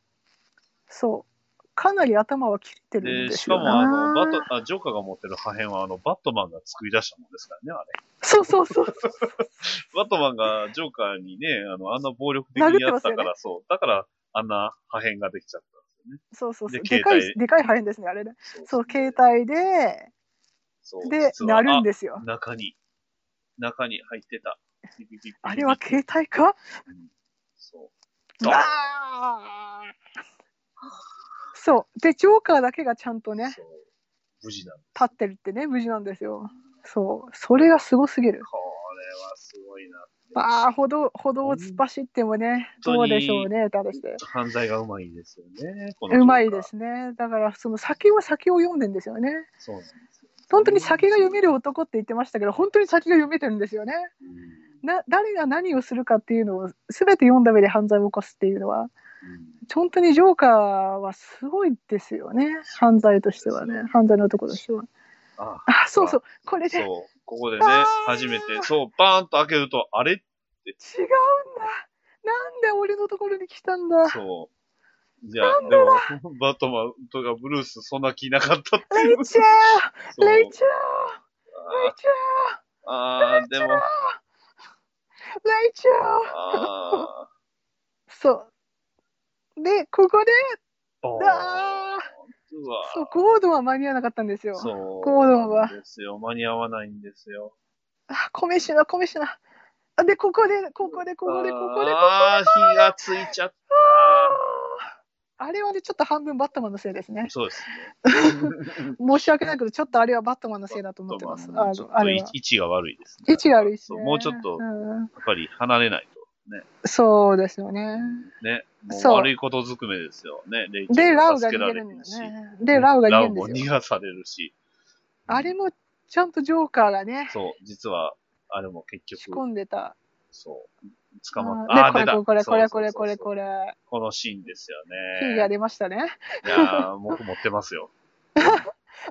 S4: そうかなり頭は切れてるん
S1: で、
S4: で
S1: し
S4: す
S1: か
S4: よ
S1: も、あの、
S4: な
S1: バット、あ、ジョーカーが持ってる破片は、あの、バットマンが作り出したものですからね、あれ。
S4: そうそうそうそう
S1: バットマンがジョーカーにね、あの、あんな暴力的にやったから、そう。だから、あんな破片ができちゃったんで
S4: そうそうそう。
S1: で
S4: でか
S1: 携
S4: い
S1: 帯
S4: でかい破片ですねあれね。
S1: すよね。
S4: そう携帯で
S1: そう
S4: で
S1: 実は
S4: なるんで
S1: あ
S4: すよ。
S1: 中に、中に入ってた。ピピピピピ
S4: あれは携帯か？
S1: うんそう。ドン
S4: あーそうでジョーカーだけがちゃんとね
S1: そう無事なんだ。
S4: 立ってるってね無事なんですよ。そうそれがすごすぎる。
S1: これはすごいな。
S4: ああ歩道歩道を突っ走ってもね
S1: 本
S4: ど
S1: 当
S4: う
S1: に
S4: でしょうね誰して。
S1: 犯罪がうまいですよね。この
S4: うまいで
S1: ジ
S4: すね。だからその先は先を読んでんですよね。
S1: ョーカー。そうなんですよ。
S4: 本当に先が読める男って言ってましたけど本当に先が読めてるんですよね。
S1: うん。
S4: な誰が何をするかっていうのを全て読んだ上で犯罪を起こすっていうのは
S1: うん
S4: 本当にジョーカーはすごいですよね犯罪としてはね犯罪の男としては
S1: あ
S4: あそうそうこれ
S1: そ
S4: で違
S1: う
S4: うんだ。
S1: ここでね
S4: あ、ー
S1: 初めて、そう、バーンと開けると、あれ
S4: なんで俺のところに来たんだ
S1: そう。じゃあ、でも、バットマンとかブルース、そんな気なかったって
S4: レ
S1: いう。
S4: イチェ
S1: そ
S4: ー
S1: う
S4: レイチェ
S1: あーあー、でも、
S4: ーレイチェー
S1: あ
S4: そうでここで (laughs)
S1: ー、ボーン。
S4: あー
S1: うわ
S4: そうゴードンは間に合わなかったんですよ
S1: そう。
S4: ゴードンは
S1: なんですよ。間に合わないんですよ。
S4: あコミッシュナーコミッシュナーあでここでここでここでここで
S1: ああ、火がついちゃった。
S4: あれはねちょっと半分バットマンのせいです (laughs) ね
S1: そうですね。
S4: 申し訳ないけど、ちょっとあれはバットマンのせいだと思ってます。あ
S1: ちょっ
S4: のあ
S1: と
S4: れ
S1: 位
S4: は。
S1: 置が悪いですね。
S4: 位置が悪いし、
S1: そ
S4: ね。
S1: うもうちょっと
S4: うん
S1: やっぱり離れないと。ね。
S4: そうですよね。
S1: ね。もう
S4: そう
S1: 悪いことずくめですよね。レイチェ
S4: で、
S1: ル
S4: ラ
S1: も
S4: ウ
S1: 助
S4: が
S1: けら
S4: 逃げ
S1: れ
S4: る
S1: る
S4: ん
S1: し
S4: だね。で、ラウが逃
S1: ラ
S4: げ
S1: ウ
S4: るん
S1: も
S4: です
S1: 逃
S4: よ。
S1: がされるし。
S4: あれもちゃんとジョーカーがね、
S1: そう、実は、あれも結
S4: 仕込
S1: 局、
S4: んでた。
S1: そう、捕まっ
S4: うん
S1: た。あー、出
S4: で、
S1: た。
S4: これこれこ
S1: そ
S4: れ
S1: うそう
S4: こ
S1: そう
S4: れ
S1: そう
S4: これこれ。
S1: このシーンですよ
S4: キーが
S1: ね。
S4: 出ましたね。
S1: いやー、僕持ってますよ。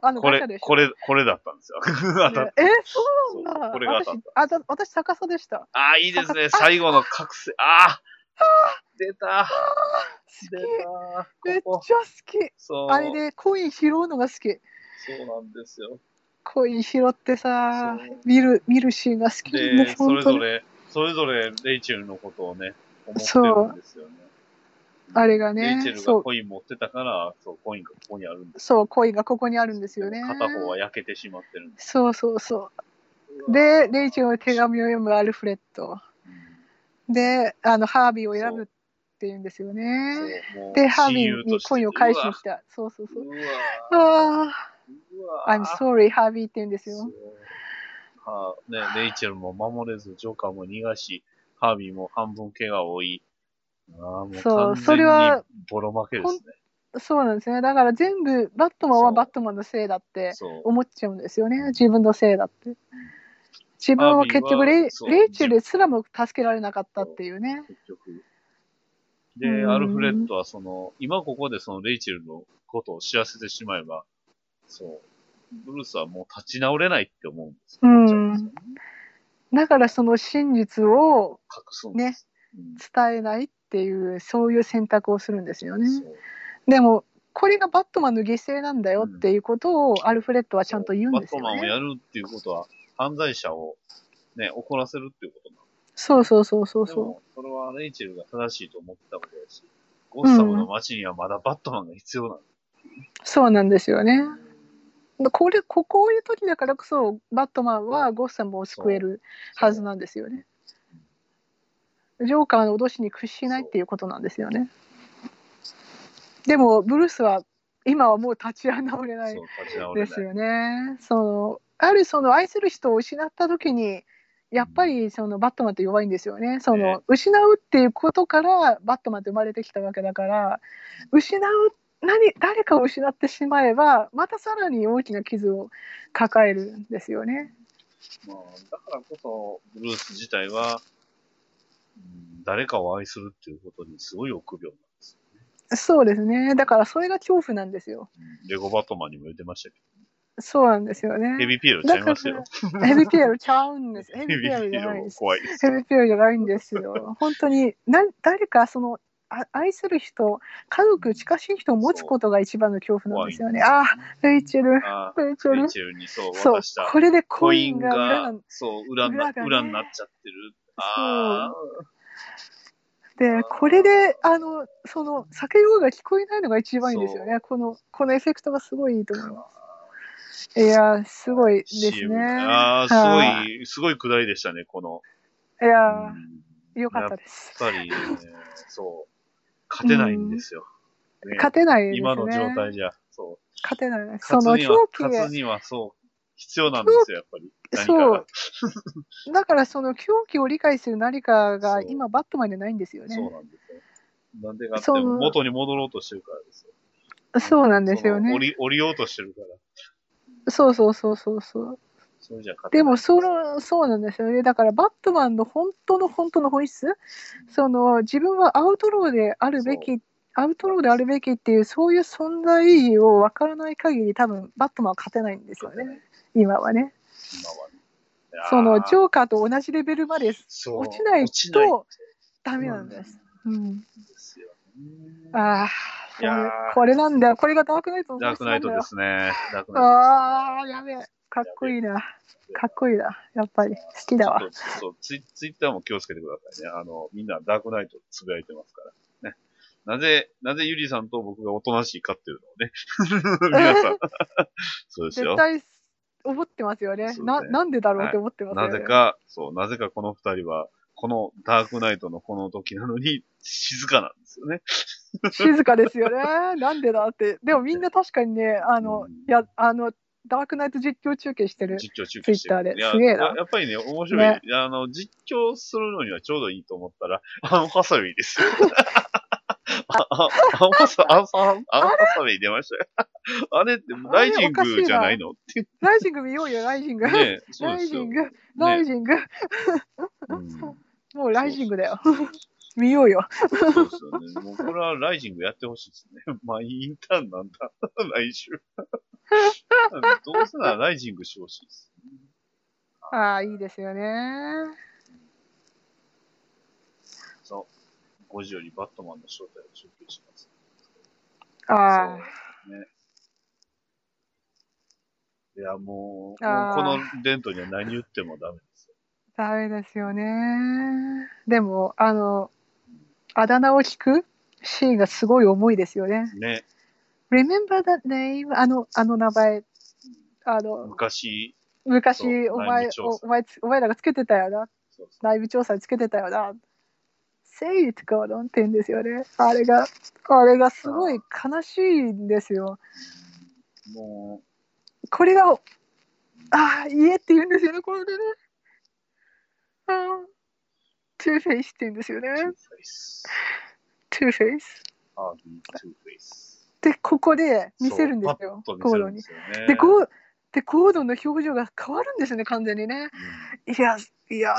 S4: あの、
S1: こ
S4: (laughs) ガチ
S1: れ
S4: ャで、し
S1: こ
S4: ょ。
S1: れ、これだったん
S4: (laughs)
S1: ですよ。当たっ
S4: え、そうなん
S1: (laughs) そ
S4: だ。
S1: うこれが当た
S4: 私、あた私、逆さでした。
S1: あー、いいですね。最後の覚醒。あー、出た。出。
S4: めったちゃ
S1: こ
S4: 好
S1: こ。
S4: き。
S1: そう。
S4: あれでコイン拾うのが好き。
S1: そうなんです
S4: (laughs)
S1: よ。
S4: コイン拾ってさ
S1: そう、
S4: 見る、見るシーンが好き。もう
S1: で、そ
S4: 本
S1: れ
S4: 当
S1: ぞ
S4: に。
S1: れ、それぞれレイチェルのことをね、思ってるんですよね。
S4: あれが
S1: レイチェ
S4: ね、
S1: ル
S4: そ
S1: が
S4: う、
S1: コイン持ってたから、そう、コインがここにあるんです
S4: そう、コインがここにあるんですよね。
S1: 片方は焼けてしまってるんで
S4: そうそうそう。
S1: うわ
S4: で、レイチェルの手紙を読むアルフレッド。で、あの、ハービーを選ぶっていうんですよ
S1: うん
S4: ね。
S1: そうもう
S4: で、ハー
S1: 親
S4: ビ
S1: 友
S4: ー
S1: と
S4: に
S1: して
S4: コインを返しに来た。そうそう
S1: う
S4: そう。
S1: わ
S4: あ
S1: うわ
S4: あ、I'm
S1: そう
S4: sorry, ハービーって言うんですよ。
S1: はあ、ね、レイチェルも守れず、ジョーカーも逃がし、ハービーも半分怪我を負い、ああ、もう
S4: そう
S1: 完
S4: そ
S1: 全
S4: れ
S1: に
S4: は
S1: ボロ負けですね。
S4: そうなんですね。だから全部、バットマン
S1: そ
S4: は
S1: う
S4: バットマンのせいだって
S1: そう。
S4: 思っちゃうんですよね。自分のせいだって。自分は
S1: ハ
S4: 結
S1: ー
S4: 局
S1: ビーは
S4: レイ、
S1: そう
S4: レイチェルすらも助けられなかったっていうね。
S1: 結局。で、
S4: うん
S1: アルフレッドはその、今ここでそのレイチェルのことを知らせてしまえば、そう、ブルースはもう立ち直れないって思うんですよ。
S4: う
S1: 思
S4: ん
S1: っちゃですよね
S4: だからその真実を
S1: 隠すんです。うん
S4: 伝えないっていうそういう選択をするんですよね
S1: そう
S4: でもこれがバットマンの犠牲なんだよっていうことをアルフレッドはちゃんと言うんですよ
S1: バットマンを
S4: ね
S1: やるっていうことは、犯罪者をね、怒らせるっていうことなん
S4: そうそうそうそう
S1: で
S4: そ
S1: も、それはレイチェルが正しいと思ってたことだし、ゴッサムの街にはまだバットマンが必要なんだ。
S4: うそうなんですよねこれここういう時だからこそバットマンはゴッサムを救えるはずなんですよねジョーカーの脅しに屈しないっていうことなんですよねでもブルースは今はもう立ち直れない
S1: そう、立ち直れ
S4: で
S1: ない。
S4: すよね。そのあるその愛する人を失った時にやっぱりそのバットマンって弱いんですよね。そ
S1: ね
S4: の失うっていうことからバットマンって生まれてきたわけだから失う何誰かを失ってしまえばまたさらに大きな傷を抱えるんですよね。
S1: まあ、だからこそ、ブルース自体は、うん誰かを愛するっていうことにすごい臆病なんです。
S4: そうですね。だからそれが恐怖なんですよ。
S1: レゴバットマンにも言ってましたけ
S4: そうなんですよ
S1: ど、ヘ
S4: ね。
S1: ビーピエロちゃいますよ。
S4: ヘビピエロちゃうんです。ヘ
S1: ヘ
S4: ビピエロ
S1: ビー
S4: じ
S1: ピエ
S4: ゃない
S1: ロ
S4: です。
S1: 怖いです
S4: ヘ。ビピエロじゃないんですよ。本当にな誰かそのあ愛する人、家族、近しい人を持つことが一番の恐怖なんですよね。ああ、レイチェル、
S1: あ
S4: レイチ
S1: あ、
S4: ェ
S1: レイ
S4: ル。
S1: チェルにそう、
S4: そう
S1: 渡した、。
S4: これでコ
S1: コ
S4: イ
S1: イ
S4: ン
S1: ン
S4: が裏な
S1: が
S4: ん、
S1: そう、裏にな
S4: 裏がね
S1: 裏になっちゃってる。あ
S4: で、これで、あの、その、叫び声が聞こえないのが一番いいんですよね。この、このエフェクトがすごいいいと思います。いやー、すごいで
S1: あ、
S4: す
S1: CM
S4: ね。
S1: ああ、すごい、すごいくだりでしたね、この。
S4: い。いや
S1: うん
S4: ー、よかっ
S1: や
S4: た
S1: っ
S4: です。
S1: ぱりね、そう、勝てないんですよ。ね
S4: 勝てないですね。
S1: 今の状態じゃ、そう。
S4: 勝てない。そ
S1: 勝つ
S4: の
S1: には
S4: 狂、気
S1: 勝
S4: へ
S1: つにはそう、必要なんですよ、やっぱり。何か
S4: そ
S1: が
S4: う。だからその狂気を理解する何か
S1: そ
S4: が
S1: う
S4: 今バットマンじゃないんですよね。
S1: そうなんですよ。なんでかって、
S4: その
S1: 元に戻ろうとしてるからですよ。
S4: そうなんですよ
S1: その降
S4: ね。
S1: り、降りようとしてるから。
S4: そうそうそうそうそう。
S1: それじゃ勝て
S4: で
S1: ない
S4: もそのそうなんですよね。だからバットマンの本当の本当の本質、その自分はアウトローであるべき。アウトローであるべきっていうそういう存在意義を分からない限り多分バットマンは勝てないんですよね今はね
S1: 今はね。いやー
S4: そのジョーカーと同じレベルまで
S1: そう
S4: 落ちない
S1: 落ちないん
S4: とダメなんです、うん、
S1: ですよね。
S4: ああ
S1: いやー
S4: これなんだよこれがダークナイトの
S1: ダー
S4: 本質
S1: ク
S4: な
S1: ナイ
S4: んだ
S1: ト
S4: よ
S1: ですね。ダークナイト。
S4: ああ、やべえ。かっこいいな。かっこいいな。やっぱり。好きだ
S1: ちょ
S4: わ
S1: っ。とそうツイ、ツイッターも気をつけてくださいね。あの、みんなダークナイトつぶやいてますから。ね。なぜ、なぜゆりさんと僕がおとなしいかっていうのをね。 (laughs) 皆さん。 (laughs) そうです
S4: 絶
S1: よ。
S4: 対、思ってますよね。
S1: そうね
S4: な、なんでだろうって思ってますよ
S1: な
S4: ね。
S1: ぜか、そう、なぜかこの二人は、このダークナイトのこの時なのに、静かなんですよね。
S4: 静かですよね。 (laughs) なんでだって。でもみんな確かにね、あの、
S1: うん
S4: いや、あの、ダークナイト実況中継してる。
S1: 実況中継してる。
S4: ツイッター
S1: い
S4: で
S1: や
S4: すげえな
S1: ややっぱりね、面白い。
S4: ね
S1: あの、実況するのにはちょうどいいと思ったら、アンハサウェイです (laughs) よ。ああアンハサ、アンハアンハサウェイ出ましたよ。 (laughs) あれって、ライジングじゃないのって
S4: ライジング見ようよ、ライジング。
S1: 言ってね、そう
S4: ラ
S1: で
S4: イ
S1: す
S4: ジ
S1: よ。
S4: ン
S1: ね
S4: グ、ライジング。
S1: うん
S4: もうライジングだよ。
S1: そう
S4: 見ようよ。
S1: そうですよね。もうこれはライジングやってほしいですね。 (laughs) まあ、インターンなんだ。 (laughs) 来週。どうせならライジングしてほしいです。
S4: ああ、いいですよね。
S1: そう。5時よりバットマンの正体を中継します。
S4: あ
S1: そうね。いや、もう、も
S4: あ
S1: う
S4: ー
S1: この伝統には何言ってもダメですよ。
S4: あ、ダメですよね。でも、あの、あだ名を聞くシーンがすごい重いですよね。
S1: ね。
S4: Remember that name? あの、あの名前。あの、
S1: 昔、
S4: 昔、
S1: そう
S4: お
S1: 内
S4: 前
S1: 部、調
S4: お
S1: 査
S4: お前つ、お前らがつけてたよな。
S1: そうそう
S4: 内部調査につけてたよな。Say it, Gordon って言うんですよね。あれが、あれがすごい悲しいんですよ。
S1: も
S4: これが、ああ、言えって言うんですよね、これでね。ああ、Two Face って言うんですよね
S1: う、。トゥーフェイス。
S4: Two Face。
S1: ハービー、トゥーフェイス。
S4: で、ここで見せるんですよ、
S1: そう
S4: ゴ
S1: パッと見せ
S4: ー
S1: るん
S4: ドン
S1: で
S4: に。
S1: すよね。
S4: で、ゴーでゴードンの表情が変わるんですよね、完全にね。いや、いや、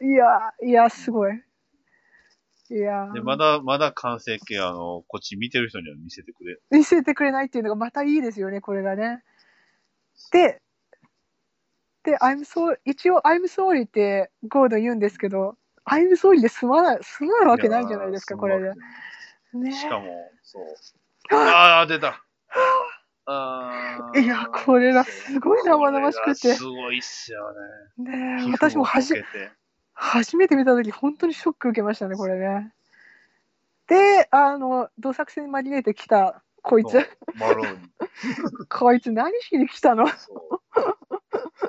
S4: いや、いや、すごい。いや
S1: うん、で、まだ、まだ完成形、あの、こっち見てる人には見せてくれ。
S4: 見せてくれないっていうのがまたいいですよね、これがね。で、で、I'm sorry、一応 I'm sorry ってゴードン言うんですけど、I'm sorry で済まない、済まるわけないじゃないですか、
S1: やー
S4: これで。。ね
S1: しかも、そう。ああ、出た。あー
S4: いやこれがすごい生々しくて
S1: これがすごいっすよ
S4: ね
S1: ね。
S4: え私もは
S1: 皮膚
S4: じ
S1: 溶けて
S4: 初めて見た時本当にショック受けましたね、これね。で、あの、どさくせに紛れてきた、こい
S1: そう
S4: つ、
S1: マローに。
S4: こいつ何しに来たの
S1: そう。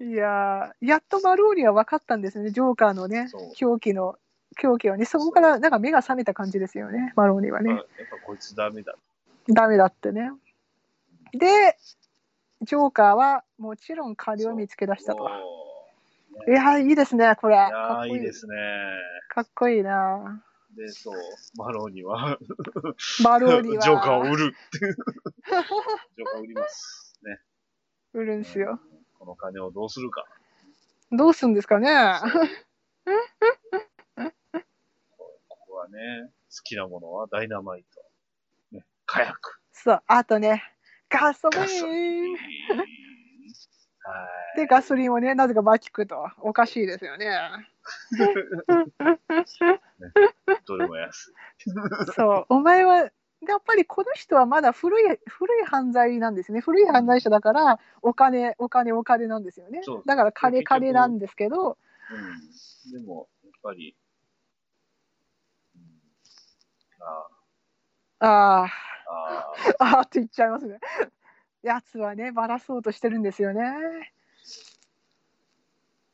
S4: いやーやっとマローニは分かったんですね、ジョーカーのね
S1: そう、
S4: 狂気の、狂気はね、そこからなんか目が覚めた感じですよね、マローニは
S1: やっ
S4: (laughs)
S1: ぱや
S4: ね
S1: っ。ぱこいつダメだ。
S4: ダメだってね。で、ジョーカーはもちろん借りを見つけ出したと。いや、いいですね、これ。
S1: いや
S4: か
S1: ー
S4: っこ
S1: い
S4: い
S1: い
S4: い
S1: ですね。
S4: かっこいいな。
S1: で、そう、マローニは、(laughs)
S4: バ
S1: ジ
S4: ローリ
S1: ョ
S4: は。
S1: ーカーを売るっていう。ジョーカーを売ります。ね。
S4: (laughs) 売るんですよ。
S1: この金をどうするか。
S4: どうすんですかね。
S1: ここはね、好きなものはダイナマイト。ね、火薬。
S4: そう、あとね、ガソリ
S1: ガソリン。
S4: ン
S1: は。い。
S4: で、ガソリンをね、なぜかバチクと。おかしいです (laughs) よね。
S1: どれも安い。
S4: そう、お前は、やっぱりこの人はまだ古い、古い犯罪なんですね。古い犯罪者だから、お金、お金、お金なんですよね
S1: そう。
S4: だから金、金なんですけど、
S1: うん。でも、やっぱり、うん、あ
S4: あ
S1: あ、ああ、
S4: (laughs) あ、ああって言っちゃいますね。やつはね、ばらそうとしてるんですよね。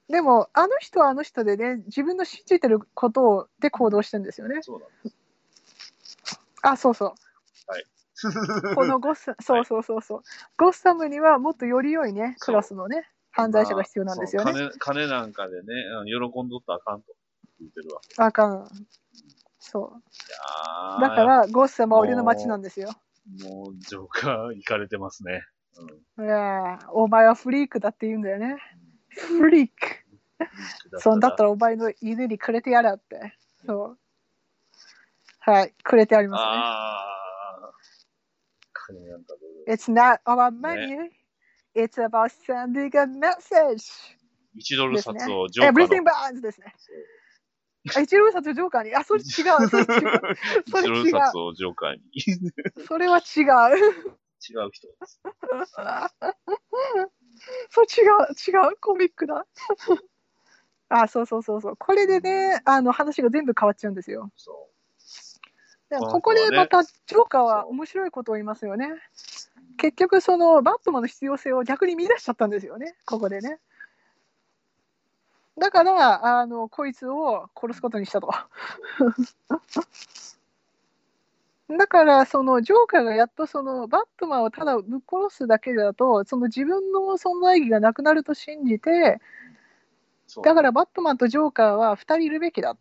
S4: でも、あの人はあの人でね、自分の信じてることをで行動してるんですよね。
S1: そうだ。
S4: あ、そうそう。 (laughs) このゴッサ、そうそうそうそう。ゴッサムにはもっとより良いね、
S1: そ
S4: ク
S1: う
S4: ラスのね、犯罪者が必要なんですよ
S1: まあ
S4: ね。
S1: そう金金なんかでね、あの喜んどったらあかんと言ってるわ。
S4: あかん。そう。
S1: あー
S4: だか、ら、ゴッサムは俺の町なんですよ。
S1: もう、ジョーカー、行かれてますね。うん。
S4: いやーお前はフリークだって言うんだよね。フリーク。 (laughs) そんだった
S1: ら。
S4: らお前の犬にくれてやらって。そう。はい、くれてありま
S1: ああ。金なんか
S4: す
S1: で、
S4: ね。It's not our money.、It's about sending a message.
S1: 1ドル
S4: ですね
S1: 札をジョーカー
S4: Everything
S1: の。
S4: burns ですね。あ一郎札ジョーカーに。あ、それ
S1: (laughs)
S4: 違う。それ違う。それ
S1: 1ドル
S4: 違う
S1: 札をジョーカーに。違う
S4: それは違う。 (laughs)
S1: 人です。
S4: そう違う違うコミックだ。あそうそうそうそうこれでねあの話が全部変わっちゃうんですよ。
S1: そ
S4: で
S1: そう
S4: ここでまたジョーカーは
S1: そう
S4: 面白いことを言いますよね。結局そのバットマンの必要性を逆に見出しちゃったんですよねここでね。だからあのこいつを殺すことにしたと。 (laughs) だからそのジョーカーがやっとそのバットマンをただぶっ殺すだけだとその自分の存在意義がなくなると信じて
S1: う。そう
S4: だからバットマンとジョーカーは2人いるべきだ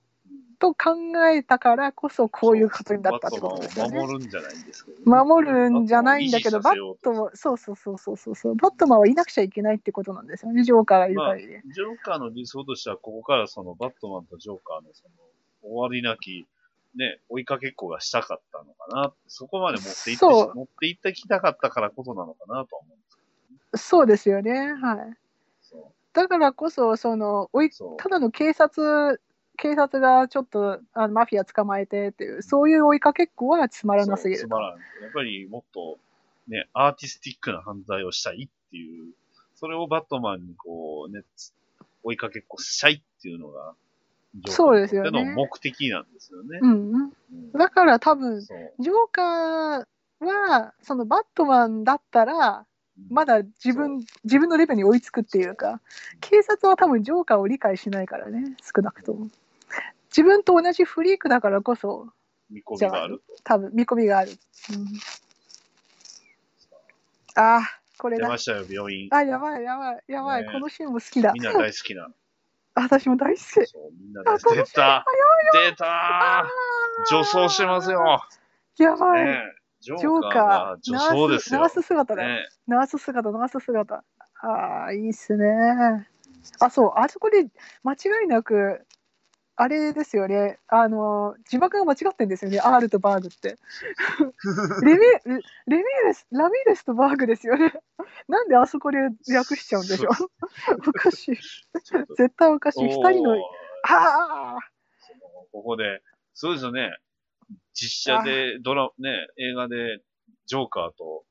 S4: と考えたからこそこういうことになったってことですよ
S1: バットマンを守る
S4: ね。
S1: んじゃないんですけどね、
S4: 守るんじゃないんだけど
S1: バ
S4: バ
S1: ッ
S4: ッ
S1: トマンを維持させようと
S4: トそうそうそうそうそうそうバットマンはいなくちゃいけないってことなんですよねジョーカーがいる限りで、
S1: ジョーカーの理想としては、ここからそのバットマンとジョーカーのその終わりなき、ね、追いかけっこがしたかったのかな。そこまで持っていって、
S4: そう
S1: 持っていってきたかったからこそなのかなとは思うんです
S4: そうですよねはい
S1: けど。
S4: だからこそそのおい
S1: そう。そ
S4: ただの警察警察がちょっとあのマフィア捕まえてっていうそういう追いかけっこはつま
S1: う。
S4: らなすぎ
S1: そう
S4: る
S1: つまらん。やっぱりもっと、ね、アーティスティックな犯罪をしたいっていう、それをバットマンにこう、ね、つ追いかけっこしたいっていうのが、ジョーカーにとっての目的なんですよね。
S4: うんうん
S1: うん
S4: だから多分
S1: そう。
S4: ジョーカーはそのバットマンだったらまだ自分自分のレベルに追いつくっていうか警察は多分ジョーカーを理解しないからね少なくとも自分と同じフリークだからこそ
S1: 見込みがあると。
S4: 多分見込みがある、うん、ああこれ
S1: 出
S4: だ
S1: ましたよ、病院。
S4: あやばいやばいやばい、
S1: ねえ
S4: このシーンも好きだ
S1: みんな大好きな。
S4: (laughs) 私も大好き
S1: そう、みんな大好き。出た出
S4: あ
S1: た
S4: ー
S1: 女装してますよ。
S4: やばい、
S1: ねえ、ジョ
S4: ジョ
S1: ー
S4: ー
S1: カー
S4: カ
S1: が
S4: ー
S1: 女装
S4: ナ
S1: で
S4: ー
S1: す
S4: ス
S1: よ。
S4: ナース姿だ、
S1: ね
S4: ナース姿ナース姿ああいいっすねあそうあそこで間違いなくあれですよねあの字幕が間違ってんですよね R とバーグ
S1: (laughs)
S4: ってレミレミレスラミレスとバーグですよねなんであそこで略しちゃうんでしょうおかしい
S1: ちょっと
S4: 絶対おかし
S1: お
S4: い
S1: ー
S4: 2人のああ
S1: そのここで、そうですよね。実写で、ドラ、ね、映画で、ジョーカーと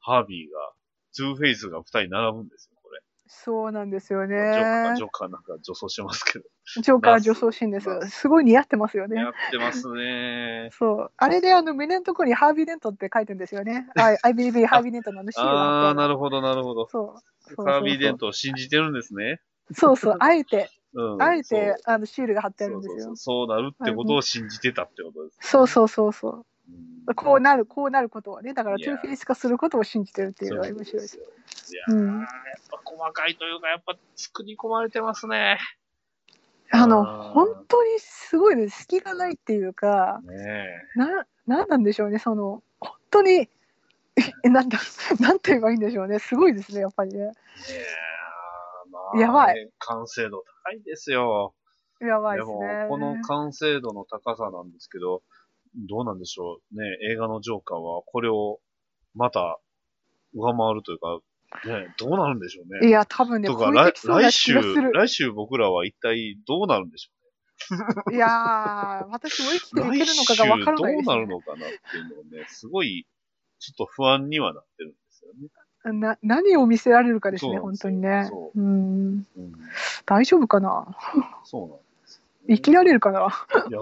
S1: ハービーが、ツーフェイスが二人並ぶんですよ、これ。
S4: そうなんですよね
S1: ジョーカー、ジョーカーなんか女装してますけど。
S4: ジョーカー女装シーンですすごい似合ってますよね
S1: やってます
S4: (laughs)
S1: ね。
S4: そう。あれであの胸のところにハービーデントって書いてるんです
S1: (laughs)
S4: よね。I, I believe in ハービーデントのあのシールが
S1: あー、
S4: あって
S1: なるほど、なるほど。
S4: そう。そうそうそう
S1: ハービーデントを信じてるんですね。
S4: そうそう。あえて、
S1: うん。
S4: あえ
S1: そう
S4: てあのシールが貼ってあるんで
S1: そう
S4: す
S1: そうそ
S4: よ
S1: う。そうなるってことを信じてたってことです。
S4: そうそうそうそう。こうなる、こうなることはね、だから
S1: い
S4: トゥ
S1: や
S4: ーフェイス化することを信じてるっていうのは面白いですよ。
S1: いやー
S4: うん
S1: やっぱ細かいというか、やっぱ作り込まれてますね。
S4: あの、
S1: あー
S4: 本当にすごいです。隙がないっていうか、
S1: ねえ。
S4: な、なんなんでしょうね、その、本当に、えなんだ、なんて言えばいいんでしょうね。すごいですね、やっぱりね。
S1: いやーまあね
S4: やばい。
S1: 完成度高いですよ。
S4: やばい
S1: で
S4: ですね
S1: も、。この完成度の高さなんですけど、どうなんでしょう。ね、映画のジョーカーはこれをまた上回るというか、ね、どうなるんでしょう
S4: い
S1: ね。
S4: や、多分ね、
S1: と
S4: 超
S1: か、来
S4: えてきそうな
S1: 来
S4: 気
S1: 週、
S4: がする。
S1: 来週僕らは一体どうなるんでしょ
S4: いやー、私も生き
S1: う。
S4: てい
S1: 来
S4: けるの
S1: 週
S4: か
S1: ど
S4: が
S1: う
S4: 分からないです、
S1: なるのかなっていうのをね、すごい、ちょっと不安にはなってるんですよね。
S4: な何を見せられるかです
S1: そ
S4: ね、
S1: うなん
S4: 本
S1: です
S4: 当
S1: よ
S4: にね。
S1: そう
S4: うん、
S1: うん、
S4: 大丈夫かな
S1: そうなんですよね、
S4: 生きられるかない
S1: や、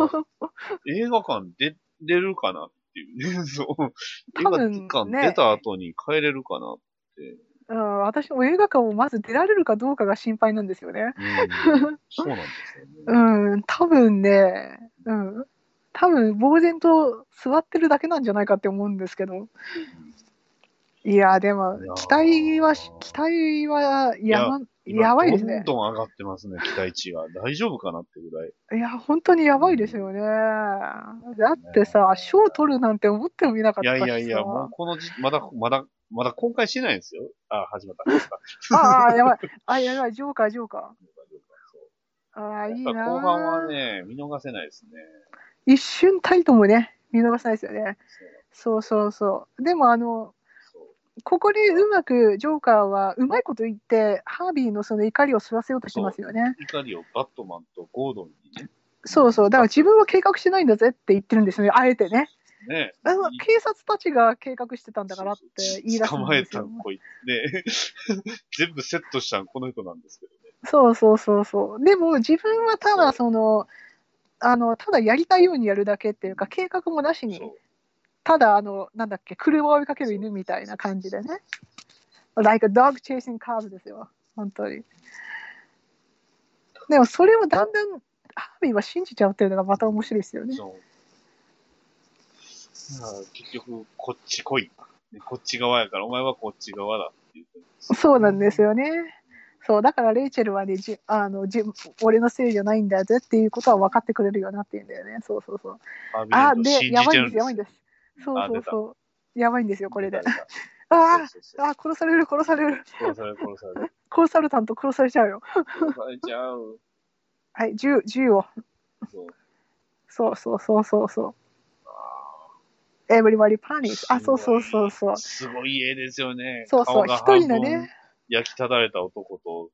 S1: 映画館で出るかなっていうね。 (laughs) そう。映画
S4: 多分ね
S1: 館出た後に帰れるかな。
S4: うん、私も映画館をまず出られるかどうかが心配なんですよね。
S1: うん、そうなんですよね。
S4: うん、多分ね、うん、多分呆然と座ってるだけなんじゃないかって思うんですけど。いや、でも
S1: いやー、
S4: 期待はし、期待はやま、
S1: 今
S4: やばいですね。
S1: どんどん上がってますね、期待値が。大丈夫かなってぐらい。
S4: いや、本当にやばいですよね。だってさ、賞取るなんて思ってもみなかっ
S1: い
S4: た
S1: や
S4: し
S1: い
S4: さ。
S1: やいや、もうこのじ、まだ、まだ、まだ公開してないんですよ。あ、始まった。始まった
S4: ああ、
S1: (laughs)
S4: やばい。あ、やばい、ジョーカー、ジョーカ
S1: そ
S4: ー。ああ、
S1: う
S4: いい
S1: やっぱ
S4: なー。
S1: 後半はね、見逃せないですね。
S4: 一瞬たりともね、見逃さないですよね。そうそうそう。でも、あの、
S1: そう
S4: ここでうまくジョーカーはうまいこと言って、ハービーのその怒りを吸わせようとしてますよね。
S1: 怒りをバットマンとゴードンにね。
S4: そうそう。だから自分は計画してないんだぜって言ってるんですね、あえてね。
S1: ね。
S4: あの警察たちが計画してたんだからって言い出す
S1: 捕
S4: ん
S1: まえ
S4: です
S1: た
S4: よ
S1: ん。こいつね。 (laughs) 全部セットしたんこの人なんですけどね。
S4: そうそうそうそう。でも自分はただその、あのただやりたいようにやるだけっていうか計画もなしに
S1: そう
S4: ただあのなんだっけ車を追いかける犬みたいな感じでね Like a dog chasing cars ですよ本当にでもそれをだんだんハービーは信じちゃうっていうのがまた面白いですよね
S1: そう。だから結局、こっち来い。ねこっち側やから、お前はこっち側だって言ってるんですよ
S4: そうなんですよねそうだからレイチェルはねじあのじ俺のせいじゃないんだぜっていうことは分かってくれるよなっていうんだよねそうそうそうあ
S1: ハービ
S4: ー
S1: ーレイ
S4: で
S1: ンド
S4: や
S1: を信じてるんです
S4: ばいんですやばいんですそう
S1: あー
S4: そう
S1: 出た
S4: そうやばいんですよこれで
S1: そ
S4: あ
S1: う
S4: あ
S1: そうそう
S4: あー殺される殺される
S1: 殺される、殺される。
S4: コンサルタント殺されちゃうよ
S1: 殺されちゃう。
S4: はい銃銃を
S1: そう
S4: そうそうそうそうそう。Everybody panics. あ、
S1: す
S4: そ
S1: ごいう
S4: そうそうそう。
S1: すごい絵ですよね。
S4: そうそう
S1: 顔が半
S4: 一人の
S1: 分
S4: ね
S1: 焼きただれた男と、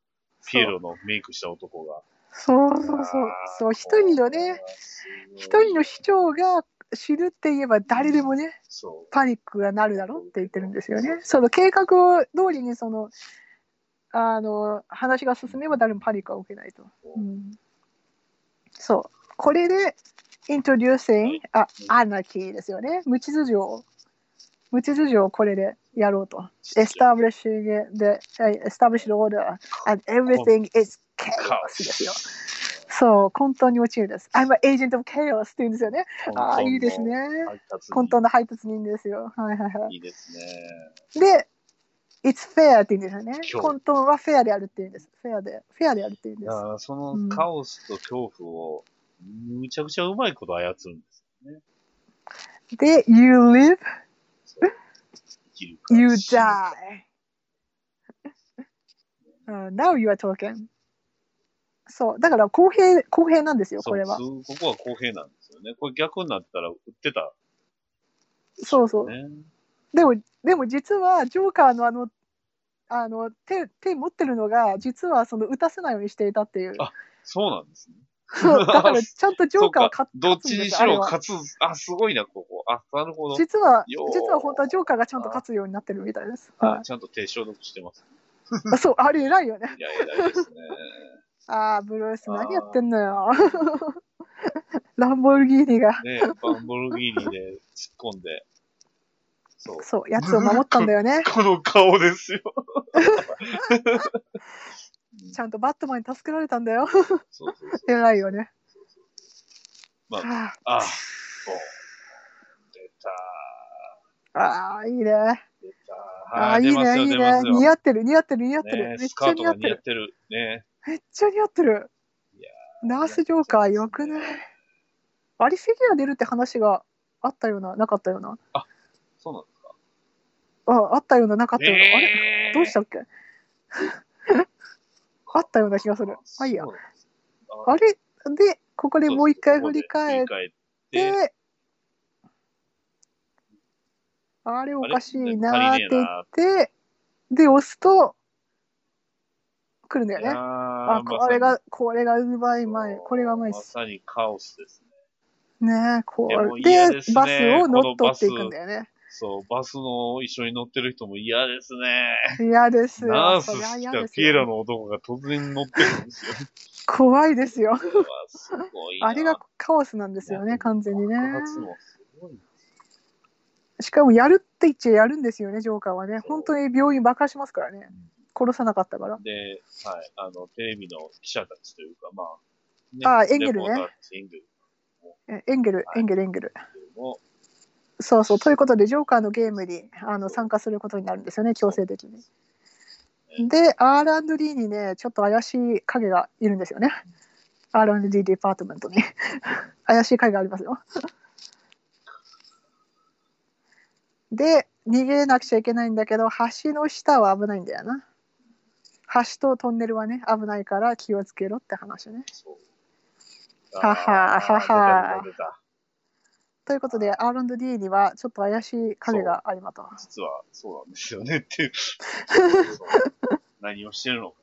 S1: ピ
S4: そ
S1: エ
S4: う
S1: ロのメイクした男が。
S4: そうそうそう。そう、一人のね、、一人の市長が知るって言えば誰でもね、
S1: そう。
S4: パニックがなるだろうって言ってるんですよね。その計画を通りにその、あの、話が進めば誰もパニックは起きないと。うん、そう。これで、introducing あ、アナキーですよね。無秩序を、無秩序をこれでやろうと。establishing the uh, established order and everything is chaos ですよ。そう、混沌に陥るです。I'm an agent of chaos って言うんですよね。ああ、いいですね。混沌
S1: の
S4: の配達人ですよ。はいはいはい
S1: い。いですね。
S4: い。で、It's fair って言うんですよね。
S1: 今日
S4: 混沌はフェアであるって言うんです。フェアで、フェアであるって言うんで
S1: だ
S4: す。
S1: からそうの
S4: ん
S1: カオスと恐怖を、むちゃくちゃうまいこと操るんですよね。
S4: で、You live,
S1: そう生きるか
S4: you
S1: 死ぬ
S4: die. (laughs)
S1: か
S4: Uh, now you are talking. そう、だから公平、公平なんですよ、
S1: そ
S4: こ
S1: う
S4: れは。
S1: そうここは公平なんですよね。これ逆になったら売ってた、
S4: そうそう。
S1: ね。
S4: でも、でも実は、ジョーカーのあの、あの手手持ってるのが実はその打たせないようにしていたっていう
S1: あそうなんですね。
S4: そう
S1: (laughs)
S4: だからちゃんとジョーカーは勝
S1: どっ
S4: 勝つ
S1: ち
S4: んで
S1: に
S4: す
S1: し
S4: あれ
S1: ろ
S4: は
S1: 勝つ、あ、すごいな、ここ。あ、なるほど。
S4: 実は
S1: よー
S4: 実は本当はジョーカーがちゃんと勝つようになってるみたいです。
S1: あ
S4: は
S1: ちゃんと手消毒してます。
S4: い、あそうあれ偉いよね。
S1: いや、偉いです
S4: (laughs)
S1: ね。
S4: ああブルース
S1: あー
S4: 何やってんのよ。 (laughs) ランボルギーニが
S1: ねバンボルギーニで突っ込んで。そう。
S4: そうやつを守ったんだよね。
S1: この顔ですよ。
S4: ちゃんとバットマンに助けられたんだよ。 (laughs)
S1: そうそうそう。
S4: 偉いよね。
S1: まあ
S4: はあ
S1: ああ、た
S4: ああ、いいね。
S1: 出た
S4: ああ
S1: は
S4: ー、
S1: い
S4: いい
S1: 出ます
S4: ね、
S1: よ、
S4: いい
S1: 出ま
S4: ね
S1: す。よ。
S4: 似合ってる、似合ってる、似合ってる。
S1: ね
S4: め
S1: ス
S4: っち
S1: カ
S4: ゃ
S1: ート
S4: 似合
S1: が
S4: って
S1: 似合っ
S4: る。
S1: てる。ね
S4: めっちゃ似合ってる
S1: いや。
S4: ナースジョーカー、よくないありフィギュア出るって話があったような、なかったような。
S1: そうなんで
S4: ああったような、なかった
S1: す
S4: よう
S1: か。
S4: な。あれ
S1: えー
S4: どうしたっけ (laughs) あったような気がする。まあいいや
S1: そ。うなんです
S4: あれで、ここでもう一回振り返っ、
S1: ここで振り返って
S4: あれおかしい
S1: あ
S4: なー
S1: れ
S4: って言って、で、押すと、来るんだよ
S1: いやー
S4: ね。あ、これが、これがうまい、うまい。これがうまいっ。
S1: ますさにカオスですね。
S4: ねえ、こ
S1: でも
S4: う。
S1: 嫌
S4: で
S1: ですね
S4: バスを乗っ取っていくんだよね。
S1: そう、バスの一緒に乗ってる人も嫌ですね。
S4: 嫌です
S1: ナ
S4: よ。
S1: ース
S4: そりゃ
S1: 来
S4: 嫌
S1: た
S4: です
S1: ピエロ
S4: よ。
S1: の男が突然乗ってるんですよ。
S4: 怖いですよ。
S1: これはすごいな。
S4: あれがカオスなんですよね、完全にね。
S1: 爆発もすごいな
S4: しかもやるって言っちゃやるんですよね、ジョーカーはね。本当に病院爆破しますからね。殺さなかったから。
S1: で、はい、あの、テレビの記者たちというか、まあ、ね
S4: あエンゲル
S1: レポ
S4: ね。
S1: ーターたちエンゲル
S4: えエンゲル、エンゲル、エンゲル。
S1: も、
S4: そうそう。ということで、ジョーカーのゲームにあの参加することになるんですよね、強制的に。で、R&D にね、ちょっと怪しい影がいるんですよね。R&D デパートメントに。 (laughs) 怪しい影がありますよ。で、逃げなくちゃいけないんだけど、橋の下は危ないんだよな。橋とトンネルはね、危ないから気をつけろって話ね。
S1: そう。
S4: はは
S1: あー
S4: はは
S1: 出た出た出た
S4: ということで、R&D にはちょっと怪しい影がありまと。
S1: 実はそうなんですよねっていう。 (laughs) そう何をしてるのか。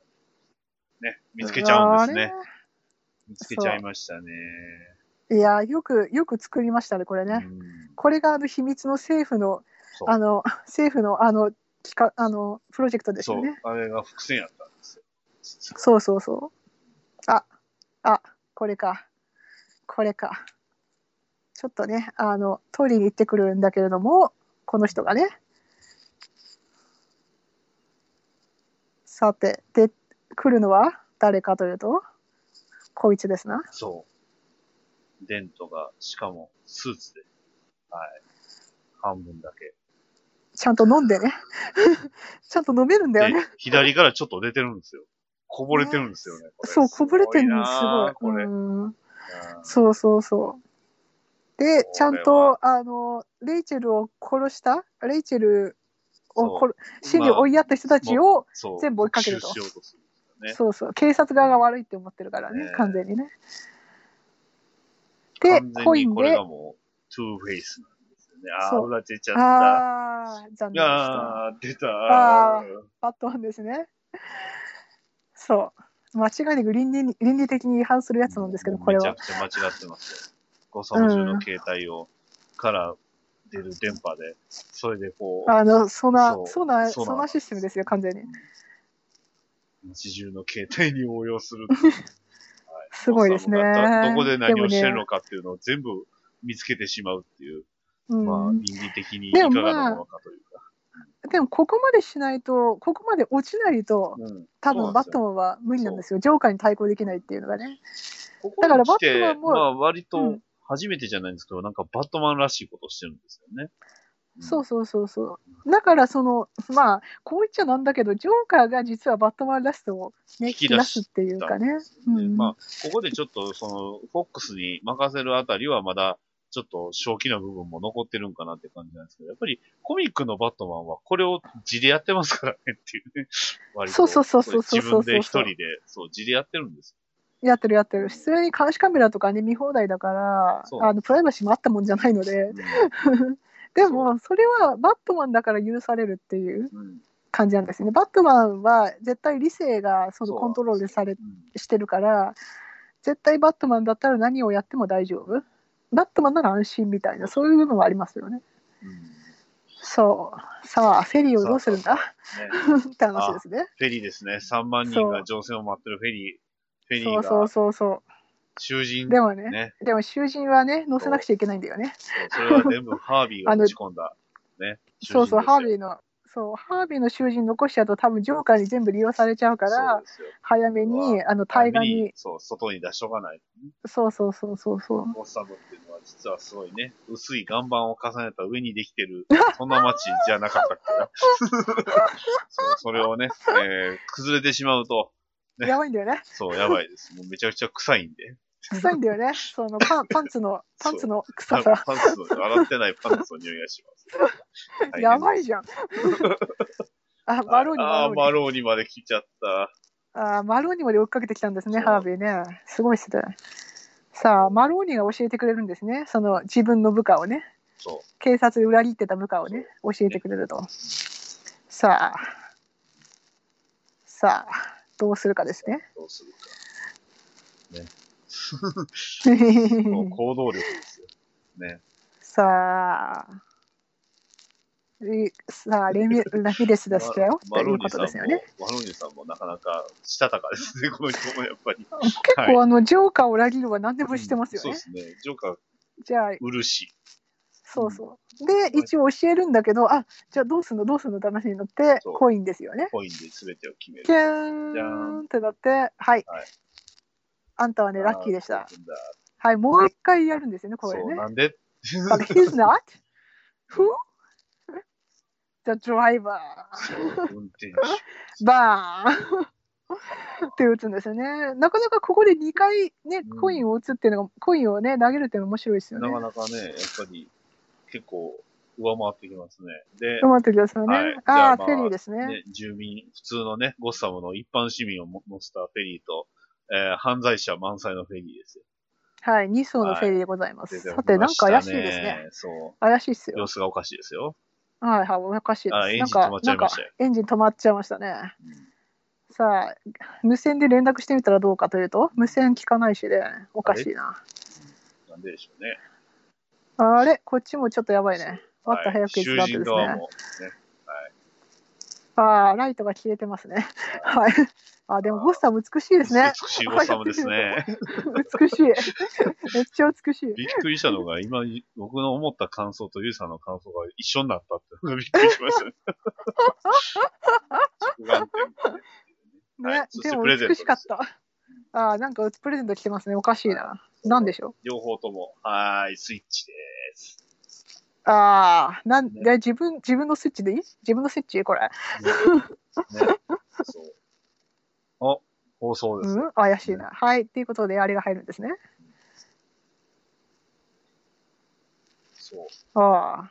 S1: ね、見つけちゃうんです
S4: あ
S1: ね
S4: れ。
S1: 見つけちゃいましたね。
S4: いやーよくよく作りましたねこれね、
S1: うん
S4: これがあの秘密の政府の
S1: そう
S4: あの (laughs) 政府のあの企画あのプロジェクトです
S1: そ
S4: よ
S1: う
S4: ね、
S1: あれが伏線やったんですよ。
S4: そうそうそうああこれかこれかちょっとねあのトイレに行ってくるんだけれどもこの人がねさてで来るのは誰かというとこいつですな
S1: そう。デントが、しかもスーツで、はい。半分だけ。
S4: ちゃんと飲んでね (laughs) ちゃんと飲めるんだよね
S1: で、左からちょっと出てるんですよ。こぼれてるんですよね。これ
S4: そう、こぼれてるのすごい。
S1: すごいなこ
S4: うん
S1: れ。うん
S4: そうそうそう。
S1: こ
S4: で
S1: れは、
S4: ちゃんと、あの、レイチェルを殺した、レイチェルを殺、死に追いやった人たちを、
S1: そう
S4: 全部追いかけると
S1: 復讐しようとするんですよね。
S4: そうそう、警察側が悪いって思ってるからね、
S1: ね
S4: 完全にね。で
S1: 完、
S4: コ
S1: 全
S4: イ
S1: に
S4: ン
S1: これ
S4: で、
S1: がもう、トゥーフェイスなんですよね。あ
S4: そ
S1: ー、
S4: う
S1: 裏出ちゃった。
S4: ああ、
S1: い
S4: 残念でした。
S1: やー、出たー。
S4: あバットマンですね。そう。間違いなく倫理に倫理的に違反するやつなんですけど、これ
S1: もう
S4: は
S1: め。ちゃくちゃ間違ってますよ。誤操縦の携帯を、から出る電波で、それでこう、
S4: あの、そんな
S1: そ、う
S4: そ
S1: そう
S4: んな、
S1: なんです
S4: そんなシステムですよ、完全に。
S1: 日中の携帯に応用する。
S4: すごいですね
S1: 誤作の方。どこで何をしてる
S4: でもね
S1: のかっていうのを全部見つけてしまうっていう、
S4: うん
S1: まあ、倫理的にいかがなものかというか。
S4: でもここまでしないとここまで落ちないと
S1: うんそう
S4: 多分
S1: なん
S4: バ
S1: ですよ
S4: ットマンは無理なんですよジョーカーに対抗できないっていうのがね
S1: ここ
S4: だから
S1: に来て
S4: バットマンも
S1: まあ、割
S4: う
S1: と
S4: ん
S1: 初めてじゃないんですけど、なんかバットマンらしいことをしてるんですよね。
S4: そうそうそうそうだからそのまあこう言っちゃなんだけどジョーカーが実はバットマンらしさを、
S1: 引
S4: ね、引
S1: き
S4: き
S1: 出
S4: 出
S1: し
S4: すっていうかね
S1: で
S4: うん
S1: まあ、ここでちょっと、その、フォックスに任せるあたりはまだ、ちょっと正気な部分も残ってるんかなって感じなんですけど、やっぱりコミックのバットマンはこれを字でやってますからねっていうね。 (laughs) 割と
S4: そうそうそうそうそう
S1: 自分で一人で、そう、字でやってるんです
S4: やってるやってる普通に監視カメラとかね見放題だから
S1: そう
S4: あのプライバシーもあったもんじゃないので
S1: よ。
S4: (laughs) でもそれはバットマンだから許されるっていう
S1: うんうん
S4: 感じなんですねバットマンは絶対理性がその
S1: そう
S4: コントロールされ
S1: うん
S4: してるから絶対バットマンだったら何をやっても大丈夫バットマンなら安心みたいなそういう部分はありますよね
S1: うん
S4: そうさあフェリーをどうするんだ
S1: ね
S4: って話ですね
S1: フェリーですね。3万人が乗船を待ってるフェリー。フェリ
S4: そ
S1: ー
S4: うそう
S1: が
S4: そうそ
S1: 囚人
S4: うでもね
S1: ね。
S4: でも囚人はね乗せなくちゃいけないんだよね
S1: そうそれは全部ハービーが
S4: あの
S1: 打ち込んだ。ね。
S4: そうそうハー
S1: ー
S4: ビーのそうハービーの囚人残しちゃうと多分ジョーカーに全部利用されちゃうか
S1: そう
S4: ら
S1: ですよ。
S4: 早めにあの対
S1: 早
S4: 岸
S1: め
S4: に
S1: そう、外に出しとかない。
S4: そうそうそうそうそう
S1: オッサムっていうのは実はすごいね、薄い岩盤を重ねた上にできてる、そんな街じゃなかったっけな。 (laughs) そうそれをね、えー崩れてしまうと、ね
S4: やばいんだよね。
S1: そう、やばいです。もうめちゃくちゃ臭いんで。
S4: 臭いんだよ
S1: (laughs)
S4: ね。そのパン、パンツの、パンツの
S1: パ
S4: 臭
S1: ン
S4: さ。
S1: パンツの、洗ってないパンツの匂いがします。大変です
S4: やばいじゃん。あ、マローニ
S1: ああー、
S4: マ
S1: マ
S4: ロー
S1: ロー
S4: ニ。
S1: にまで来ちゃった。
S4: あー、マローニまで追っかけてきたんですね、
S1: そう
S4: ハービーね。すごいっすね。さあ、マローニが教えてくれるんですね。その自分の部下をね。
S1: そ
S4: 警察で裏切ってた部下をね教えてくれるとさあさあどうするかですね
S1: (laughs) う、どうするか。 (laughs) もう行動力ですよ。ね。
S4: さあえさあ
S1: (laughs)
S4: レミラミレスだしたよ
S1: まマ
S4: とい
S1: ロー
S4: う
S1: ニ
S4: こ
S1: さん
S4: と
S1: も
S4: ですよね、
S1: マローニさんもなかなかしたたかですね、 (laughs) この人もやっぱり。
S4: 結
S1: はい
S4: 構あのジョーカーを裏切るは何でもしてますよね、
S1: そうですね。ジョーカー
S4: じゃあ
S1: 売るし。
S4: そうそうで一応教えるんだけどあじゃあどうすんのどうすんのって話になって
S1: そう
S4: コインですよね
S1: コインで全てを決める。
S4: キューンってなってはい、あんたはねラッキーでした
S1: あそうなんだ
S4: はい、もう一回やるんですよね、これ
S1: そう、
S4: ね。
S1: なんで
S4: But he's not? Who? The driver.
S1: 運転手。
S4: バーン (laughs) って打つんですよね。なかなかここで2回ね、
S1: うん
S4: コインを打つっていうのが、コインをね、投げるっていうのが面白いですよね
S1: な。かなかね、やっぱり結構上回ってきますね。で、
S4: 頑張ってくださいね。
S1: はいじゃあ
S4: ああ、
S1: まあ
S4: フェリーですね。
S1: ね、住民、普通のね、ゴッサムの一般市民をも乗せたフェリーと、えー犯罪者満載のフェリーですよ。
S4: はい、2層のフェリーでございます。
S1: 出て
S4: さて、
S1: ま
S4: なん
S1: し
S4: か
S1: た
S4: 怪しいですね。。
S1: そ
S4: 怪しいっす
S1: う。
S4: よ
S1: 様。子がおかしいですよ。
S4: はいはい、おかしい
S1: あ
S4: で
S1: エ
S4: す。
S1: ン
S4: な
S1: ジン止
S4: んか
S1: まっ、ちゃ
S4: ないん
S1: ま
S4: か
S1: したよ、
S4: エンジン止まっちゃいましたね。さあ、無線で連絡してみたらどうかというと、無線聞かないしで、おかしいな。
S1: なんででしょうね。
S4: あれこっちもちょっとやばいね。わった早く行く
S1: は
S4: わ
S1: い
S4: け
S1: 囚人
S4: です
S1: 側
S4: ね。
S1: も、ね、
S4: ああ、ライトが消えてますね。はい。あーでもゴッサム美しいですね。
S1: 美しいゴッサムですね。
S4: 美
S1: (laughs)
S4: しい。めっちゃ美しい。
S1: びっくりしたのが、今、僕の思った感想とユウさんの感想が一緒になったってのがびっくりしま
S4: (laughs)
S1: したね。着眼点はい
S4: ね、
S1: そして
S4: でも
S1: プレゼント
S4: 美
S1: です
S4: しかった。ああ、なんかプレゼント来てますね。おかしいな。なんでしょ
S1: 両方とも、はーい、スイッチでーす。
S4: う。ああ、なん
S1: ね
S4: で自分、自分のスイッチでいい自分のスイッチこれ。
S1: ね。そう。あ、放送です。
S4: うん、怪しいな。はい。っていうことで、あれが入るんですね。
S1: そう。
S4: ああ。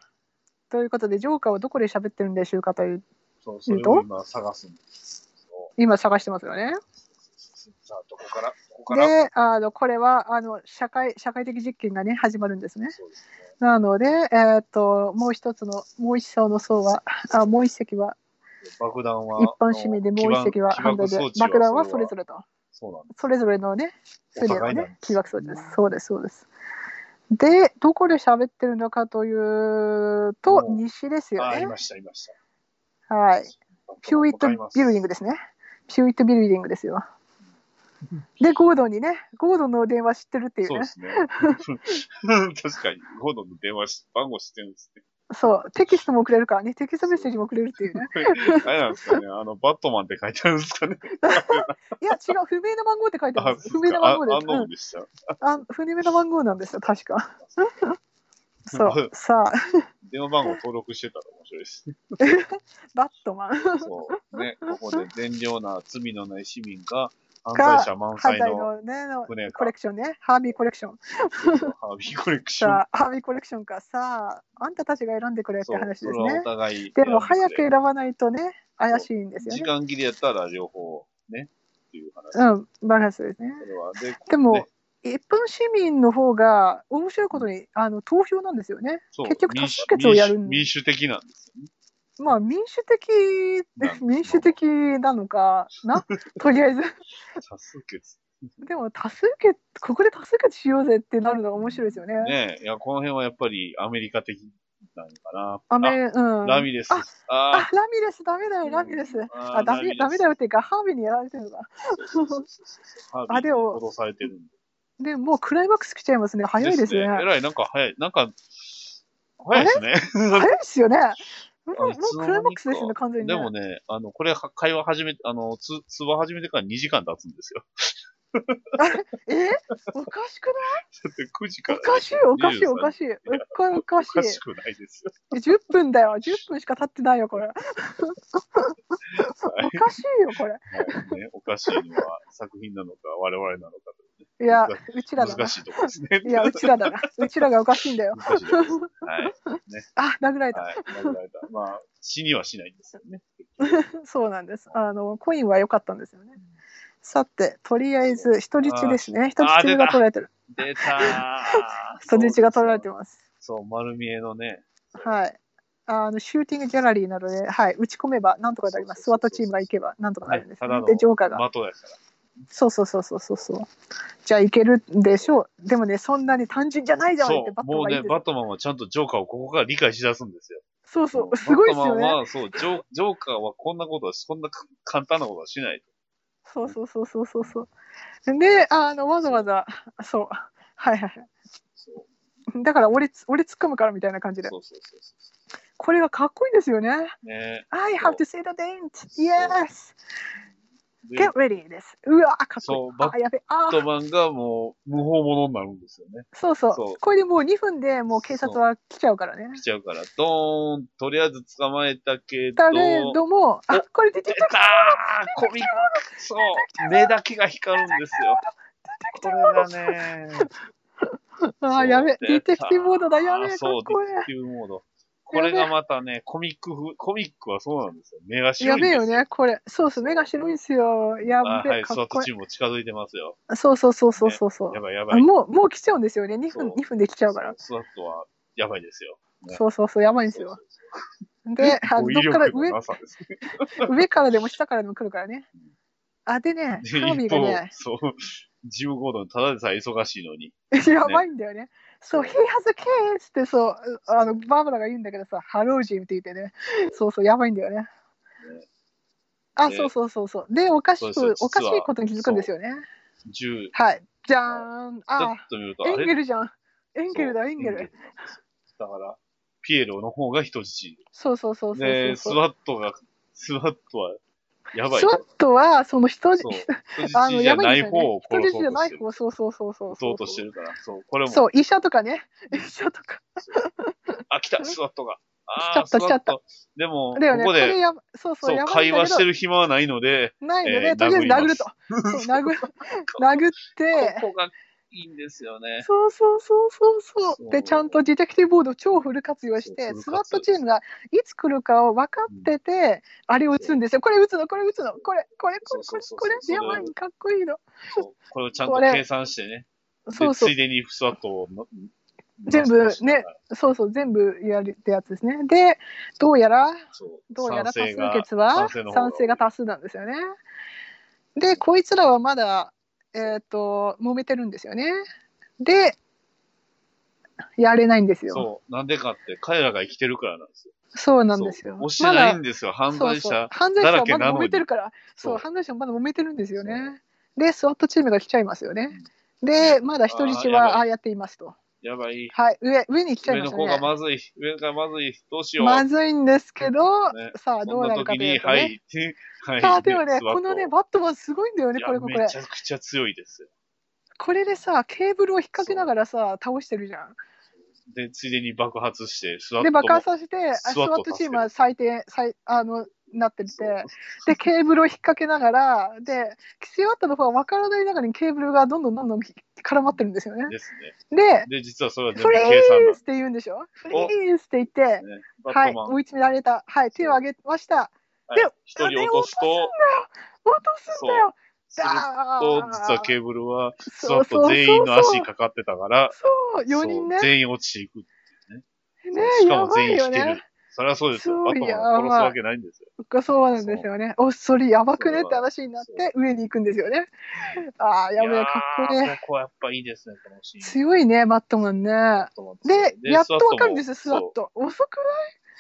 S4: ということで、ジョーカーをどこで喋ってるんでしょうかという、
S1: そう、それを今探すんです。そう。
S4: 今探してますよね。
S1: さあ、どこから、どこから
S4: で、あの、これは、あの、社会、社会的実験がね、始まるんですね。
S1: そうですね。
S4: なので、えーっと、もう一つの、もう一層の層は、あもう一席は、
S1: 爆弾は、
S4: 一般市民で、もう一席は、
S1: 起
S4: ハン
S1: 爆起爆
S4: ドで
S1: 装置、
S4: 爆弾はそれぞ
S1: れ。
S4: れと。
S1: そうなんで
S4: それぞれのね、
S1: お
S4: スリ
S1: 互
S4: の
S1: いなん
S4: ね、起爆装置です。そうです、そうです。で、どこで喋ってるのかというと、
S1: お
S4: 西です
S1: す。
S4: よ
S1: あ、い
S4: ね。
S1: ました、いました。
S4: はい。ピューイット
S1: 向かいます
S4: ビルディングですね。ピューイットビルディングですよ。で、ゴードンにね、ゴードンの電話知ってるっていう
S1: そうで。
S4: ね
S1: すね。 (laughs) 確かに、ゴードンの電話し番号知ってるんですね。 (laughs)
S4: そう、テキストもくれるからね、テキストメッセージもくれるってい
S1: (laughs)
S4: うね。
S1: これあれなんですかね、あの、バットマンって書いてあるんです
S4: (laughs)
S1: かね。
S4: いや、違う、不明な番号って書いてあ
S1: あ、
S4: るんです。
S1: そ
S4: 不
S1: う
S4: 明
S1: か
S4: な
S1: あ
S4: 番号で
S1: あ
S4: す。
S1: の
S4: うん
S1: んでした。
S4: あ、不明な番号なんですよ、確
S1: (laughs)
S4: か。そう、さあ、
S1: 電話番号登録してたら面白いですね。
S4: バットマン。
S1: そう。ね、ここで善良な罪のない市民が犯罪者満
S4: 犯
S1: 載
S4: (laughs) 罪
S1: の
S4: のね、の
S1: 船
S4: (laughs) コ
S1: か
S4: レクションね、ハービーコレクション。
S1: ハービーコレクション。
S4: さあ、ハービーコレクションか、さあ、あんたたちが選んでくれって
S1: そう、そ
S4: 話で
S1: れ
S4: す
S1: はお
S4: ね。
S1: 互い。
S4: でも、早く選ばないとね、怪しいんですよ
S1: 時
S4: ね。
S1: 間切れやったら両方ね、っていう話。
S4: うん、バランスですね。
S1: それは。で、
S4: でも、
S1: ね
S4: 一般市民の方が面白いことにあの投票なんですよね。
S1: そう
S4: 結局
S1: 民主
S4: 多数決をやるん
S1: 民主民主的なんですよね。
S4: まあ民主的
S1: なん
S4: 民主的なのか
S1: (laughs)
S4: なとりあえず
S1: 多数決。
S4: でも多数決ここで多数決しようぜってなるのが面白いですよね。
S1: ねいや、この辺はやっぱりアメリカ的なのかな。
S4: アメ
S1: あ
S4: うん、
S1: ラミレス。
S4: ああ
S1: あ
S4: ラミレスダメだよラミレス。
S1: あー
S4: あダ
S1: ラミレ
S4: メ
S1: ス
S4: ダメだよっていうかハービーにやられてるのか。
S1: あ、
S4: あでも
S1: 脅されてるんで
S4: でもうクライマックス来ちゃいますね早いですね。
S1: えらい、なんか早い。なんか、早いですね。
S4: 早いです (laughs) よね。もう
S1: あ
S4: も
S1: いつの間にか
S4: うクライマックスですよね完全に、ね。
S1: でもね、あの、これは、会話始めて、あの、つ通話始めてから2時間経つんですよ。 (laughs)
S4: えおかしくない
S1: って9時か
S4: (laughs) お
S1: ら。
S4: かしいおかしいおか
S1: しい。
S4: しいおかおかし
S1: おかしくないですよ。
S4: い10分だよ10分しか経ってないよ (laughs) これ
S1: は
S4: (laughs) お
S1: い。
S4: かしいよこれ
S1: はいね、おかしいのは作品なのか我々なのか
S4: いや
S1: 難
S4: うちら
S1: と
S4: だ
S1: 難
S4: な
S1: しいところですね。 (laughs)
S4: いやうちらだなうちらがおかしいんだよ (laughs)
S1: 難しいところですはい。
S4: あ殴られた、
S1: はい。殴られた。まあ、死にはしないんですよね。
S4: そうなんですあのコインは良かったんですよねさてとりあえず人質ですね人
S1: あー
S4: 質が取られてる
S1: 出た
S4: (laughs)
S1: ー。
S4: 人質が取られて
S1: ま
S4: ます
S1: す。そう、丸見えのね。
S4: はいあのシューティングギャラリーなどで、はい、打ち込めばなんとかなります。
S1: そ
S4: ス
S1: う
S4: ワ
S1: そうそうそう
S4: ットチームが行けばなんとかなるんです、
S1: はいただの
S4: で、ジョーカー
S1: 的
S4: が
S1: やから。
S4: そうそうそうそうそうそう。じゃあいけるんでしょう。でもね、そんなに単純じゃないじゃんっ
S1: そ
S4: てバ
S1: う、
S4: ット
S1: もう
S4: がいい
S1: ね
S4: ん、です
S1: バッ
S4: よ。
S1: トマンはちゃんとジョーカーをここから理解しだすんですよ。
S4: そうそう、すごいです
S1: バットマ
S4: よ
S1: ン
S4: ね。
S1: は、そう、ジョジョーカーはこんなことは、そんなか簡単なことはしない。
S4: そうそうそうそうそうそう。で、あのわざわざ、そう、はいはいはい。
S1: そう
S4: だから俺つ俺突っ込むからみたいな感じで
S1: そ、うそうそうそ
S4: これがかっこいいんですよね。
S1: う。ね
S4: I have to say the date. Yes.
S1: で
S4: Get ready です。うわー、かっ
S1: そ
S4: こ
S1: う
S4: いい。
S1: バッ
S4: あ、やべえ。あ
S1: バットマンがもう無法者になるんですよね。
S4: そうそう
S1: そう
S4: これでもう2分でもう警察は来ちゃうからね。
S1: 来ちゃうから、ドーン、とりあえず捕まえたけど、
S4: だれども、あ、これ出て
S1: 出
S4: きた。
S1: たーコミック、そう、目だけが光るんですよ。これがね、
S4: (laughs) あー、やべえ。
S1: そう
S4: ディテクティブモードだ。やべ
S1: あ
S4: え、か
S1: そ
S4: っ
S1: う、デ
S4: こい
S1: ィ
S4: い。
S1: テクティブモード。これがまたね、コミック風、コミックはそうなんですよ。目が白
S4: や
S1: いん
S4: べ
S1: で
S4: え
S1: す
S4: よね、これ。そうそう、目が白いんすよ。や
S1: あ
S4: べ
S1: は
S4: え、
S1: い、
S4: か
S1: スワ
S4: っ
S1: ット
S4: こい
S1: チームも近づいてますよ。
S4: い。そうそうそうそうそうそう
S1: や。ばいやばい。
S4: もう、もう来ちゃうんですよね。2分
S1: そ、う
S4: 二分で来ちゃうから。
S1: スワットはやばいですよ。ね
S4: そうそうそう、やばいんです
S1: そうそ
S4: よ。
S1: うそう
S4: で、あの
S1: 語
S4: ど
S1: 彙
S4: っから
S1: 力
S4: 上
S1: の、なさですね。
S4: 上からでも下からでも来るからね。あ、でね、
S1: で
S4: カービ
S1: 一
S4: ィが
S1: 方
S4: ね、、
S1: そう、ジムゴードン、ただでさえ忙しいのに。
S4: やばいんだよね。そう、He has a case! ってそう、あの、バーバラが言うんだけどさ、ハロージンって言ってね。そうそう、やばいんだよね。あ、
S1: ね
S4: そうそうそうそう。で、おかし
S1: そう
S4: く、
S1: そう
S4: おかし
S1: 実
S4: い
S1: は
S4: ことに気づくんですよね。
S1: 銃、
S4: はい。じゃーん。
S1: ち
S4: あ
S1: ょっと見ると、
S4: ー、
S1: あ
S4: エン
S1: れ
S4: ゲルじゃん。エンゲルだ、
S1: そう
S4: エンゲル。。
S1: だから、ピエロの方が人質。
S4: そうそうそうそうそう
S1: で、ス
S4: そう。
S1: ワットが、スワットは、やばい
S4: ス。ワットはその人
S1: そう。人
S4: あの
S1: 質じ
S4: や
S1: ゃ
S4: ば
S1: ない
S4: ん
S1: い
S4: です
S1: 方
S4: よ
S1: を
S4: ね。人
S1: 殺
S4: 質
S1: そう
S4: じ
S1: としてる。
S4: ゃない方、そうそうそうそう
S1: 撃と
S4: そうう
S1: としてるから。そう、これも。
S4: そう医者とかね、医者とか。
S1: あ、来た、スワットが。
S4: 来ちゃ
S1: あー、
S4: った
S1: ス
S4: 来
S1: ワ
S4: ちゃ
S1: ッ
S4: った
S1: ト。でも、
S4: だよね。
S1: ここ
S4: れ
S1: で、
S4: やばそうそう
S1: そう
S4: や、ば
S1: 会
S4: いんだ
S1: 話
S4: け
S1: して
S4: ど
S1: る暇はないので、
S4: ないので、
S1: えー
S4: とりあえず殴ると。
S1: 殴り (laughs)
S4: そ
S1: ま
S4: う
S1: す
S4: 殴る殴って。
S1: ここがいいんですよね。
S4: そうそうそうそうそう
S1: そう
S4: でちゃんとディテクティブボードを超フル活用して
S1: そう
S4: ス
S1: フル活
S4: ワ
S1: 用
S4: ットチームがいつ来るかを分かってて、あれを打つんですよこれ打つのこれ打つのこれこれこれこ
S1: そう
S4: れ
S1: そうそう
S4: これ
S1: それ
S4: やばいかっこいいの
S1: そうこれをちゃんと
S4: これ
S1: 計算してね。で
S4: (laughs) そうそう
S1: ついでにスワットをの。
S4: 全部ねそうそう全部やるってやつですねでどうやら
S1: そう。
S4: どうやら多数
S1: 賛成が
S4: 決は
S1: 賛成の方
S4: 賛成が多数なんですよねでこいつらはまだえっ、と揉めてるんですよねでやれないんですよそう
S1: そう。なんでかって、彼らが生きてるからなんですよ。
S4: なんですよ
S1: そう押して
S4: ま
S1: ない
S4: だ
S1: んですよ、犯罪
S4: そうそう
S1: 者。
S4: 犯罪者はま
S1: だらけな
S4: だ
S1: の
S4: 揉
S1: に
S4: めてるからそう
S1: そう
S4: 犯罪者はまだ揉めてるんですよねでスワットチームが来ちゃいますよねでまだ人質
S1: あーやばい
S4: はああやっていますと
S1: やばい。
S4: はい上上に来ちゃい
S1: 上の
S4: ました
S1: 方が
S4: ね
S1: まずい。上がまずい。どうしよう。
S4: まずいんですけど、
S1: ね
S4: さあど
S1: こ
S4: うん
S1: な
S4: なるか
S1: 時
S4: とい
S1: に、
S4: うと
S1: は
S4: ね、
S1: い。てはい (laughs)
S4: さあでもね
S1: スワッ
S4: こ
S1: ト
S4: のねバットマンすごいんだよね
S1: いや
S4: これこれ
S1: めちゃくちゃ強いですよ。
S4: これでさケーブルを引っ掛けながらさ倒してるじゃん
S1: で、ついでに爆発して、スワッ
S4: で
S1: ト
S4: 爆
S1: も
S4: 発させてあス
S1: ス
S4: ワ
S1: ワット
S4: ットチームは最低最あのなっててでケーブルを引っ掛けながらでスワットの方は分からない中にケーブルがどんどんどんどん絡まってるんですよね
S1: ですね。
S4: で
S1: で、実はそれは
S4: 「
S1: 全部
S4: フリ
S1: 計算なん
S4: ー
S1: で
S4: ズ!」って言うんでしょ「フリ
S1: お
S4: ーズ!」って言って
S1: すね。バ
S4: は
S1: ッ
S4: い
S1: トマン、
S4: 追い詰められたはい手を挙げましたで
S1: はい一人落とすと、
S4: 落とすんだよ
S1: する
S4: ダ
S1: と
S4: ー、ン
S1: 実はケーブルは、ス
S4: そ
S1: ワ
S4: う
S1: ット
S4: そうそう
S1: 全員の
S4: そ
S1: 足
S4: う
S1: かかってたから、
S4: そう4人ね
S1: そう全員落ちていく。
S4: ね
S1: しか
S4: や
S1: も
S4: ば
S1: 全員
S4: いよ
S1: 引け
S4: ね
S1: る。それはそうですよ。
S4: そ
S1: バ
S4: う
S1: ット
S4: や
S1: マン
S4: ばい
S1: を殺すわけないんですよ。
S4: そうなんですよね。おそれやばくねって話になっ
S1: そ
S4: て上に行くんですよね。ああ、やべ
S1: い
S4: え、
S1: やー
S4: かっこいい。
S1: ここはやっぱいいですね、このシーン。
S4: 強いね、バットマンね。
S1: と思って
S4: で、やっとわかるんですよ、スワッ。
S1: で
S4: ト。遅くな
S1: スワット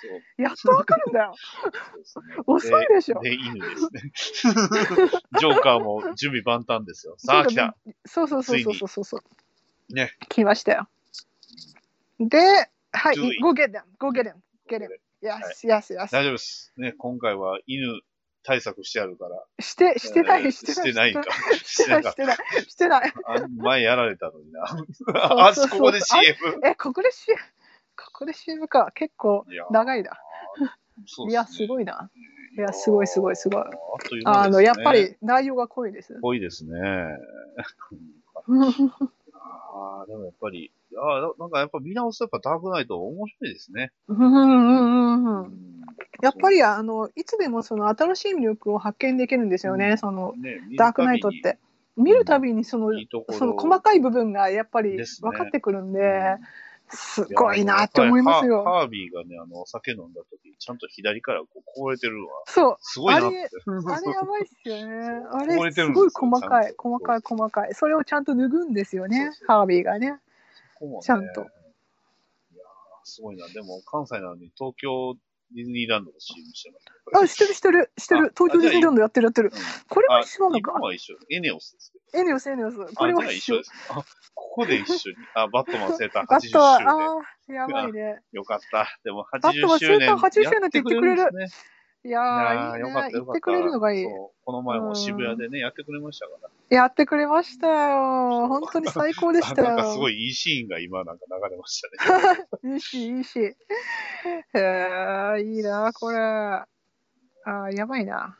S1: も
S4: いやっとわかるんだ
S1: (laughs)
S4: よ。
S1: そうそうですね
S4: 遅いでしょ。
S1: で、犬ですね。
S4: (laughs)
S1: ジョーカーも準備万端ですよ。さあ、来た。
S4: そうそうそうそうそうそうそう。
S1: ね。
S4: 来ましたよ。で、はい、
S1: Do it.
S4: go get them, go get them, get them. Yes, yes, yes.
S1: 大丈夫です。ね、今回は犬対策してあるから。
S4: して、してな
S1: えー
S4: い、してない。
S1: してないんか。
S4: し
S1: しててな
S4: ないい、
S1: か
S4: してない。してない。
S1: あ前やられたの
S4: (laughs)
S1: にな。あ、
S4: そうそうそう
S1: ここで CM。
S4: え、ここで CM、ここで CM か。結構
S1: いや
S4: 長いな。
S1: そう
S4: い
S1: でね
S4: や、すごいな。いや、すごい、すごい、すごい
S1: あ。っという間ですね
S4: あの、やっぱ。り内容が濃いです。
S1: 多いですね。
S4: うん
S1: ああ、でもやっぱり、ああ、なんかやっぱ見直すとやっぱダークナイト面白いですね。
S4: うんうん
S1: ん
S4: うん。やっぱり、あの、いつでもその新しい魅力を発見できるんですよ
S1: う
S4: ね。
S1: ん
S4: その、
S1: ね見る
S4: ダークナイトって。見るたびにそ
S1: た
S4: の
S1: びにいいところ
S4: その細かい部分がやっぱり
S1: ですね
S4: 分かってくるんで、
S1: うん
S4: すごいなって思います
S1: やあの
S4: よ。
S1: ハーハービーがね、あの、お酒飲んだ時、ちゃんと左からこう、こぼれてるわ。
S4: そう。
S1: すごいなって。
S4: あれやばいっすよね。あ
S1: こぼれ
S4: れ
S1: てる
S4: す
S1: んです
S4: ご
S1: よ
S4: い細か
S1: ちゃん
S4: い、
S1: と
S4: 細かい、細かい。それをちゃんと脱ぐんですよね
S1: そうそ、
S4: ハービーがね。
S1: ここもね
S4: ちゃんと。
S1: いやーすごいな。でも、関西なのに東京ディズニーランドの CM してます。
S4: あ、してる、してる、してる。
S1: あ
S4: 東京ディズニーランドやってる、やってる。
S1: うん
S4: これは
S1: あ
S4: 一緒なの
S1: 日本
S4: か。
S1: は一緒。エネオスですけど。
S4: エネオス、エネオス。これ
S1: あ
S4: は
S1: じゃあ
S4: 一緒
S1: で。す。あ、 (laughs) ここで一緒に。あ、バットマン生誕80
S4: バ
S1: 周
S4: ットは、
S1: 年。
S4: ああー、やばいね。
S1: よかった。でも
S4: バットマ
S1: 80
S4: ン
S1: 周年。
S4: 生誕80周年って言ってくれる
S1: やんですね
S4: い
S1: い
S4: や
S1: や
S4: ー、
S1: ー
S4: いい
S1: よかった。。
S4: ね言
S1: よ
S4: っ
S1: かってた。
S4: くれるのがいい。
S1: そうこの前も渋谷でね、やってくれましたから。
S4: やってくれましたよ。本当に最高でした
S1: あ (laughs) なんかすご
S4: よ。
S1: いいいシーンが今なんか流れました
S4: (laughs)
S1: ね。
S4: いいし、いいし。へえ、いいな、これ。あーやばいな。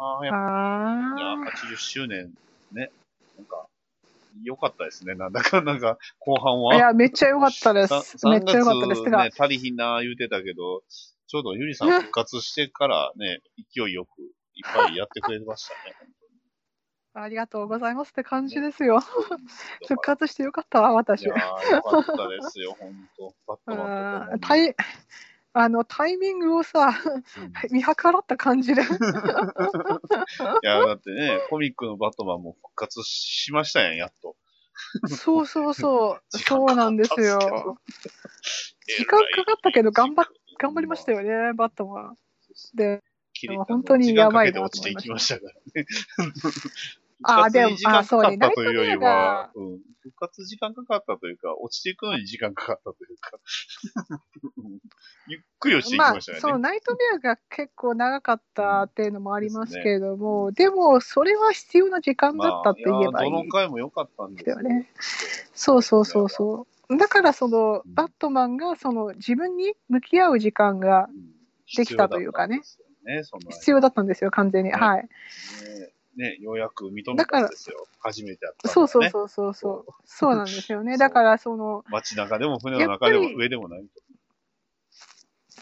S1: ああ、やっ
S4: あ
S1: ぱいや
S4: あ。
S1: 80周年ね。なんか、良かったですね。なんだかなんか、後半は。
S4: いや、めっちゃ良かったで
S1: さ
S4: す。めっちゃ良かったです。
S1: 3月
S4: てか、
S1: ね、足りひんな言うてたけど、ちょうどゆりさん復活してからね、勢いよくいっぱいやってくれましたね。
S4: ありがとうございますって感じです
S1: だ
S4: よ。(laughs) 復
S1: か
S4: 活してよかったわ、
S1: ら
S4: 私
S1: い。やー、よかったですよ、ほんと。バットマン
S4: あ
S1: とか
S4: タ
S1: も。
S4: イあのタイミングをさ、 (laughs) 見計らった感
S1: (laughs)
S4: じで。
S1: いや、だってね、コミックのバットマンも復活しましたやん、やっと。
S4: そうそうそう、
S1: 時間
S4: そ
S1: かか
S4: うな
S1: った
S4: ん
S1: んで
S4: ですす
S1: けど
S4: よ。時間かかったけど頑張っ頑張りました
S1: よ。
S4: よね、バットマン。で、
S1: 切れ
S4: でも本当にやばいな
S1: 時間かけて落ちて
S4: と思い
S1: い
S4: ま
S1: き
S4: した
S1: ましたからね。
S4: (laughs) あー
S1: 復活に
S4: で
S1: 時間かか
S4: も
S1: ったというよりは
S4: あーそうねナイトメアが、
S1: うん、復活時間かかったというか、落ちていくのに時間かかったというか、 (laughs) ゆっくり落ちていき
S4: ま
S1: ま
S4: あ、
S1: した
S4: そ
S1: よ
S4: の
S1: ね。
S4: ナイトメアが結構長かったっていうのもありますけれども、でも、それは必要な時間だったって言えばいい
S1: まあ、どの回も良かったんです
S4: だよね。そうそうそうそう。だからその
S1: うん
S4: バットマンがその自分に向き合う時間が
S1: うん
S4: できたというかね。
S1: 必要だったんです
S4: 必
S1: よ
S4: 要だったんですよ完全に。
S1: ね
S4: はい。
S1: ねその前にね。ね、ようやく認めたんですよ。初めてやった、ね。
S4: そうそうそうそうそう。そうなんですよ
S1: そ
S4: ね。
S1: う
S4: だからその
S1: 街中でも船の中で
S4: やっ
S1: も
S4: ぱり
S1: 上でもない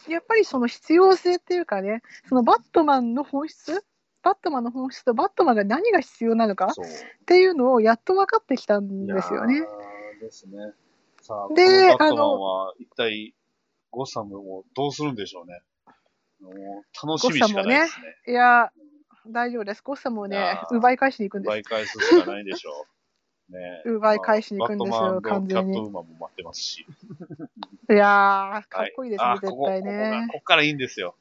S1: と。
S4: やっぱりその必要性っていうかね、そのバットマンの本質、バットマンの本質とバットマンが何が必要なのかっ
S1: そう。
S4: ていうのをやっと分かってきたんですよ
S1: いや
S4: ね。
S1: ー。ですね。さあ、
S4: で
S1: このバットマンは一体ゴッサムをどうするんでしょうね。もう楽しみしかないですね。
S4: いや大丈夫です。コスタも
S1: いや
S4: ね
S1: ー
S4: 奪い返しに行くんです
S1: 奪。い返すしかないでしょう。ねえ
S4: (laughs) 奪い返しに行くんですよ
S1: まあバットマンと
S4: 完全に
S1: キャットウーマンも待ってますし。
S4: いやーか
S1: は
S4: っこいいですね、
S1: あ
S4: 絶対ね
S1: ここここが。ここからいいんですよ。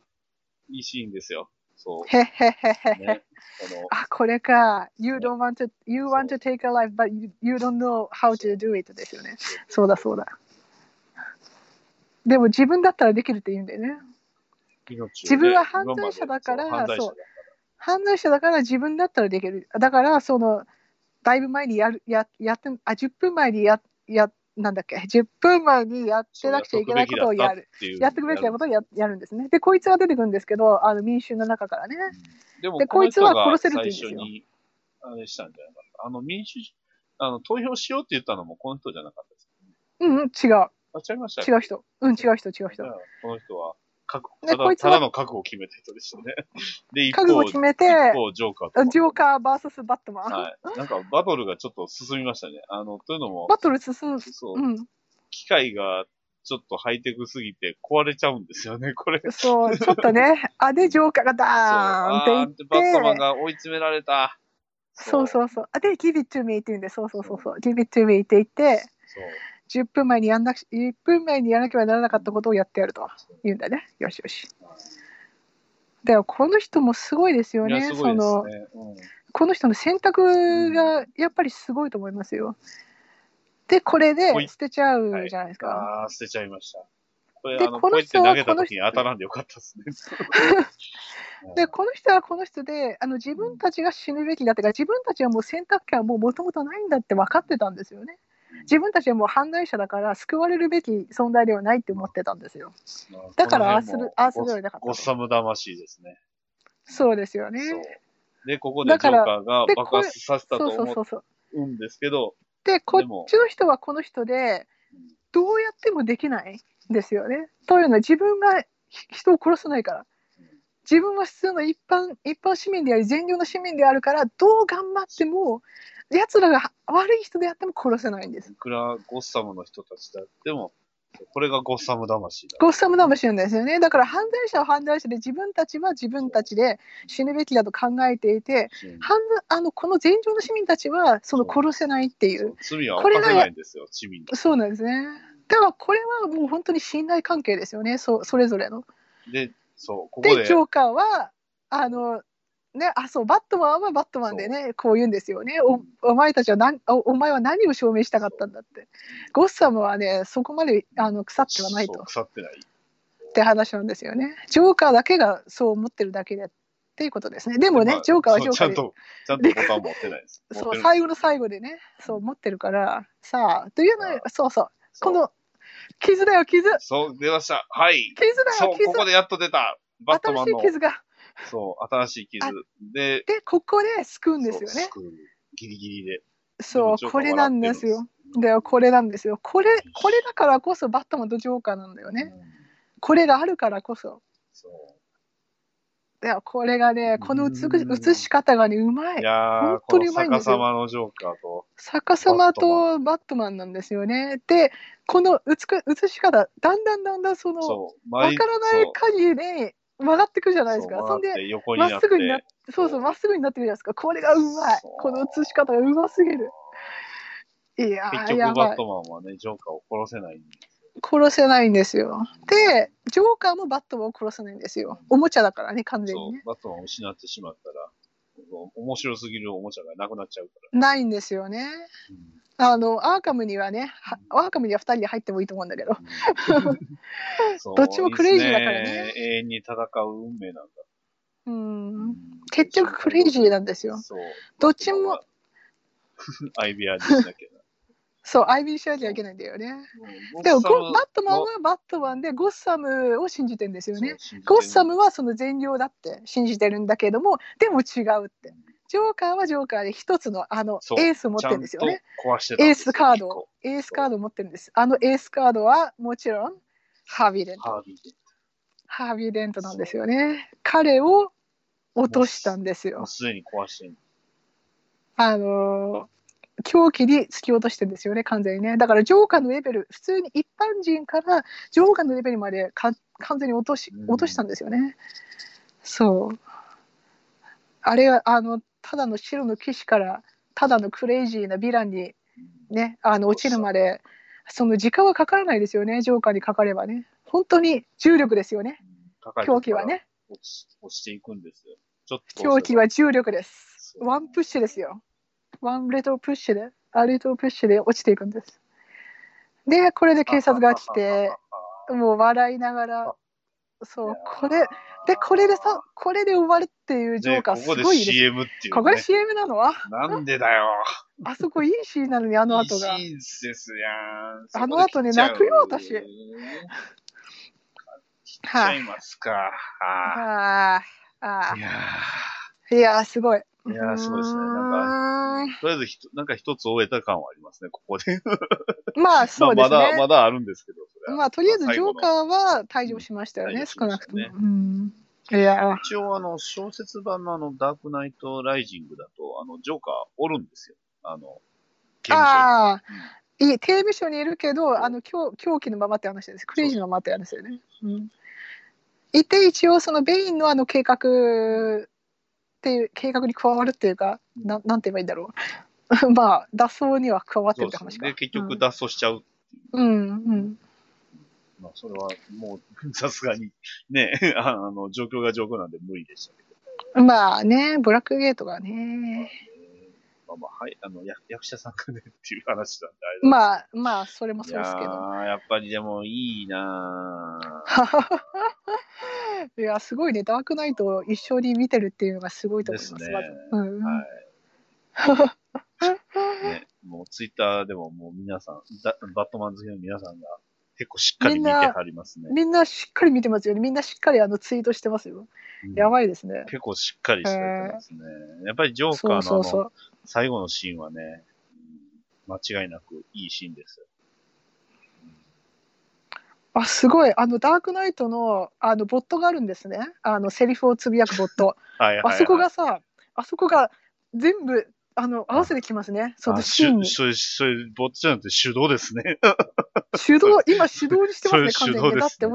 S1: いいシーンですよ。そ
S4: へっへっへっへ
S1: う。
S4: っ (laughs) へ。
S1: ね。こ
S4: あ、これか。You don't want to, you want to take a life, but you, you don't know how to do it ですよね。そうだそうだ。でも自分だったらできるって言うんだよね。
S1: の命をね
S4: 自分は犯罪者だから
S1: 今までそう犯罪者だ
S4: 犯罪者だから自分だったらできる。だから、その、だいぶ前にやる、や、やって、あ、10分前にや、や、なんだっけ、10分前にやってなくちゃいけないことをやる。。やってくべきなこととをややるんですね。で、こいつは出てくるんですけど、あの民衆の中からね。
S1: でも
S4: で
S1: この人が
S4: こいつは殺せるって言うん
S1: 最初
S4: ですよ
S1: に、あれしたんじゃないかな。あの、民主、あの、投票しようって言ったのもこの人じゃなかったです。
S4: うん、うん、違う。
S1: あ、違いました
S4: 違う人。うん、違う人、違
S1: じ
S4: う人
S1: ゃ。あこの人は、覚悟
S4: で
S1: た
S4: こ
S1: だ
S4: いつは
S1: ただの覚悟を決めた人でしたね。 (laughs) で、一方、
S4: 覚悟を決めて
S1: 一方、ジョーカーと。
S4: ジョーカー VS バットマン。
S1: はい。なんか、バトルがちょっと進みましたね。あの、というのも、
S4: バトル進む。
S1: そうう、
S4: ん。
S1: 機械がちょっとハイテクすぎて壊れちゃうんですよね、 (laughs) これ。
S4: そう、ちょっと
S1: (laughs)
S4: ね。あ、で、ジョーカーがダーン
S1: あ
S4: っ
S1: ー
S4: て
S1: バット
S4: 言
S1: マ
S4: っ
S1: ン
S4: て。
S1: が追い詰められた。
S4: そうそうそう。あ、で、give it to me って言うんで、そうそうそうそう。give it to me って言って、
S1: そう。
S4: 10分前にやんなく、1分前にやらなければならなかったことをやってやると言うんだね。よしよし。でも、この人もすごいですよ
S1: いや、
S4: ね。
S1: すご
S4: そ
S1: いで
S4: の、
S1: すね。うん
S4: この人の選択がやっぱりすごいと思いますよ。で、これ
S1: ほい
S4: で捨てちゃうじゃないですか。
S1: ああ、捨てちゃいました。これ、
S4: で
S1: あの、こう
S4: この
S1: やって
S4: 人
S1: 投
S4: は
S1: げた時に
S4: この人
S1: 当たらんでよかったですね。
S4: (laughs) でこの人はこの人であの自分たちが死ぬべきだってか自分たちはもう選択権はもうもともとないんだって分かってたんですよね自分たちはもう犯罪者だから救われるべき存在ではないって思ってたんですよだからああするああするよりなかった
S1: ゴッサム魂ですね。
S4: そうですよ
S1: そう
S4: ね。
S1: で、ここでジョ
S4: だ
S1: ーカ
S4: から
S1: ーが
S4: で
S1: 爆発させたと
S4: そう
S1: 思
S4: そうそうそう
S1: うんですけど、
S4: でこ
S1: でも
S4: っちの人はこの人でどうやってもできないんですよねというのは自分がひ人を殺さないから自分は普通の一般一般市民であり善良な市民であるからどう頑張っても奴らが悪い人であっても殺せないんです
S1: いくらゴッサムの人たちだっても、これがゴッサム魂だ。
S4: ゴッサム魂なんですよねだから犯罪者は犯罪者で自分たちは自分たちで死ぬべきだと考えていて
S1: うん
S4: 犯あのこの善良な市民たちはその殺せないってい
S1: そうう罪は
S4: これ
S1: 犯
S4: が
S1: せないんですよ、市民が
S4: そうなんですね。だからこれはもう本当に信頼関係ですよね、そそれぞれの。
S1: で、そう、ここで
S4: で、ジョーカーは、あの、ね、あそうバットマンはバットマンでねこう言うんですよねおお前たちは何おお前は何を証明したかったんだってゴッサムはねそこまであの腐ってはない
S1: そ
S4: と
S1: う腐ってない。
S4: って話なんですよねジョーカーだけがそう思ってるだけでっていうことですねでもね、
S1: まあ
S4: ジョーカーはジョーカー
S1: そう
S4: で
S1: ちゃんと、ちゃんとボタン持ってないです。持っ
S4: (laughs) そ
S1: てる
S4: う最後の最後でねそう思ってるからさあというのはそうそう
S1: そう
S4: この傷だよ傷
S1: そう、出ました。はい。
S4: 傷だ
S1: そ
S4: よ
S1: う、
S4: 傷
S1: ここでやっと出た。バットマン
S4: 新し
S1: の
S4: い、傷が
S1: そう、新しい傷
S4: あ。
S1: で、
S4: でここで救うんですよ
S1: そう
S4: ね
S1: 救うギリギリで。
S4: そう
S1: でも
S4: これなんですよ。だよこれなんですよこれこれだからこそバットマンとジョーカーなんだよ
S1: ジョーカーは笑ってるんです
S4: ね
S1: うん
S4: これがあるからこそ
S1: そ
S4: だよこれがねこの
S1: うん
S4: 映し方がねうま
S1: う。い
S4: い
S1: やー、
S4: 本
S1: こ
S4: 当に
S1: の
S4: うまいんで
S1: 逆
S4: すよ
S1: さまのジョーカーと、
S4: 逆さまとバットマンなんですよねでこの美映し方だんだんだんだんその
S1: そう、
S4: わ
S1: 毎
S4: からない限りね曲がってくるじゃないですか
S1: そう
S4: そんで
S1: 回って横に
S4: ま
S1: な
S4: っ
S1: って
S4: すぐになそうそうまっすぐになってるじゃないですかこれがうまい
S1: そう
S4: この映し方がうますぎるいや
S1: 結
S4: ーや
S1: 局バ
S4: ば
S1: ッ
S4: い
S1: トマンはね、ジョーカーを殺せないんで。
S4: 殺せないんですよでジョーカーもバットマンを殺せないんですよおもちゃだからね完全
S1: そ
S4: にね
S1: う、バットマンを失ってしまったら、この面白すぎるおもちゃがなくなっちゃうか
S4: ないんですよねあのアーカムにはねはアーカムには2人で入ってもいいと思うんだけど
S1: ら。うんそう
S4: (laughs) どっちもクレイジーだからね
S1: いいっす永遠に戦う運命なんだ。う
S4: う
S1: んん
S4: 結局クレイジーなんですよ
S1: そう。
S4: どっちも。
S1: アイビアにしなきゃな。
S4: そう相見しなきゃいけないんだよね
S1: うん
S4: (laughs) でも
S1: ゴッサム
S4: ゴバットマンはバットマンでゴッサムを信じてんですよね
S1: そう
S4: ゴッサムはその善良だって信じてるんだけどもでも違うってジョーカーはジョーカーで一つのあの
S1: そう
S4: エースを持ってるんですよね。
S1: ちゃんと壊してたん
S4: エー
S1: です
S4: ス
S1: よ
S4: カー
S1: 一
S4: ドを
S1: 個
S4: エースカードを持ってるんですあのエースカードはもちろんハービーレント
S1: ハービーで
S4: ハービーレントなんですよね彼を落としたんです
S1: も
S4: よ
S1: うすでに壊してる。
S4: あのー狂気に突き落としてるんですよね完全にねだからジョーカーのレベル普通に一般人からジョーカーのレベルまでか完全に落とし
S1: うん
S4: 落としたんですよね、そうあれはあのただの白の騎士からただのクレイジーなヴィランにねあの落ちるまでその時間はかからないですよねジョーカーにかかればね本当に重力ですよね
S1: 高いとこ
S4: 狂
S1: ろ
S4: 気はね
S1: 落ち。落ちていくんですよ。ちょっと。
S4: 狂気は重力です。
S1: そう
S4: ワンプッシュですよ。ワンレトプッシュで、アレトプッシュで落ちていくんです。で、これで警察が来て、もう笑いながら、そう、これ、で、これでさ、これで終わるっていうジョーカー、
S1: ね
S4: す
S1: (laughs) ここで
S4: ごいです。
S1: CM っていう、ね。
S4: ここで CM なのは、
S1: なんでだよ。
S4: あそこいいシーンなのに、あの後が
S1: い。いシーンですやん。
S4: あの後ね泣くよ私
S1: 切っちゃいますか。は
S4: ああ、あ
S1: いや
S4: あ、いやー、すごい。
S1: ーいやーそうですね。なんか、
S4: なんか。
S1: とりあえずひと、なんか一つ終えた感はありますね、ここ
S4: (laughs)
S1: で。
S4: まあ、そうですね。
S1: まあまだ、まだあるんですけど、それは
S4: まあ、とりあえずジ
S1: 最
S4: ョ
S1: 後
S4: ー
S1: の
S4: カーは退場しましたよ
S1: うん
S4: ね、
S1: 退場し
S4: 少
S1: ま
S4: な
S1: し
S4: く
S1: た
S4: とも。
S1: ね
S4: うん、いや
S1: 一応、あの、小説版のあの、ダークナイトライジングだと、あの、ジョーカーおるんですよ。あの、刑
S4: ー、
S1: 務
S4: ああ、いい、刑務所にいるけど、あの狂狂気のままって話です。クレイジーのままって話ですよね。うん、いて、一応、そのベインのあの計画っていう、計画に加わるっていうか、なんなんて言えばいいんだろう。 (laughs) まあ、脱走には加わって
S1: 所に。
S4: るって
S1: そうで
S4: 話
S1: す
S4: か。
S1: ね。で、結局脱走しちゃう。
S4: うん、うん、うん。
S1: まあ、それはもう、 (laughs) さすがに、ね、 (laughs) ああの、状況が状況なんで無理でしたけど。
S4: まあね、ブラックゲートがね。
S1: まあ、あまあ、はい、あの、役役者さんがねっていう話なんで、あれだ
S4: まあまあそれもそうですけ
S1: いや
S4: ど
S1: ーやっぱりでもいいなぁ
S4: いやすごいねダークナイトを一緒に見てるっていうのがすごいと思います
S1: ですね
S4: まず、うん
S1: はね、もうツイッターでももう皆さん、だバットマン好きの皆さんが結構しっかり見てはりますね。
S4: みんなしっかり見てますよねみんなしっかりあのツイートしてますよ
S1: うん
S4: やばいですね
S1: 結構しっかりしてるますね。やっぱりジョーカーのあ
S4: そう
S1: の
S4: そうそう
S1: 最後のシーンはね、うん間違いなくいいシーンですよ。
S4: あすごいあのダークナイトのあのボットがあるんですねあのセリフをつぶやくボット
S1: (laughs) はいはいはい、
S4: あそこがさあそこが全部あの合わせてきますねその
S1: あ
S4: シーンに
S1: しゅそういう、そういう、ぼっちじゃなくて手動ですね。
S4: 手動今手動にしてますね
S1: それ
S4: 完全
S1: 手動
S4: に、
S1: ですね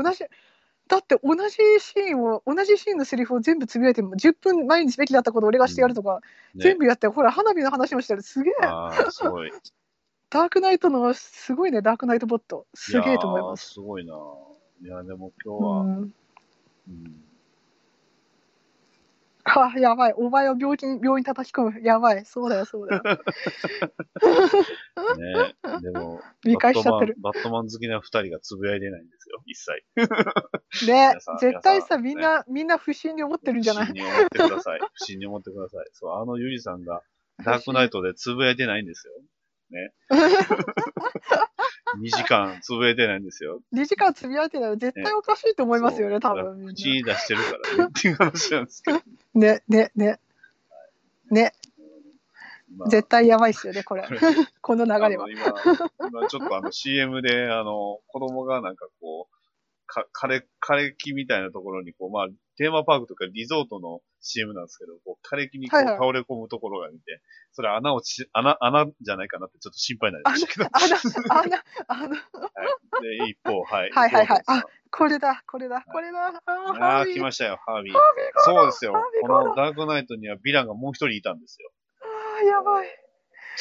S4: だって同じだって同じシーンを同じシーンのセリフを全部つぶやいても10分前にすべきだったことを俺がしてやるとか、
S1: ね
S4: (laughs) 全部やってほら花火の話もしてるすげえ
S1: あーすごい。
S4: ダークナイトのすごいねダークナイトボット (laughs) すげえと思います
S1: やーすごいなぁいや、でも今日は、
S4: うん
S1: うん
S4: あやばいお前を病気に病院叩き込むやばいそうだよそうだよ
S1: ね、で
S4: (laughs)
S1: も、
S4: 見返しちゃってる
S1: バットマンバットマン好きな二人がつぶやいてないんですよ、一切。
S4: ね
S1: 皆さん
S4: 絶対
S1: 皆さ
S4: さ
S1: ん
S4: みんな、みんな不審に思ってるんじゃな
S1: 不
S4: い
S1: 審に思ってください。不審に思ってください。そう、あのユリさんが、ダークナイトでつぶやいてないんですよ。
S4: (laughs)
S1: ね。2時間つぶやいてないんですよ。
S4: 2時間つぶやいてたら絶対おかしいと思いますよね多分みんな
S1: 口に出してるからねっていう話なんですけど。
S4: ねねねね
S1: まあ
S4: 絶対やばいっすよね
S1: (laughs)
S4: これこの流れは
S1: あの今、今ちょっとあの CM で、あの、子供がなんかこう、か、枯れ、枯れ木みたいなところに、こう、まあ、テーマパークとかリゾートの CM なんですけど、こう、枯れ木にこう
S4: はいはい
S1: 倒れ込むところが見て、それ穴落ち、穴、穴じゃないかなってちょっと心配になりました
S4: (laughs)
S1: けど、
S4: あの、あの、あの、
S1: (laughs) で、一方、はい。
S4: はいはいはい
S1: ゴードンさん
S4: これだ、これだ、これだ。あー
S1: あ
S4: ハー
S1: あ、
S4: ビー
S1: 来ましたよ、ハービー。
S4: ハービーゴー
S1: そうですよ
S4: ハービ。ー
S1: こ
S4: ゴードン
S1: のダークナイトにはヴィランがもう一人いたんですよ。
S4: あーやばい。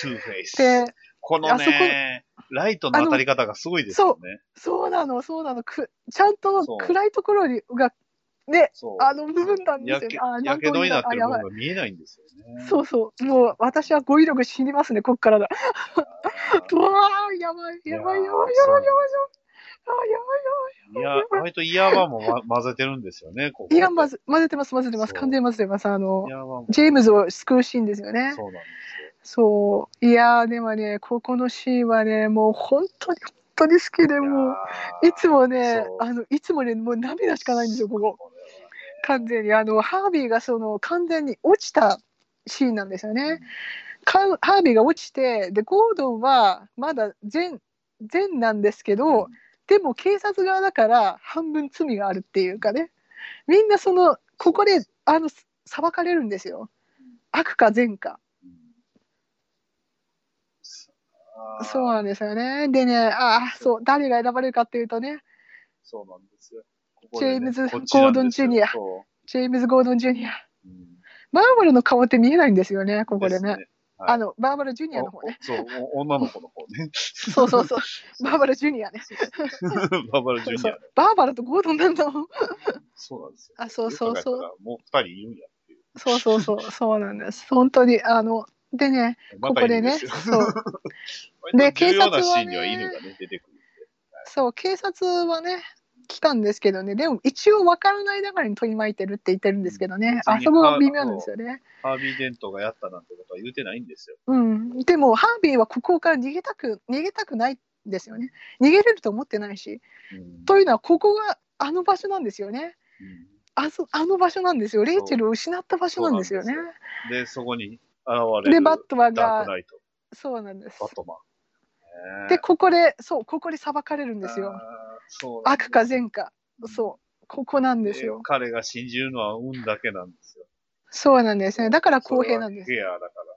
S1: トゥーフェイス。
S4: で、
S1: この
S4: あそこ
S1: ね、ライトの当たり方がすごいですよね。
S4: そうなの、そうなの、く、ちゃんと
S1: そう
S4: 暗いところに、が。ね、
S1: そう。
S4: あの部分なんで
S1: や
S4: すよ
S1: け
S4: ね。あー
S1: やけどになってる
S4: あ
S1: 部
S4: やば
S1: 分が
S4: い
S1: 見えないんですよね。
S4: そうそう、もう、私は語彙力死にますね、こっからだ。うわあ、やばい、やばい、やばい、やばい、やばい、やばい。あーやばいよ。
S1: いや、割とイヤーワンも、
S4: (laughs)
S1: ま、混ぜてるんですよね、ここ。
S4: いや、まず、混ぜてます、混ぜてます、
S1: そう
S4: 完全に混ぜてます、あの
S1: イ。ヤーワンも。
S4: ジェームズを救うシーンですよね。
S1: そうなんで
S4: そう。いやー、でもね、ここのシーンはね、もう本当に、本当に好きです
S1: よ。
S4: もう。
S1: やー
S4: いつもね
S1: そう、
S4: あの、いつもね、もう涙しかないんですよ、ここ。完全に。あの、ハービーがその、完全に落ちたシーンなんですよね。かハービーが落ちて、で、ゴードンはまだ善、善なんですけど、でも警察側だから半分罪があるっていうかね。みんなその、ここで、あの、裁かれるんですよ。悪か善か。
S1: うんあー
S4: そうなんですよね。でね、ああ、そう、誰が選ばれるかっていうとね、
S1: そうなんですよ。
S4: ジェームズ
S1: こっちなん
S4: ゴードン
S1: です
S4: ジ
S1: よ
S4: ュニア
S1: そ
S4: ジェームズ・ゴードン・ジュニア。
S1: ううん
S4: バーバラの顔って見えないんですよね、ここでね。
S1: すはい
S4: あの、バーバラ・ジュニアの方ね。
S1: おおそう、お女の子の方ね。
S4: (laughs) そうそうそう、バーバラ・ジュニアね。
S1: (laughs) バーバラジュニ
S4: そ
S1: ア
S4: う。バーバラとゴードンなんだもん。
S1: そうなんですよ。
S4: あ、そうそ
S1: よ
S4: う
S1: く考
S4: そ
S1: えた
S4: う。
S1: らもう二人いるんやっていう。
S4: そうそうそう、そうなんです。本当に、あの、でね、
S1: ま
S4: こ
S1: た
S4: こ
S1: いる
S4: で
S1: んで
S4: ね、
S1: すよ
S4: そう、
S1: で、 (laughs)
S4: で
S1: 重要な
S4: 警察は
S1: シー
S4: ね
S1: ンには犬がね、出てくるんで。
S4: そう、警察はね、来たんですけどね、でも一応わからない流れに取り巻いてるって言ってるんですけどね、
S1: うん
S4: あそこが微妙なんですよね。
S1: ハービー・デントがやったなんてことは言うてないんですよ。
S4: うん、でもハービーはここから逃げたく逃げたくないんですよね逃げれると思ってないし
S1: うん
S4: というのはここがあの場所なんですよね
S1: うん
S4: あそあの場所なんですよレイチェルを失った場所なんですよね
S1: そうなん
S4: で
S1: で、そこに現れる
S4: バットマン
S1: ダー
S4: が
S1: クナイト、
S4: そうなんです
S1: バットマン。
S4: でここでそうここで裁かれるん
S1: う
S4: ですよ。
S1: そうなんで
S4: 悪か善か
S1: うん
S4: そうここなん
S1: す
S4: ですよ
S1: 彼が信じるのは運だけなんですよ。
S4: そうなんですねだから公平なんで
S1: そ
S4: す
S1: れはフェアだから。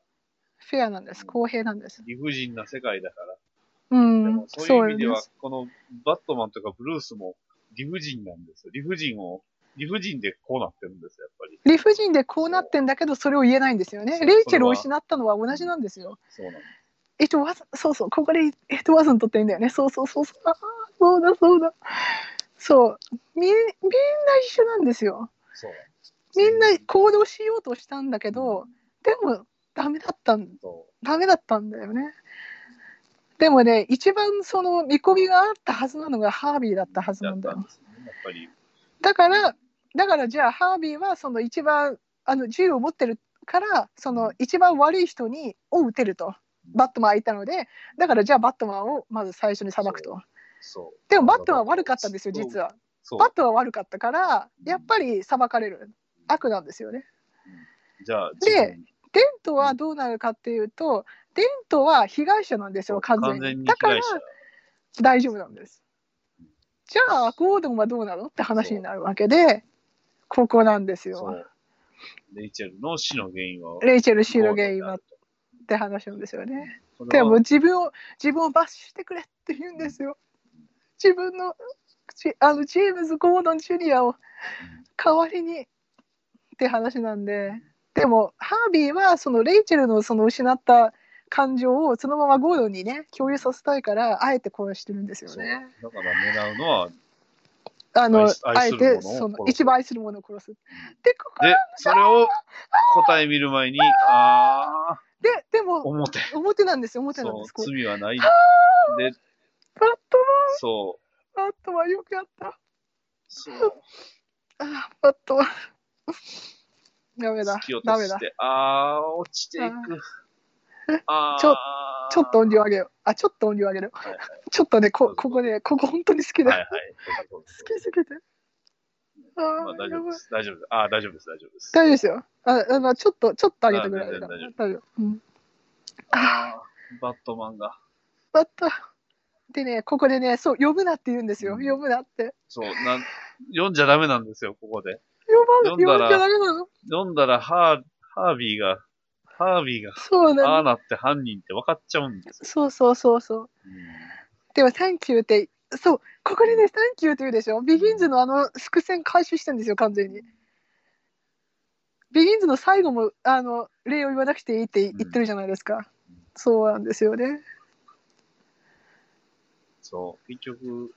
S4: フェアなんです公平なんです
S1: 理不尽な世界だから。
S4: う
S1: で
S4: ん
S1: もそうい
S4: そうう
S1: 意味
S4: なん
S1: で
S4: で
S1: は
S4: す、
S1: このバットマンとかブルースも理不尽なんですよ。理不尽を、理不尽でこうなってるんですよ、やっぱり。
S4: 理不尽でこうなってんだけどそれを言えないんですよね
S1: そう
S4: レイチェルを
S1: それ
S4: 失ったのは同じなんですよ
S1: そうなんです。
S4: えっと、わざそうそう、ここでえっと、わざとっていいんだよね。そうそうそうそう。ああ、そうだそうだ。そう。み、みんな一緒なんですよ。
S1: そうなんです。
S4: みんな行動しようとしたんだけど、でも、ダメだったん
S1: そ
S4: ダメだったんだよね。でもね、一番その見込みがあったはずなのがハービーだったはず
S1: う。や
S4: なん
S1: っ
S4: だ
S1: たん
S4: よ
S1: で。すね。やっぱり、
S4: だから、だからじゃあハービーはその一番あの銃を持ってるから、その一番悪い人にを撃てると。バットマンがいたので、だからじゃあバットマンをまず最初に裁くと。
S1: そう。
S4: でもバットマンは悪かったんですよ、実は。
S1: そう
S4: バ。ットは悪かったから、やっぱり裁かれる。悪なんですよね。
S1: じゃあ、
S4: で
S1: 自分
S4: デントはどうなるかっていうと、デントは被害者なんですよ、完全に。
S1: 完全に
S4: だ
S1: 被
S4: から
S1: 害者。
S4: 大丈夫なんです。じゃあ、ゴードンはどうなのって話になるわけで、ここなんです
S1: そ
S4: よ。
S1: う。レイチェルの死の原因は。
S4: レイチェル・シーの原因はって話なんですよね。
S1: これ
S4: で
S1: は
S4: も自分を、自分を罰してくれって言うんですよ。自分の、じあの、ジェームズ・ゴードン・ジュニアを代わりにって話なんで。でも、ハービーは、そのレイチェルのその失った感情をそのままゴードンにね、共有させたいから、あえてこうしてるんですよ
S1: そう
S4: ね。
S1: だから狙うのは、
S4: あの
S1: 愛す、
S4: あえ
S1: 愛
S4: て、
S1: する者を
S4: その
S1: 殺、す
S4: 一番愛する者を殺す。で、ここ
S1: で、それを答え見る前に、ああ、
S4: で、でも、
S1: 表。
S4: 表なんですよ、表なん
S1: そ
S4: で
S1: う
S4: す。こ、れ
S1: 罪はない。で、
S4: バット
S1: そう、
S4: マン、バットマン、よくやった。
S1: そう、
S4: あー、バットマン。 (laughs) ダメだ
S1: 突き、落と
S4: ダメ
S1: し
S4: だ。
S1: て、ああ、落ちていく。ああ、
S4: ちょちょっと音量上げよう。あ、ちょっと音量上げる。
S1: はいはい
S4: (laughs) ちょっとね、
S1: ど
S4: こ、
S1: うぞ
S4: ここね、ここ本当に好きだ。
S1: はいはい。
S4: 好きすぎて。あー、
S1: まあ大丈
S4: や
S1: 夫で
S4: ばい
S1: す。大丈夫です。ああ、大丈夫です。大丈夫です。
S4: 大丈夫ですよ。あ、あの、ちょっと、ちょっと上げたぐらいだ
S1: あ全然
S4: から。
S1: 大丈夫
S4: 大丈夫。うん。
S1: あーバットマンが。
S4: バットマン。でね、ここでね、そう、呼ぶなって言うんですよ。
S1: うん
S4: 呼ぶなって。
S1: そう、なん、読んじゃダメなんですよ、ここで。
S4: 呼ば
S1: 呼んだ
S4: 呼ん
S1: ら
S4: じゃダメなの
S1: 読んだら、ハー、ハービーが、ハービーが、
S4: そう
S1: ああ
S4: なの。
S1: なって犯人って分かっちゃうんですよ。
S4: そうそうそうそう。でも、サンキューって、そう、ここでね、サンキューって言うでしょ。ビギンズのあの伏線回収してんですよ、完全に。ビギンズの最後も、あの、礼を言わなくていいって言ってるじゃないですか。そうなんですよね。
S1: そう、結局、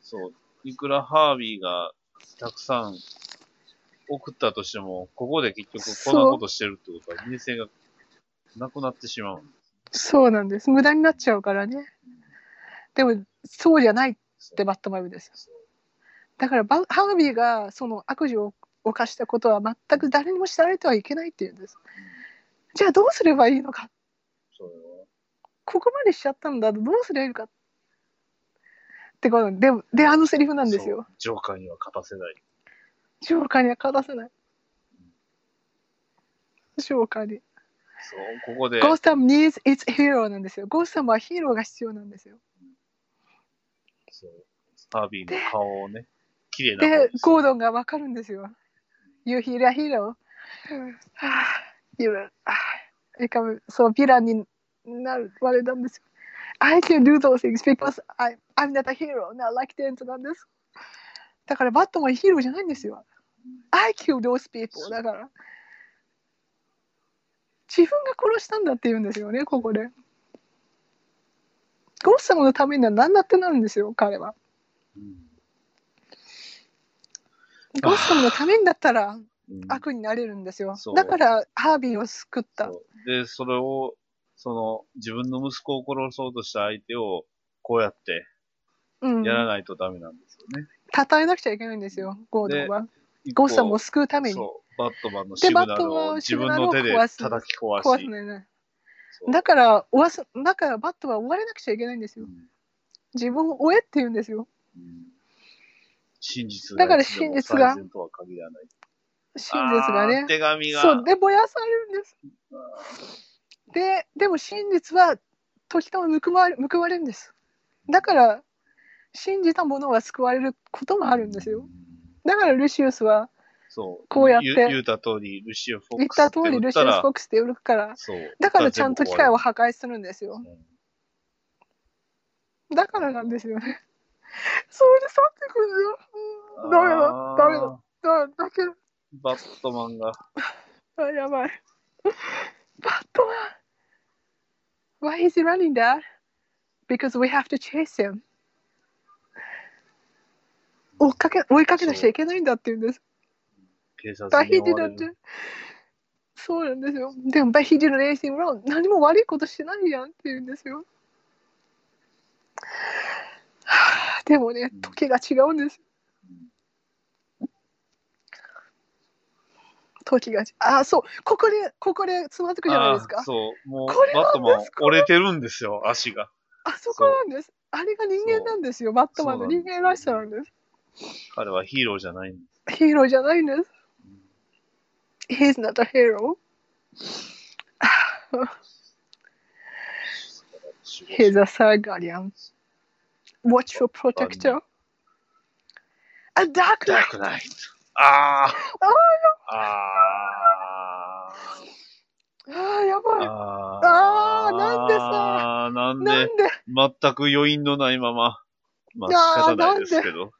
S1: そう、いくらハービーがたくさん送ったとしても、ここで結局こんなことしてるってことは、人生がなくなってしまうん
S4: そうなんです。無駄になっちゃうからね。でも、そうじゃないっ
S1: です
S4: て
S1: よ。
S4: バットマン言うんですよ。だからバ、ハービーがその悪事を犯したことは全く誰にも知られてはいけないっていうんです。じゃあ、どうすればいいのか。
S1: そうよ。
S4: ここまでしちゃったんだどうすりゃいいのかってことでもであのセリフなんです
S1: そ
S4: よ
S1: うジョーカーには勝たせない。
S4: ジョーカーには勝たせないジョーカーに
S1: そう、ここで、
S4: ゴースタム needs its hero なんですよゴースタムはヒーローが必要なんですよ
S1: そうハービーの顔をね、綺麗な顔
S4: で
S1: にする
S4: ゴードンがわかるんですよ You hear a hero? はあ You become so villain になるわれなんですよ I can do those things because I, I'm not a hero not like Dent なんですだからバットマンヒーローじゃないんですよ I kill those people だから自分が殺したんだって言うんですよねここでゴッサムのためには何だってなるんですよ彼は
S1: うん
S4: ゴッサムのためにだったら
S1: うん
S4: 悪になれるんですよ
S1: そう。
S4: だからハービーを救った。
S1: そうで、それを、その、自分の息子を殺そうとした相手を、こうやって、
S4: うん。
S1: やらないとダメなんですよね。
S4: 称えなくちゃいけないんですよ、ゴードンは。
S1: 一個
S4: ゴッサムを救うために
S1: そう、バットマンのシグナルを自分の手で叩き壊し、
S4: 壊すのよね。
S1: そう
S4: だから、追わす、だからバットは追われなくちゃいけないんです
S1: う
S4: よ
S1: ん。
S4: 自分を追えって言うんですよ。
S1: うん真実
S4: だから真実
S1: い
S4: が
S1: つでも最善とは限らない。
S4: 真実が
S1: あー
S4: ね。
S1: 手紙が。
S4: そう、で、燃やされるんです。で、でも真実は時とも報われ報われるんです。だから、信じたものは救われることもあるんですよ
S1: う。ん
S4: だから、ルシウスは、
S1: そう。
S4: こうやって
S1: 言言った通り、ルシオ・フォッ
S4: 言っ
S1: クス
S4: た
S1: って
S4: 通り、
S1: 打
S4: ル
S1: っ
S4: シ
S1: た
S4: ウス・フ
S1: ら。
S4: ォックスって売るから、
S1: そう。
S4: だからちゃんと機械を
S1: は
S4: 破壊するんですよ。だからなんですよね。それで去ってくるんだよ。うんダメだ、ダメだ、ダメだ、だけど
S1: バットマンが、
S4: あ、やばい。バットマン Why is he running, Dad? Because we have to chase him. 追っかけ追いかけなくちゃいけないんだって言うんです。
S1: 警察
S4: 大
S1: に
S4: 変
S1: 追
S4: に
S1: わ
S4: な
S1: れ
S4: っ
S1: る
S4: て。そうなんですよ。でも、But he did anything wrong. 何も悪いことしてないやんって言うんですよ。はあでもね
S1: うん、
S4: 時が違うんです。時がち、ああ、そう、ここで、ここでつまずくじゃないです
S1: あ
S4: か
S1: ー。そう、もう
S4: これなん
S1: バットマン
S4: ですか
S1: 折れてるんですよ、足が。
S4: あそこなんです。あれが人間なんですよ。バットマンの人間らしさなんです。
S1: 彼はヒーローじゃないんで
S4: ヒーローじゃないんです。He's not a hero.
S1: す。
S4: He's a Sargarian. Watchful protector. A dark
S1: ダー
S4: knight.
S1: クナイト。ああ。あ
S4: ああ、やば
S1: あ。
S4: い。
S1: あ
S4: あーなんで
S1: あーなん
S4: な
S1: で、
S4: んで、
S1: 全く余韻のないまま。ま
S4: いやー
S1: あ仕方ないですけど。あの、キ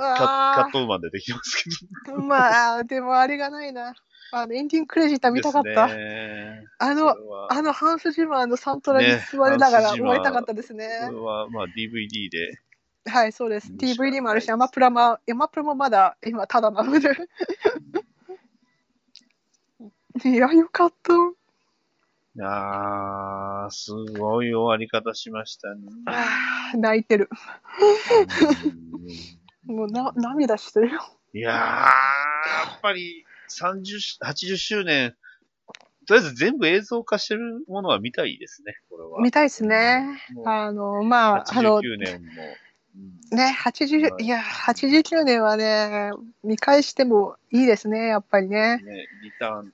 S4: あー
S1: ャキャットウーマンでできますけ
S4: まあ、でもあれがないな。あの、エンディングクレジット
S1: ど。
S4: 見たかった。
S1: ですねこ
S4: あの、
S1: れは
S4: あの、ハンス・ジマーのサントラに
S1: ね
S4: 座りながら
S1: ハンス
S4: 終
S1: ジマー
S4: わりたかったですね。
S1: これは、まあ DVD で。
S4: はい、そうです。
S1: 見るしかない
S4: DVD もあるし、アマプラも、アマプラもまだ今ただなの (laughs) で。いや、よかった。
S1: ああ、すごい終わり方しました
S4: (laughs)
S1: ね。
S4: あー泣いてる。もうな涙してるよ。
S1: いやー、やっぱり30、80周年、とりあえず全部映像化してるものは見たいですね、これは。
S4: 見たいですね。
S1: もう
S4: あの、まあ、あの、
S1: 89年も。うん
S4: ね、80、いや、89年はね、見返してもいいですね、やっぱりね。
S1: ね、リターン、ね、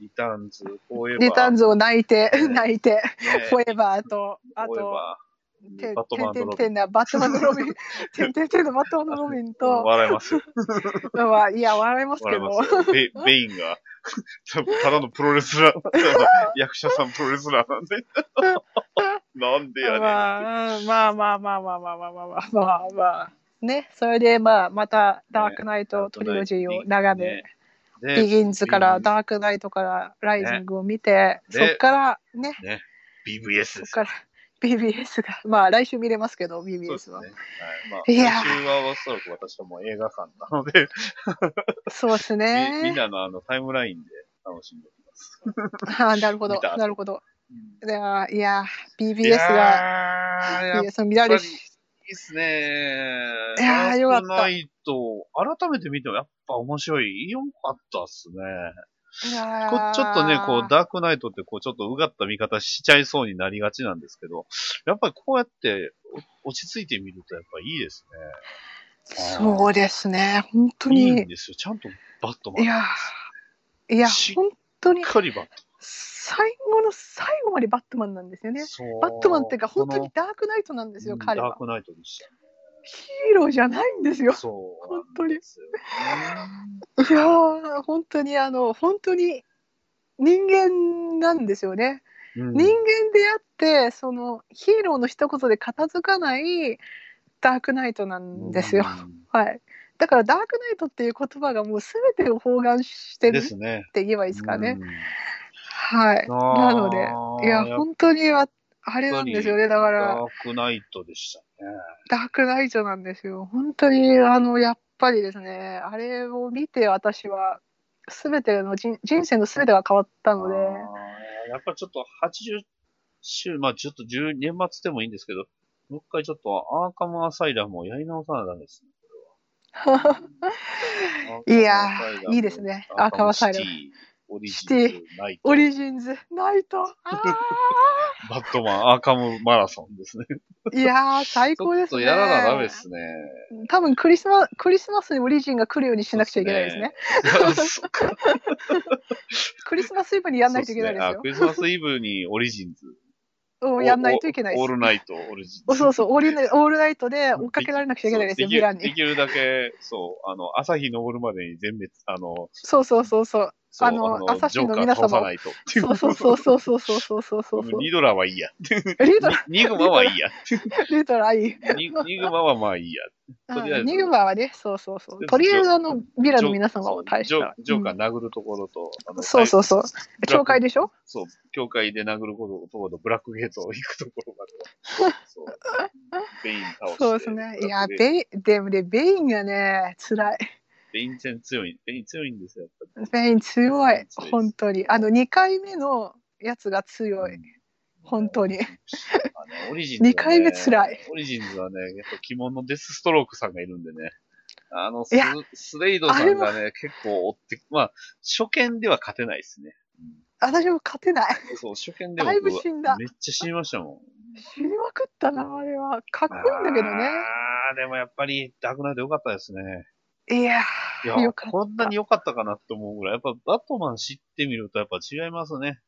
S1: リターンズ、フォーエバー。
S4: リターンズを泣いて、泣いて、
S1: ね、
S4: フォーエバーと、あ
S1: フォーエ
S4: と、
S1: バ
S4: てん
S1: バットマン
S4: て
S1: と
S4: ん
S1: ロビン
S4: てんな、バットマンのロビン、てんてんてんのバットマンのロビン
S1: ーうん
S4: と、
S1: 笑いますよ。
S4: まあ、いや、笑いますけ
S1: 笑い
S4: ど、
S1: ますよ。ベベインが、 (laughs) 多分ただのプロレス
S4: (laughs)
S1: ラー、役者さんプロレスラーなんで。なんでやねん。
S4: まあ、まあまあまあまあまあまあまあまあまあまあ。ね、それでまあ、またダークナイトトリロジーを眺め、
S1: ね、
S4: ビギンズから
S1: ね
S4: ダークナイトからライジングを見て、そっからね、
S1: BVS
S4: そ
S1: で
S4: っ
S1: す。
S4: から BBS が、 (laughs) まあ来週見れますけど、BBS
S1: そう
S4: は
S1: で。すね。はい。まあ、
S4: いやー
S1: 今週はおそらく私はもう映画館なので、
S4: そうです
S1: みみん
S4: ね。
S1: なのあのタイムラインで楽しんでおきます。
S4: ああなるほど
S1: 見た、
S4: なるほど。
S1: うん
S4: いやー、いやー BBS
S1: い
S4: が、
S1: やーやっ
S4: い
S1: ぱい
S4: や、その見られるし
S1: やっいですね。
S4: いやーよかった
S1: ダークナイト、改めて見てもやっぱ面白い。よかったっすね。
S4: いや
S1: こ
S4: ー
S1: ちょっとね、こう、ダークナイトって、こう、ちょっとうがった見方しちゃいそうになりがちなんですけど、やっぱりこうやってお落ち着いて見ると、やっぱいいです
S4: そうですね、本当
S1: ね。いい
S4: に
S1: ん。ですよ。ちゃんとバットマン。
S4: いやー、いや、
S1: し
S4: 本当
S1: し
S4: に
S1: っ。かりバッ
S4: 最後の最後までバットマンなんですよ
S1: ト
S4: ね。
S1: そう
S4: バットマンっていうか
S1: こ
S4: 本
S1: の
S4: 当にダークナイトなんです
S1: う
S4: よ、
S1: ん
S4: 彼
S1: ダー
S4: は。
S1: クナイトでした
S4: ヒーローじゃないんですよ
S1: ね。。そう。
S4: 本当に。い
S1: ですよね
S4: やー、本当にあの、本当に人間なんですよね。
S1: うん
S4: 人間であって、そのヒーローの一言で片付かないダークナイトなんですよ。
S1: うん
S4: はい。だからダークナイトっていう言葉がもう全てを包含してる
S1: で
S4: っ
S1: すね。
S4: て言えばいいですかね。
S1: うん。
S4: はい。な
S1: な
S4: ので、いや、本当にああれなんですよね。だから
S1: ダ。ークナイトでしたね。
S4: ダークナイトなんですよ。本当に、あの、やっぱりですね、あれを見て私は、すべての人、人生のすべてが変わったので、
S1: あーやっぱちょっと80週、まあちょっと10年末でもいいんですけど、もう一回ちょっとアーカムアサイラムをやり直さなダメですね。
S4: (laughs) いやーいいですね
S1: シティオリジナルナイト
S4: オリジンズ、ナ
S1: (laughs)
S4: イト、あ
S1: バットマン、アーカムマラソンですね。
S4: ーいやー、最
S1: ちょ
S4: 高で
S1: っ
S4: す
S1: と
S4: ね。
S1: やらなダメですね。
S4: 多分クリスマ、クリスマスにオリジンが来るようにしなくちゃいけないですね。
S1: そうっすね。そうか
S4: クリスマスイブに (laughs) やんないといけないです
S1: そうっすねあ
S4: よ
S1: ク。リスマスイブにオリジンズ。
S4: うんやんないといけない
S1: オ
S4: で
S1: ール
S4: す。
S1: ナイト、オリジンズ。
S4: おそうそう、オールナイオールナイトで追っかけられなくちゃいけないですよ、
S1: そう
S4: ヴィラン
S1: で
S4: に。
S1: きるできるだけ、そう、あの、朝日昇るまでに全滅、あの、
S4: そうそうそうそう。
S1: そう
S4: あの朝
S1: ジ
S4: 日
S1: ョー
S4: の
S1: カー
S4: 皆様
S1: 倒さないと。
S4: そうそうそうそうそうそうそうそうそう。
S1: ニドラはいいや。
S4: リドラ、
S1: ニグマはいいや。
S4: リドラいい。
S1: ニニグマはまあいいや。とりあえず
S4: ニグマはね、そうそうそ
S1: とりあえず
S4: う。とりあえずあの、ビラの皆様を対し
S1: ジョ
S4: たら。
S1: ジョーカー
S4: う
S1: 殴るところと、あの
S4: んそうそうそう。教会でしょ
S1: そう、教会で殴ることところと、ブラックゲートを行くところま
S4: (laughs)
S1: で。そう。ベイン倒して。
S4: そうですね。い
S1: イ
S4: や、
S1: ン。
S4: ベイ、でもね、ベインがね、辛い。
S1: ペイン戦強い。ペイン強いんですよ、やっぱり。
S4: スペイン強い
S1: 強いです
S4: 本当にあの2回目のやつが強い本当に
S1: あのオリジンズはね
S4: 二回目辛い。
S1: オリジンズはね、やっぱ鬼門のデスストロークさんがいるんでね。あの、ス
S4: いや
S1: スレイドさんがね、結構追って、まあ、初見では勝てないですね。
S4: 私も勝てない
S1: そう、初見で
S4: だい
S1: 僕
S4: ぶ
S1: は
S4: 死んだ
S1: めっちゃ死にましたもん。
S4: 死にまくったなあれはかっこいいんだけどね
S1: あーでもやっぱり、ダークナイト良かったですね。
S4: いや
S1: い
S4: ー
S1: や、
S4: (laughs) よかった
S1: こんなに良かったかなって思うぐらい、やっぱバットマン知ってみるとやっぱ違いますね。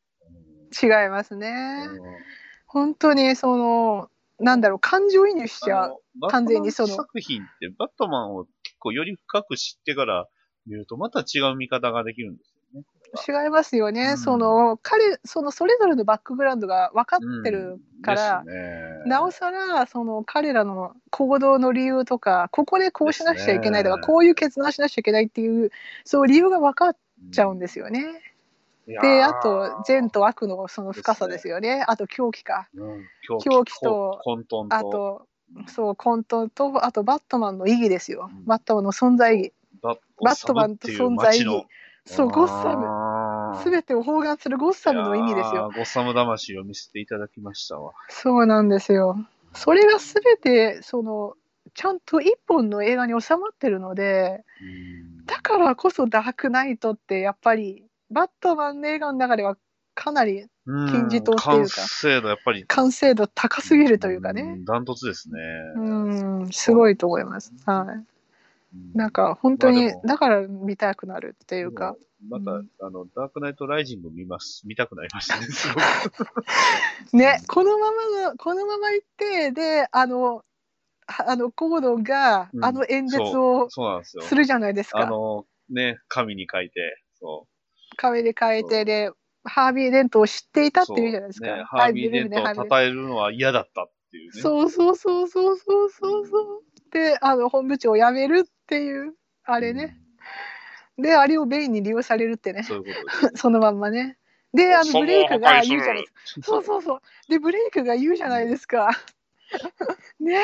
S4: 違います
S1: うん
S4: ね
S1: うん
S4: 本当にそのなんだろう感情移入しちゃ
S1: あ
S4: う
S1: のバットマン
S4: 完全にその
S1: 作品って、バットマンを結構より深く知ってから見ると、また違う見方ができるんですよね。
S4: 違いますよね、
S1: うん
S4: その彼そのそれぞれのバックグラウンドが分かってるから、
S1: ですね、
S4: なおさらその彼らの行動の理由とかここでこうしなくちゃいけないとか、
S1: ですね
S4: こういう決断しなくちゃいけないっていうそう理由が分かっちゃうんですよね。
S1: いやー。
S4: であと善と悪のその深さですよねあと狂気か
S1: うん狂
S4: 狂気と
S1: 混沌と
S4: あとそう混沌とあとバットマンの意義ですよ、
S1: うん
S4: バットマンの存在意義
S1: バッ
S4: バットマンと存在意義そうゴッサム
S1: ム
S4: 全てを包含するゴッサムの意味ですよ。
S1: いやーゴッサム魂を見せていただきましたわ。
S4: そうなんですよそれが全てそのちゃんと一本の映画に収まってるので
S1: うん
S4: だからこそダークナイトってやっぱりバットマンの映画の中ではかなり金字塔ってい
S1: 完
S4: うか
S1: 成度やっぱり
S4: 完成度高すぎるというか
S1: う
S4: ね
S1: ん。ダントツですね。
S4: うん、すごいと思います。はい。なんか本当
S1: まあ
S4: に
S1: でも
S4: だから見たくなるっていうか。
S1: また、
S4: うん
S1: あの、ダークナイトライジング見ます。見たくなりました
S4: (laughs)
S1: ね、すごく。
S4: ね、このままのこのまま行ってであのはあのコードが
S1: うん
S4: あの演説を
S1: そうなんですよ。
S4: するじゃないです
S1: あ
S4: か。
S1: の、ね、紙に書いて、そ。
S4: 壁で変えてでハービー・デントを知っていうたっていうじゃないですか。
S1: そうね、ハービー・デント
S4: ハービ
S1: を
S4: ーデン
S1: 称えるのは嫌だったっていうね。う。
S4: そうそうそうそうそうそうそう。であの本部長を辞めるっていうあ
S1: あ
S4: れね。。であれをベインに利用されるってね。
S1: そういうことです。
S4: そのまんまね。で、あのブレイクが言うじゃないですか。そう
S1: う。
S4: そうそう。で、ブレイクが言うじゃないですか。ね。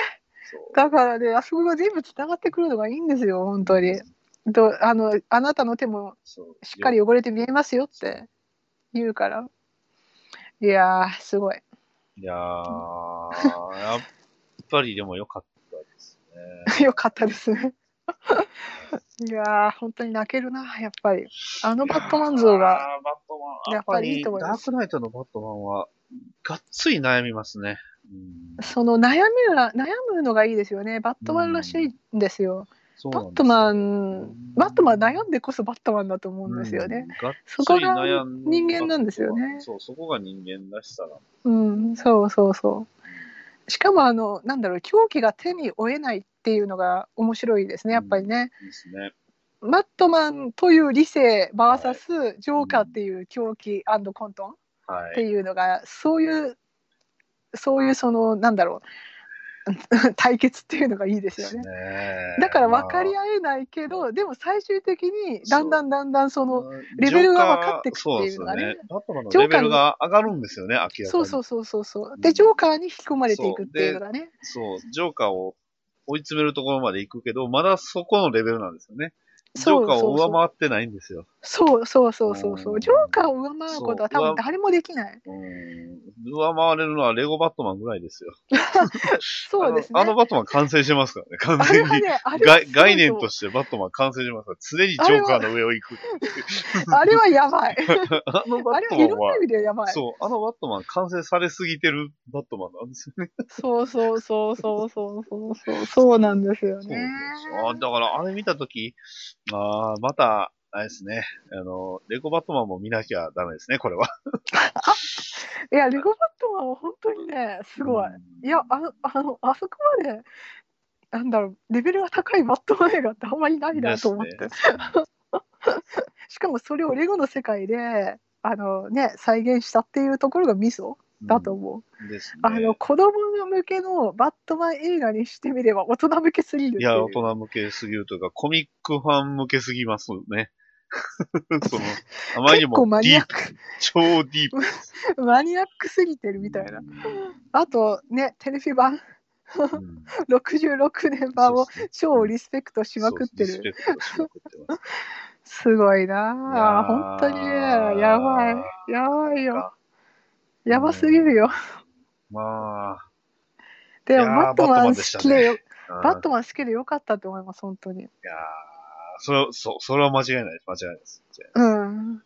S1: そう
S4: だからね、あそこが全部つながってくるのがいいんですよ、本当に。とあのあなたの手も
S1: そう
S4: しっかり汚れて見えますよって言うから。いやー、すごい。 (laughs)
S1: いやー、やっぱりでも良かったですね。
S4: よかったです (laughs) ね。いやー、本当に泣けるな、やっぱり。あのバットマン像が。
S1: いやー。バットマン、
S4: やっぱりいいと思います
S1: やっぱりダークナイトのバットマンは、がっつり悩みますね。うん
S4: その悩むら悩むのがいいですよね。バットマンらしいんですよ。
S1: そう
S4: バ
S1: なん
S4: ッ
S1: です
S4: トマ
S1: う
S4: ン
S1: ん、
S4: バットマン悩んでこそバットマンだと思うんですよね。。
S1: うんがっつり
S4: そこが
S1: 悩ん
S4: 人間なんですよね
S1: そう、そこが人間らしさなんで
S4: うん、そうそうそう。しかもあのなんだろう狂気が手に負えないっていうのが面白いですねやっぱりね、
S1: すね。
S4: バットマンという理性 VS ジョーカーっていう狂気コントンっ
S1: は
S4: て
S1: い。
S4: いうのがそういうそういう (laughs) そのなんだろう対決っていうのがいいですよね。だから分かり
S1: 合
S4: 合えないけど、でも最終的にだんだんだんだんその
S1: レ
S4: レベルが分かってくっていうのがね。
S1: バットマンのレベルが上がるんですよね、明らかに。
S4: そうそうそうそうそうで
S1: うん
S4: ジョーカーに引き込まれていくっていうのがね
S1: そう、ジョーカーを追い詰めるところまで行くけど、まだそこのレベルなんですよね。ジ
S4: そ
S1: ョ
S4: う
S1: ーカーを
S4: そうそう
S1: 上回ってないんですよ。
S4: そうそうそうそうそううんジョーカーを上回ることは多
S1: そう
S4: 分誰もできない
S1: うん上回れるのはレゴバットマンぐらいですよ。
S4: そうですね
S1: あのあのバットマン完成してますからね、完
S4: あれ
S1: 全
S4: は
S1: に。
S4: ねあれは
S1: 概概念と
S4: し
S1: してバットマン完成しますから、常にジョーカーの上を行く。
S4: あれはやばい
S1: (laughs) あのバ
S4: あ
S1: ッ
S4: れ
S1: ト
S4: は
S1: マン
S4: いろんな
S1: は
S4: 意、味でやばい
S1: そう、あのバットマン完成されすぎてるバットマンなんですよね。
S4: そうそうそうそうそうそうそうそうなんですよ
S1: そう
S4: ね
S1: なんですよあだから、あれ見たとき、あーまた、あれですね、あの、レゴバットマンも見なきゃダメですね、これは。
S4: いやレゴバットマンは本当にねすごい
S1: うん
S4: いやあ (laughs) のあのあそこまでなんだろうレベルが高いバットマン映画ってあんまりないなと思って、
S1: です
S4: しかもそれをレゴの世界であの、ね、再現したっていうところがミソ (laughs) だと思う、
S1: うんですね。
S4: あの子供向けのバットマン映画にしてみれば大人向けすぎるって
S1: い
S4: いう
S1: や、大人向けすぎるというか、コミックファン向けすぎますね。 (laughs) その、あまりに
S4: 結構
S1: も
S4: マ
S1: デ
S4: ニ
S1: ィ
S4: ア
S1: ー
S4: ッ
S1: プ、超ディープ。
S4: クマニアックすぎてるみたいなあとねテレビ版
S1: うん
S4: 66年版を超リスペクトしまくって
S1: そう
S4: る。
S1: リスペクトしまくってます
S4: すごいなあ本
S1: い
S4: 当
S1: やー
S4: にね、やばい。やばいよ。やばすぎるよ。
S1: まあ
S4: で
S1: い
S4: も、
S1: やー
S4: バット
S1: バット
S4: マン
S1: マンでし
S4: 好
S1: た
S4: きでよ、
S1: あー、
S4: バットマン好きでよかったと思います、本当に。
S1: いやーそれ、そ、それは間違いないです。間違いないです。間違いない
S4: うん。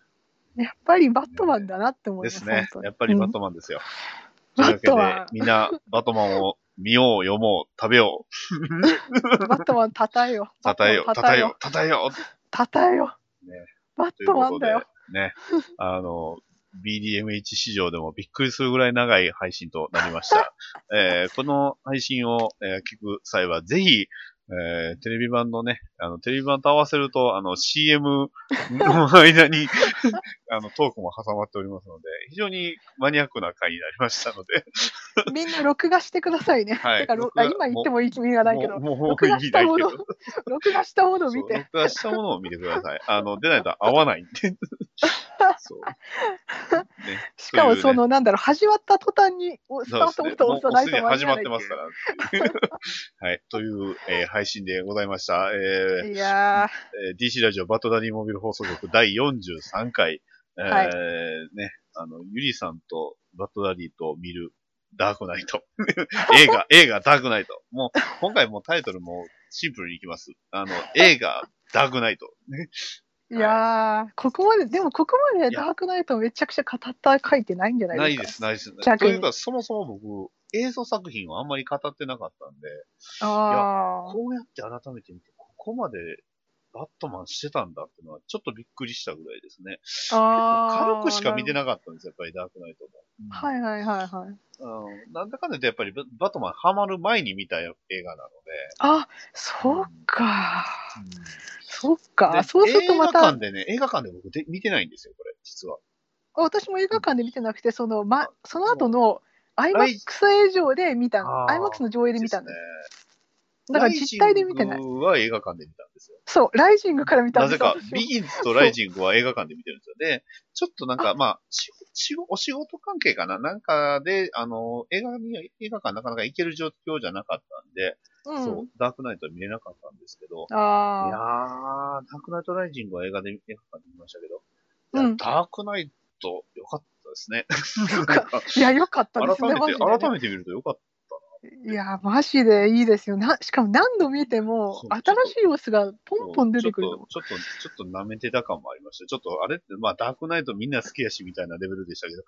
S4: やっぱりバットマンだなって思
S1: で
S4: いますす、
S1: ね
S4: 本当。に
S1: やっぱりバッ
S4: うん
S1: トマンですよ。
S4: バッ
S1: という
S4: ト
S1: わ
S4: マン
S1: けで、みんなバットマンを見よう、読もう、食べよう、
S4: バットマンたたえよ。
S1: たたえよう、
S4: バ
S1: た
S4: ット
S1: た
S4: マン
S1: えよう、たたえよう
S4: たたえよ。
S1: ね
S4: バッ
S1: という
S4: トマ
S1: こ
S4: ン
S1: と
S4: だ
S1: で
S4: よ。、
S1: ね、あの、BDMH 史上でもびっくりするぐらい長い配信となりま
S4: (laughs)
S1: した。えーこの配信を、えー聞く際は、ぜひ、えーテレビ版のね、あの、テレビ版と合わせると、あの、CM の間
S4: (laughs)
S1: に、あの、トークも挟まっておりますので、非常にマニアックな回になりましたので、
S4: みんな録画してくださいね。
S1: はい
S4: てかろ
S1: 録画
S4: あ今言ってもいい気味がないけど、
S1: もう、もう
S4: 録
S1: 意
S4: 画
S1: 味
S4: し
S1: な
S4: た
S1: い
S4: も
S1: け
S4: の
S1: ど
S4: を。、録画したものを
S1: そう
S4: 見て。
S1: 録画したものを見てください。あの、出ないと合わ
S4: (laughs)
S1: ないんで。そう。ね。
S4: しか
S1: そういう
S4: も、
S1: ね
S4: その、なんだろう、始まった途端に、おスタートボタンを押さないと
S1: もうもうすでに始
S4: 間に合
S1: まっ
S4: わな
S1: て
S4: いていう
S1: ますから。 (laughs) はい。という、えー配信でございました。えー
S4: いや
S1: えー DC ラジオバトダニーモビル放送局第43回。えー
S4: はい
S1: ね。あの、ゆりさんとバトダリーと見るダークナイト。 (laughs) 映
S4: (laughs)
S1: 画、映画ダークナイト。もう、今回もうタイトルもシンプルにいきます。あの、映画ダークナイト。
S4: ー、いやー、ここまで、でもここまでダークナイトめちゃくちゃ語った書いてないんじゃない
S1: ない
S4: ですか。
S1: です、ないです。
S4: 逆
S1: と
S4: に
S1: いうか、そもそも僕、映像作品をあんまり語ってなかったんで、
S4: あ
S1: こうやって改めて見て、ここまでバットマンしてたんだっていうのは、ちょっとびっくりしたぐらいですね。
S4: ーあー。
S1: 軽くしか見て
S4: い。
S1: なかったんですよ、やっぱりダークナイトも。うん
S4: はいはいはいはい。
S1: あのなんだかんだ言って、やっぱりババットマンハマる前に見た映画なの
S4: あ、そうか。
S1: で。
S4: そっ
S1: で
S4: か。そうするとま
S1: 映画
S4: た
S1: 館、でね、映画館で僕で見てないんですよ、これ、実は。
S4: 私も映画館で見てなくて、その、ま、その後の、アイマックス映像で見た
S1: あ
S4: の。
S1: ー
S4: アイマックスの上映で見たんです。
S1: すね
S4: だから実体で見てな
S1: ライ
S4: い。
S1: ジングは映画館で見たんですよ。
S4: そう、ライジングから見たん
S1: な
S4: です
S1: ぜか、
S4: 私も
S1: ビギンズとライジングは映画館で見てるんですよ。で、ちょっとなんか、まあ、ししお仕事関係かななんかで、あの、映画に、映画館なかなか行ける状況じゃなかったんで、
S4: うん、
S1: そう、ダークナイトは見れなかったんですけど、いやー
S4: ああ、、
S1: ダークナイトライジングは映画で、映画館で見ましたけど、
S4: う
S1: いや
S4: ん
S1: ダークナイト、良かったですね。
S4: いや、よかった
S1: 改
S4: ですね、マ
S1: め
S4: ジ
S1: て、
S4: でね、
S1: 改めて見ると良かっ
S4: いや、マジでいいですよ。なしかも何度見ても
S1: そう、
S4: 新しい様子が
S1: た。
S4: ポンポン出てくる
S1: ち
S4: の
S1: ょっと、ちょっと、ちょっと舐めてた感もありました。ちょっと、あれって、まあ、ダークナイトみんな好きやし、みたいなレベルでしたけど、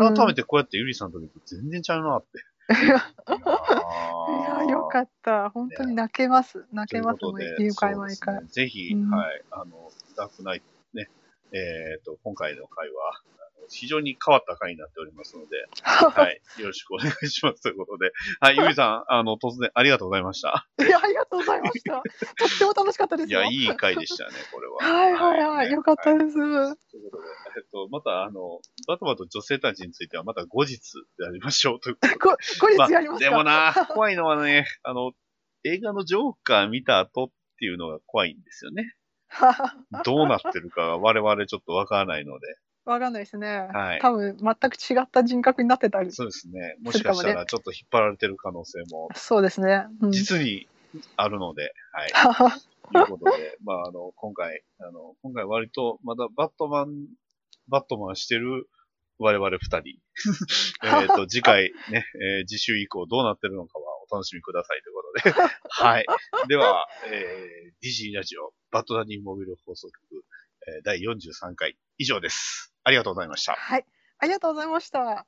S4: うん
S1: 改めてこうやってゆりさんと見ると全然ちゃうなって。
S4: (laughs)
S1: い
S4: いやいや、よか
S1: っ
S4: った。本当に泣けます。泣けます、もう、毎回毎回。
S1: ぜひ、
S4: うん
S1: はい、あの、ダークナイトね、えっ、と、今回の回は、あの非常に変わった回になっておりますので、
S4: (laughs)
S1: はい、よろしくお願いしますということで、はい、ゆりさん、あの、突然ありがとうございました。
S4: いや、ありがとうございま
S1: (laughs)
S4: した。とっても楽しかったで
S1: い
S4: すよ。
S1: や、いい回でしたね、これは。
S4: はいはいはい、
S1: ね
S4: よかった
S1: はい
S4: です。
S1: ということで、えっと、また、あの、バトバと女性たちについては、また後日やりましょうということで
S4: こ後
S1: まあ
S4: 日やります
S1: で
S4: か、
S1: もな、怖いのはね、あの、映画のジョーカー見た後っていうのが怖いんですよね。どうなってるかが我々ちょっとわからないので。
S4: (laughs) わかんないですね。
S1: はい
S4: 多分、全く違った人格になってたり。
S1: そうですね。もしかしたらちょっと引っ張られてる可能性も
S4: そうですね。うん、
S1: 実にあるので、はい。
S4: (laughs)
S1: ということで、まあ、あの、今回、あの、今回割とまだバットマン、バットマンしてる我々二人。えっと、次回ね、えー次週以降どうなってるのかはお楽しみくださいということで。はい。では、えー、DC ラジオ、バットダニーモビル放送局、えー第43回以上です。ありがとうございました。
S4: はい。ありがとうございました。